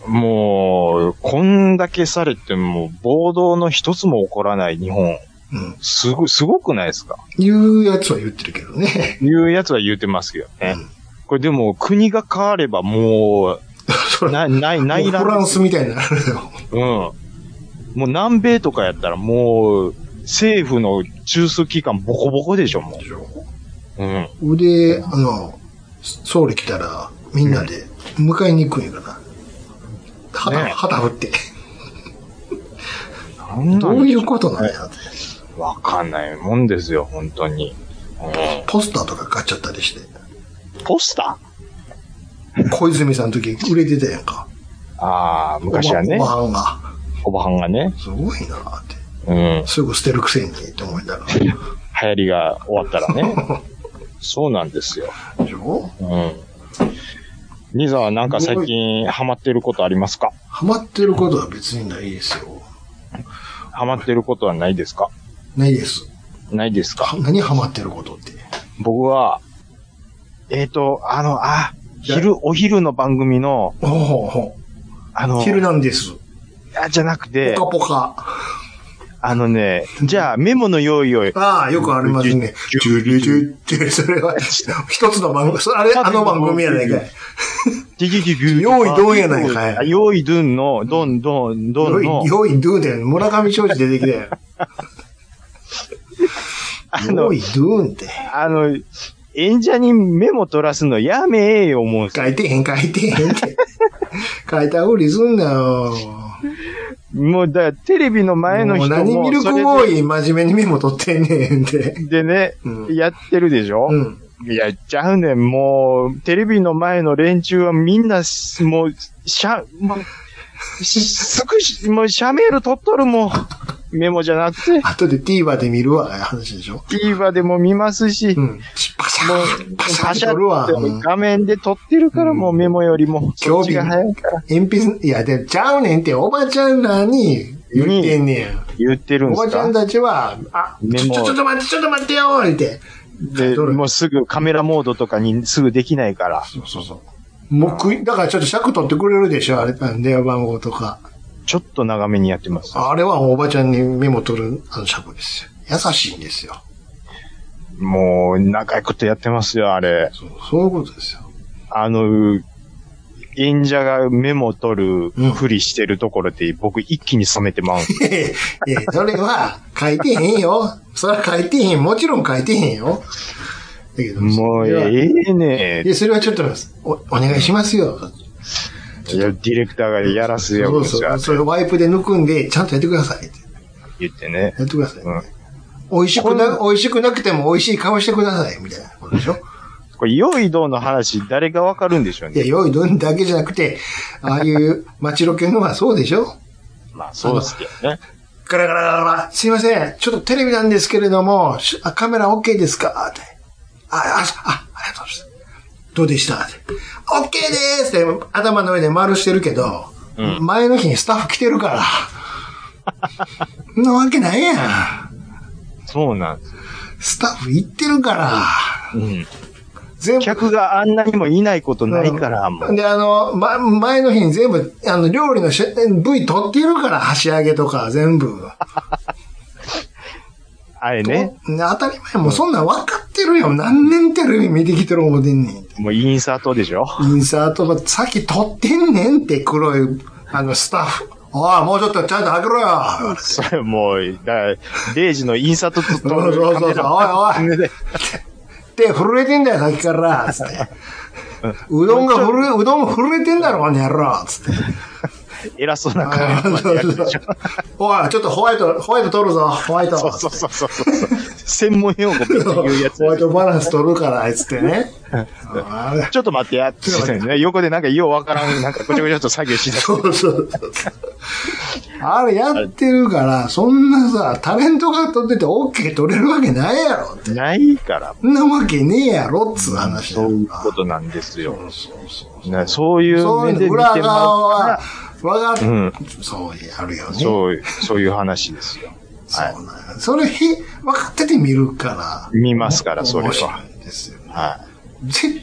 A: うん。
B: もう、こんだけされても、暴動の一つも起こらない日本。
A: うん。
B: すご、すごくないですか
A: 言うやつは言ってるけどね。
B: いうやつは言うてますけどね。
A: うん
B: これでも、国が変わればも、
A: そうれ
B: ない、ない、ない
A: フ
B: ら
A: ランスみたいになるよ。
B: うん。もう南米とかやったらもう、政府の中枢機関ボコボコでしょ、も う。うん。
A: で、あの、総理来たら、みんなで迎えに行くんやから。旗、
B: ね
A: 旗振って。
B: なん
A: どういうことなんやって。
B: わかんないもんですよ、本当に。う
A: ポスターとか買っちゃったり して。
B: ん、ポスタ
A: 小泉さんの時売れてたやんか。
B: ーああ、昔はね
A: お、ばおばはんが。
B: おばはんがね、
A: すごいなって。
B: うん、
A: すぐ捨てるくせにって思いながら。
B: 流行りが終わったらね。 そうなんですよ。
A: でしょ
B: うん。兄さんはなんか最近ハマってることありますか
A: ハマってることは別にないですよ。
B: ハマってることはないですか
A: ないです。
B: ないですか
A: は何ハマってることって。
B: 僕は、えっ、と、あの、あ、昼、お昼の番組の、
A: ほうほうほ
B: あ
A: う。
B: の、
A: 昼なんです。ポ
B: あじゃなくて、
A: カポカ。
B: あのね、じゃあメモの用意を、
A: ああ、よくありますね。ジュルジュって、それは、一つの番組、それあれ、あの番組やないかい。
B: ディギギギ
A: 用意どんやないかい
B: あ用意どんの、どんどんどんの、
A: 用意ドゥーンだよね。村上正治出てきたよ。
B: あの
A: 用、意ドゥーンって。
B: あの、演者にメモ取らすのやめえよ、思うんですよ
A: 書いてへん、書いてへんって。書いたふりすんなよ。
B: もう、だからテレビの前の
A: もう
B: 人も、
A: 何ミルクボーイ真面目にメモ取ってんねんって。
B: イでね、
A: うん
B: やってるでしょ、
A: うん。
B: やっちゃうねん。もう、テレビの前の連中はみんな、もう、しゃ、もう、しすぐし、もう、シャメール取っとるもん。メモじゃなくて、
A: 後で TVer で見るわ、話でしょ。
B: TVer でも見ますし、
A: う
B: も
A: ん。パシ
B: う
A: ャー、パシャー
B: パ
A: って
B: シャ
A: 撮るわ。
B: って
A: うん
B: 画面で撮ってるから、
A: うん
B: もうメモよりも、そ
A: 興味
B: っちが早いから
A: 鉛筆、いや、で、ちゃうねんって、おばちゃんらに言ってんねや。
B: 言ってるん
A: お
B: で
A: ば
B: す
A: ちゃ
B: か
A: んたちは、あ、
B: メ
A: ちょ、
B: モ
A: ちょ、ちょっと待って、ちょっと待ってよーって。
B: で、
A: どれ
B: もうすぐカメラモードとかにすぐできないから、
A: そうそうそう。もう食い、だからちょっと尺取ってくれるでしょ、あれ、あの電話番号とか。
B: ちょっと長めにやってます。
A: あれはおばちゃんにメモ取る、あの尺ですよ。優しいんですよ。
B: もう、長いことやってますよ、あれ。
A: そう、そういうことですよ。
B: あの、演者がメモ取るふりしてるところで、僕一気に染め てまうんですよ。
A: ええ、ええ、それは書いてへんよ。それは書いてへん。もちろん書いてへんよ。だけど、
B: もう、
A: それは
B: ええね
A: いや、それはちょっとお、お願いしますよ。
B: いや、ディレクターがやらすよ、
A: そう
B: こっち
A: そ
B: は
A: う。それワイプで抜くんで、ちゃんとやってくださいって。
B: 言ってね。
A: やってください、ね
B: うん
A: 美味しくな、美味しくなくても美味しい顔してください、みたいなことでしょ
B: ここれ、良い道の話、誰がわかるんでしょう
A: いや、
B: ね。
A: 良いどんだけじゃなくて、ああいう街ロケのはそうでしょ
B: まあ、そうですけどね。
A: ガラガラガラガラ、すいません。ちょっとテレビなんですけれども、しあカメラ OK ですかって。あ、あ、そあ、ありがとうございます。どうでしたって ?OK ですって頭の上で丸してるけど、
B: うん
A: 前の日にスタッフ来てる から。そんなわけないやん。
B: そうなんです。
A: スタッフ行ってるから。
B: うん。
A: 全部。
B: 客があんなにもいないことないから、もう。
A: で、あの、ま、前の日に全部、あの、料理のし部位取っているから、箸揚げとか全部。
B: あれね。
A: と当たり前、もうそんなん分かってるよ。何年テレビ見てきてる思てんねん。
B: もうインサートでしょ。
A: インサートば、さっき撮ってんねんって黒い、あの、スタッフ。おい、もうちょっとちゃんと開けろよ。
B: それもう、だから、レイジのインサートと、
A: そうそうそうそう、おいおい。手震えてんだよ、さっきから。つって。うどんが震え、うどんも震えてんだろ、この野郎。つって。
B: 偉そうな感じでやるでしょ。
A: おい、ちょっとホワイト、ホワイト取るぞ、ホワイト。
B: そうそうそうそうそう。専門用語っていうやつ
A: ホ。ワイトバランス取るから、あいつってね。あー
B: ちょっと待ってや、って言ってたよね横でなんかようわからん、なんかごちゃごちゃっと作業しだす。
A: そうそうそう。あれやってるから、そんなさ、タレントが撮ってて OK 取れるわけないやろ。
B: ないから、
A: そんなわけねえやろっつう話だ
B: そういうことなんですよ。ねそういう
A: そう
B: 目
A: いう
B: で
A: の
B: 見ても
A: 裏
B: ら
A: 側
B: うか
A: は、わ
B: ら、
A: が、
B: うん。
A: そうやるよね。そう
B: そういう、そういう話ですよ。はい。
A: なんやそれ、へ分かってて見るから。
B: 見ますから、それ
A: 面白
B: は。
A: いんですよ。
B: は
A: 絶対、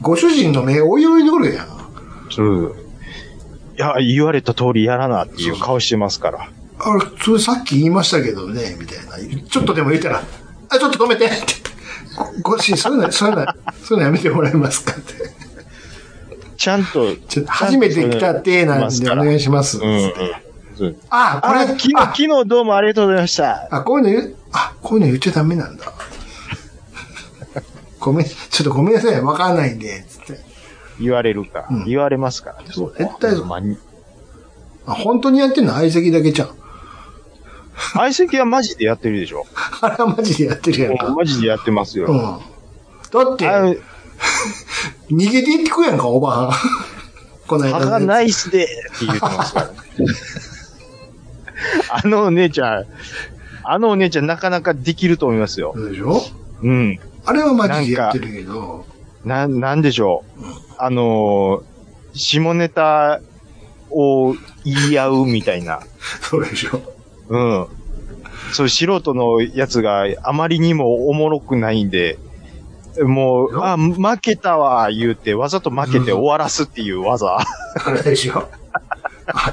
A: ご主人の目、おいおいどるやん。
B: い。そう。いや、言われた通りやらなっていう顔してますから。
A: あれ、それさっき言いましたけどね、みたいな。ちょっとでも言ったら、あ、ちょっと止めてってごご主人、そういうの、そういうの、そういうのやめてもらえますかって。
B: ちゃんと。
A: ちょっと初めて来たってなんでお願いします。
B: うんうん。そう
A: あ、こ
B: あ
A: れ、
B: ら、昨日、
A: あ
B: 昨日どうもありがとうございました。
A: あ、こういうの言う、あ、こういうの言っちゃダメなんだ。ごめん、ちょっとごめんなさい、わかんないんで、つって。
B: 言われるから。
A: うん
B: 言われますからね。
A: そう絶対そう
B: ほんまに
A: あ本当にやってんの相席だけじゃん。
B: 相席はマジでやってるでしょ。
A: あれはマジでやってるやんか。うん。
B: マジでやってますよ。
A: だって、
B: あ
A: 逃げていってくやんか、おば はん。この間の
B: 歯
A: やつ。
B: がナイスでって言ってますからね。あのお姉ちゃん、あのお姉ちゃんなかなかできると思いますよ。
A: そうでしょ
B: うん。
A: あれはマジでやってるけど、
B: な、なんでしょう。あのー下ネタを言い合うみたいな。
A: そうでしょ
B: うん。そう、素人のやつがあまりにもおもろくないんで、もう、
A: よ
B: あ、負けたわ、言うて、わざと負けて終わらすっていう技。
A: あれでしょ あ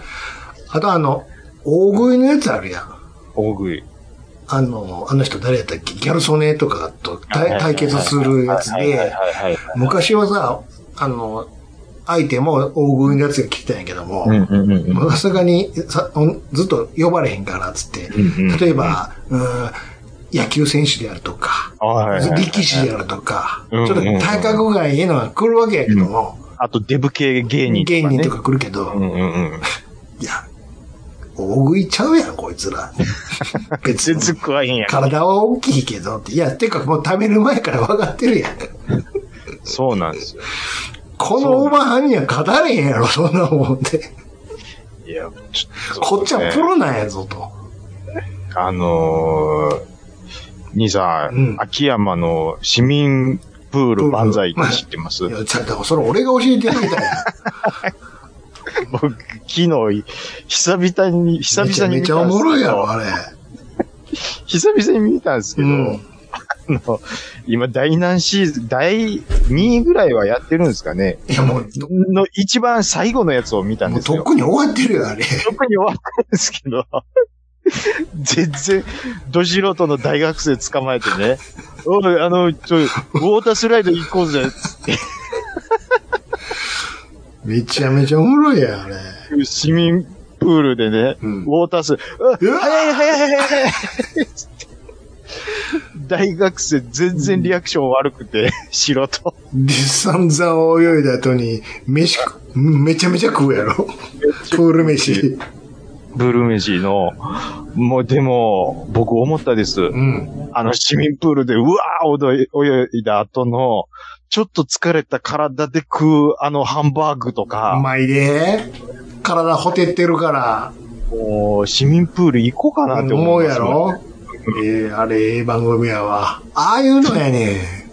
A: あとあの、大食いのやつあるやん。
B: 大食い。
A: あの、あの人誰やったっけギャルソネとかと対対決するやつ
B: はいはい
A: で、
B: はいはいはい
A: 昔はさ、あの、相手も大食いのやつが来てたんやけども、
B: うんうんうんうん
A: もうさすがにさおんずっと呼ばれへんからっつって、
B: うんうん
A: 例えば、うん野球選手であるとか、
B: あはいはいはい
A: 力士であるとか、ち
B: うん
A: ょ
B: う
A: っ
B: ん
A: と体格がいいのが来るわけやけども、
B: あと、デブ系芸人とか、ね。
A: 芸人とか来るけど、
B: うんうんうん。
A: いや、大食いちゃうやん、こいつ ら。別
B: 全
A: に。
B: 然怖いんや。
A: 体は大きいけどって。いや、てかもう食べる前から分かってるやん。
B: そうなんですよ。
A: このオーバーハンには勝たれへんやろ、そんなもんで。
B: いや、ちょっと、
A: こっちはプロなんやぞと。
B: あのー、兄さん、
A: うん
B: 秋山の市民プール万歳って知ってます、
A: いや、ちゃんと、それ俺が教えてやるみたいな。
B: 僕、昨日、久々に、久々に
A: め
B: 見
A: ちゃめちゃ
B: た
A: お
B: んで
A: も
B: すけ
A: ろいやろ、
B: ど、
A: あれ。
B: 久々に見たんですけ
A: う
B: ど、
A: ん。
B: あの、今、第何シーズン、第2位ぐらいはやってるんですかね
A: いや、もう、ど
B: の一番最後のやつを見たん
A: も
B: で
A: う
B: す
A: とっ
B: よ。
A: くに終わってるよ、あれ。
B: 特に終わったんですけど、 全然、ど素人の大学生捕まえてね、おい、あの、ちょ、ウォータースライド行こうぜ、
A: めちゃめちゃおもろいやん、あれ。
B: 市民プールでね、
A: うん
B: ウォータース、
A: う
B: う
A: わ
B: わ早い早い早い早いつって大学生全然リアクション悪くて、 素人。
A: で、散々泳いだ後に、飯食、めちゃめちゃ食うやろ。プール飯。
B: ブルーメジーの、もうでも、僕思ったです。
A: うん。
B: あの市民プールでうわー泳い泳いだ後の、ちょっと疲れた体で食うあのハンバーグと
A: う
B: か、
A: まいで。体ほてってるから、
B: もう市民プール行こうかなって
A: 思
B: 思
A: う
B: い
A: や
B: ます
A: ろええあれ、ええ番組やわ。ああいうのやね。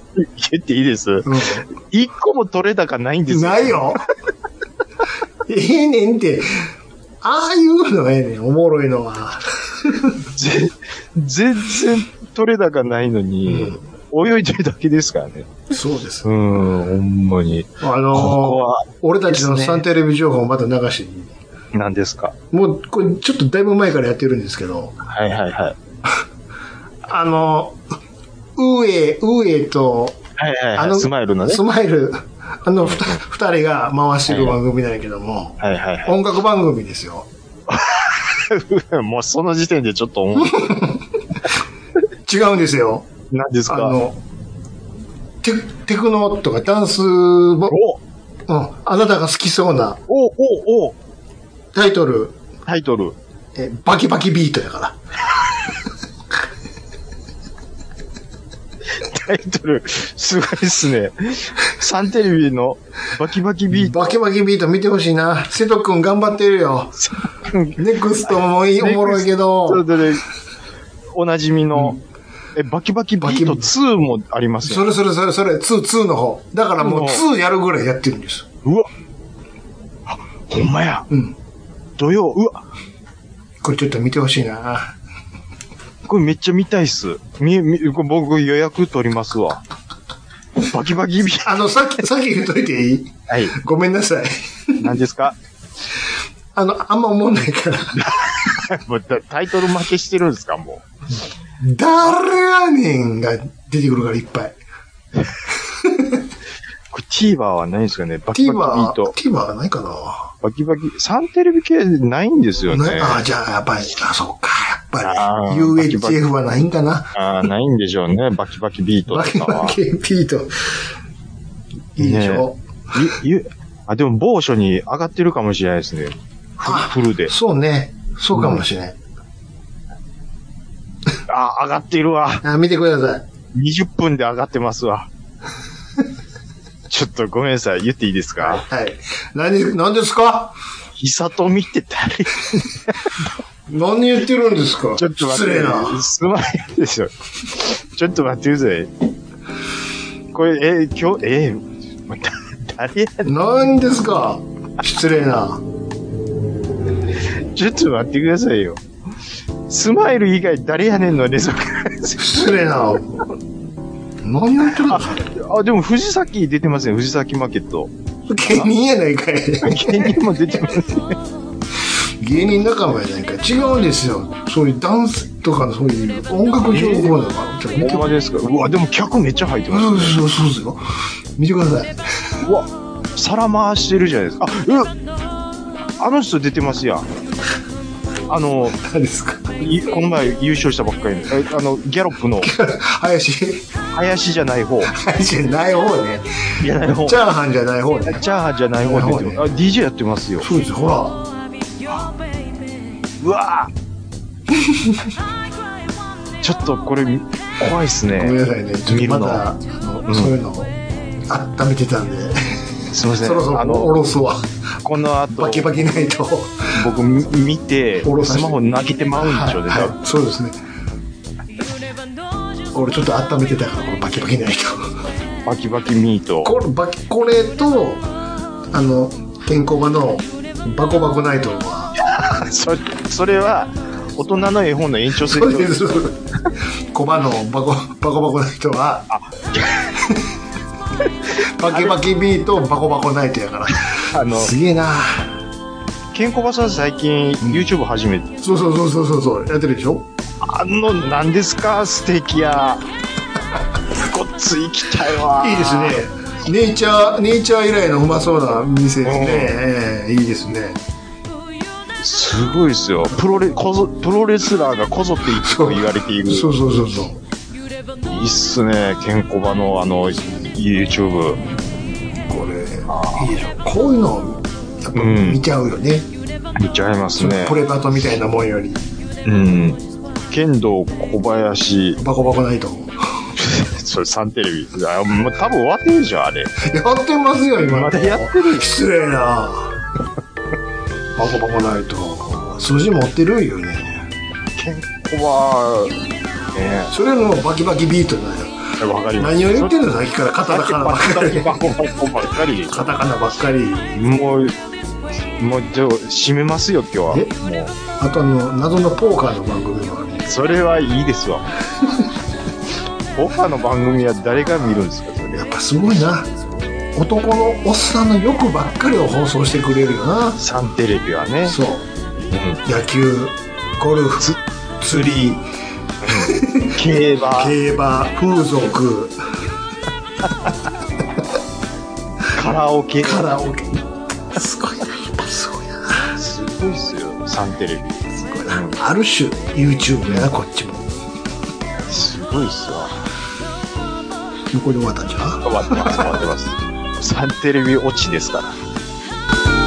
B: 言っていいです。
A: う
B: 一個も取れ高ないんです
A: ん、ない。よ。ええねんって。ああいうのやねん、おもろいのは。
B: ぜ全然取れ高ないのに、泳いでるだけですからね。
A: そうです。
B: うん、ほんまに。
A: あ
B: こ
A: のー
B: こは、
A: 俺たちのサンテレビ情報をまた流していい
B: 何ですか
A: もう、これちょっとだいぶ前からやってるんですけど、
B: はいはいはい。
A: あの、ウーエ、ウーエと、
B: はいはい
A: あ
B: は
A: の
B: い。スマイルのね
A: ス。マイル、あの二、二人が回してる番組なんやけども、
B: はいはいは
A: 音楽番組ですよ。
B: い。 もうその時点でちょっと思う。
A: 違うんですよ。
B: 何です
A: あ
B: か
A: の、テテクノとかダンスボ、
B: おお
A: うん、あなたが好きそうな
B: おお
A: タイトル、
B: タイトル。
A: えバキバキビートやから。
B: タイトル、すごいっすね。サンテレビのバキバキビート。
A: バキバキビート見てほしいな。瀬戸くん頑張ってるよ。ネクストもいい、おもろいけ
B: それ
A: ど、
B: で、おなじみの、え、バキバキビート2もあります
A: そ
B: よ。
A: れそれそれそれ、2、2の方。だからもう2やるぐらいやってるんです。
B: うわあ、ほんまや。
A: うん。
B: 土曜、うわ
A: これちょっと見てほしいな。
B: これめっちゃ見たいっす。み、み、これ僕予約取りますわ。バキバキビート。
A: あの、さっき、さっき言っといていい
B: はい。
A: ごめんなさい。
B: 何で すか
A: あの、あんま思わないから。
B: もうタタイトル負けしてるんですかも
A: 誰やねんが出てくるからいっぱい。
B: う。これ TVer はないんですかねバキバキビ
A: TVer、
B: ート。
A: TVer はないかな。
B: バキバキ。サンテレビ系ないんですよね。
A: ないあ、じゃあ、やっぱり、あ、そうか、や
B: あ
A: っぱ
B: ー
A: り。UHF はないんかな。
B: ああ、ないんでしょうね。バキバキビート
A: バキ
B: とか
A: バ
B: は。
A: キビート。いいでしょ、
B: ゆゆあ、でも某所に上がってるかもしれないですね。
A: あ
B: フルで。
A: そうね。そうかもしれない。
B: あ、上がってるわ。
A: あ、見てください。
B: 20分で上がってますわ。ちょっとごめんなさい。言っていいですか
A: はい。何、何ですか
B: 久と見って誰
A: 何言ってるんですか
B: ちょっと待
A: 失
B: って。
A: 礼な。
B: すまないでしょ。ちょっと待ってください。これ、えー、今日、えー、 だ誰や
A: 何ですか失礼な。
B: ちょっと待ってくださいよ。スマイル以外誰やねんの連続
A: 失礼な。何言ってるんですか
B: あ、でも藤崎出てますね。藤崎マーケット。
A: 芸人やないかい。
B: 芸人も出てます。
A: 芸人仲間やないかい。違うんですよ。そういうダンスとかのそういう音楽情報だから。ちょっと見て
B: ほんまですかうわ、でも客めっちゃ入って
A: そう
B: ま
A: そうそうですよ。見てください。
B: す。うわ、皿回してるじゃないですか。あ、うあの人出てますやん。あの、
A: 何ですか
B: いこの前優勝したばっかりの、えあの、ギャロッ プの、
A: 林、
B: 林じゃない方。
A: 林じゃない方 ね。
B: じゃない方。
A: チ
B: チャ
A: ャーハンじゃない方ね。
B: ーハンじゃない方出てます。あ、DJ やってますよ。
A: そうですよ。ほら。
B: うわぁちょっとこれ、怖いっす
A: ごめん
B: ね。
A: なさいね。ちょっとまだ、あの
B: うん
A: そういうのを温めてたんで、
B: すいません。
A: そろそ
B: あ
A: ろお
B: の、
A: ろすわ。
B: この後、
A: バキバキないと。
B: 僕み見て
A: おろ、させ
B: ス
A: て
B: マホ投げてまうんでしょうね、
A: はいは
B: 多
A: いそうですね。俺ちょっと温めてたから、このバキバキないと。
B: 分バキバキミート。
A: これ、バキ、これと、あの、健康場のバコバコナイトは、
B: そそれは大人の絵本の延長線
A: そう
B: 上
A: です。コバのバコ、バコバコナイトは、バキバキビートバコバコナイトやか
B: あの
A: ら。すげえな
B: ケンコバさん最近 YouTube 始めて、
A: そうそうそうそうそうそう、やってるでしょ
B: あの何ですかステーキ屋ごっついきたいわ
A: いいですね。ネイチャー、ネイチャー以来のうまそうな店ですね。ええいいですね。
B: すごいですよプロレこぞプロレスラーがこぞっていくと言われている
A: そうそうそうそう。
B: いいっすねケンコバのあの YouTube
A: これ、いいでしょ。こういうの、やっぱ見ちゃうよね。
B: 見ちゃいますね
A: プレバトみたいなもんより、
B: うん剣道小林
A: バコバコないと。
B: それ3テレビ。あもう多分終わってるじゃん、あ れ。
A: やってますよ、今。
B: またやって る
A: 失礼なバカバカないと。数字持ってるよね。
B: 健康は、ね
A: それのバキバキビートだよ。
B: え、わかります。
A: 何を言ってん
B: の
A: のさっきからカタ
B: バ
A: カナばっ
B: カ
A: か り。
B: バカバカばっかり。
A: カタカナばっかり。
B: もう、もう、じゃあ閉めますよ、今日は。もう、
A: あとあの、謎のポーカーの番組もあるね。
B: それはいいですわ。オファーの番組は誰が見るんですか、それ
A: や。っぱすごいな。男のおっさんの欲ばっかりを放送してくれるよな。
B: サンテレビはね。
A: そう。
B: う
A: 野球、ゴルフ、釣り、
B: ん。競馬、
A: 競馬、風俗、
B: カラオケ。
A: カラオケ。すごいな、やっぱすごいな。
B: すごいっすよ、サンテレビ。
A: すごいな。ある種、YouTube やな、こっちも。
B: すごいっすわ。
A: 横で終わったんじゃん
B: 終わってます、終わってます。サンテレビ落ちですから。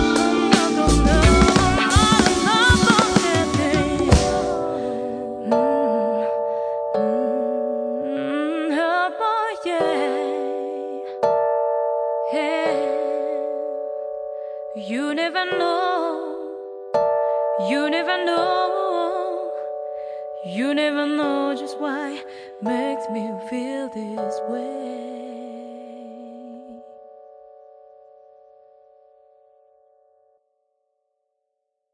D: You never know, you never know, you never know just why makes me feel this way.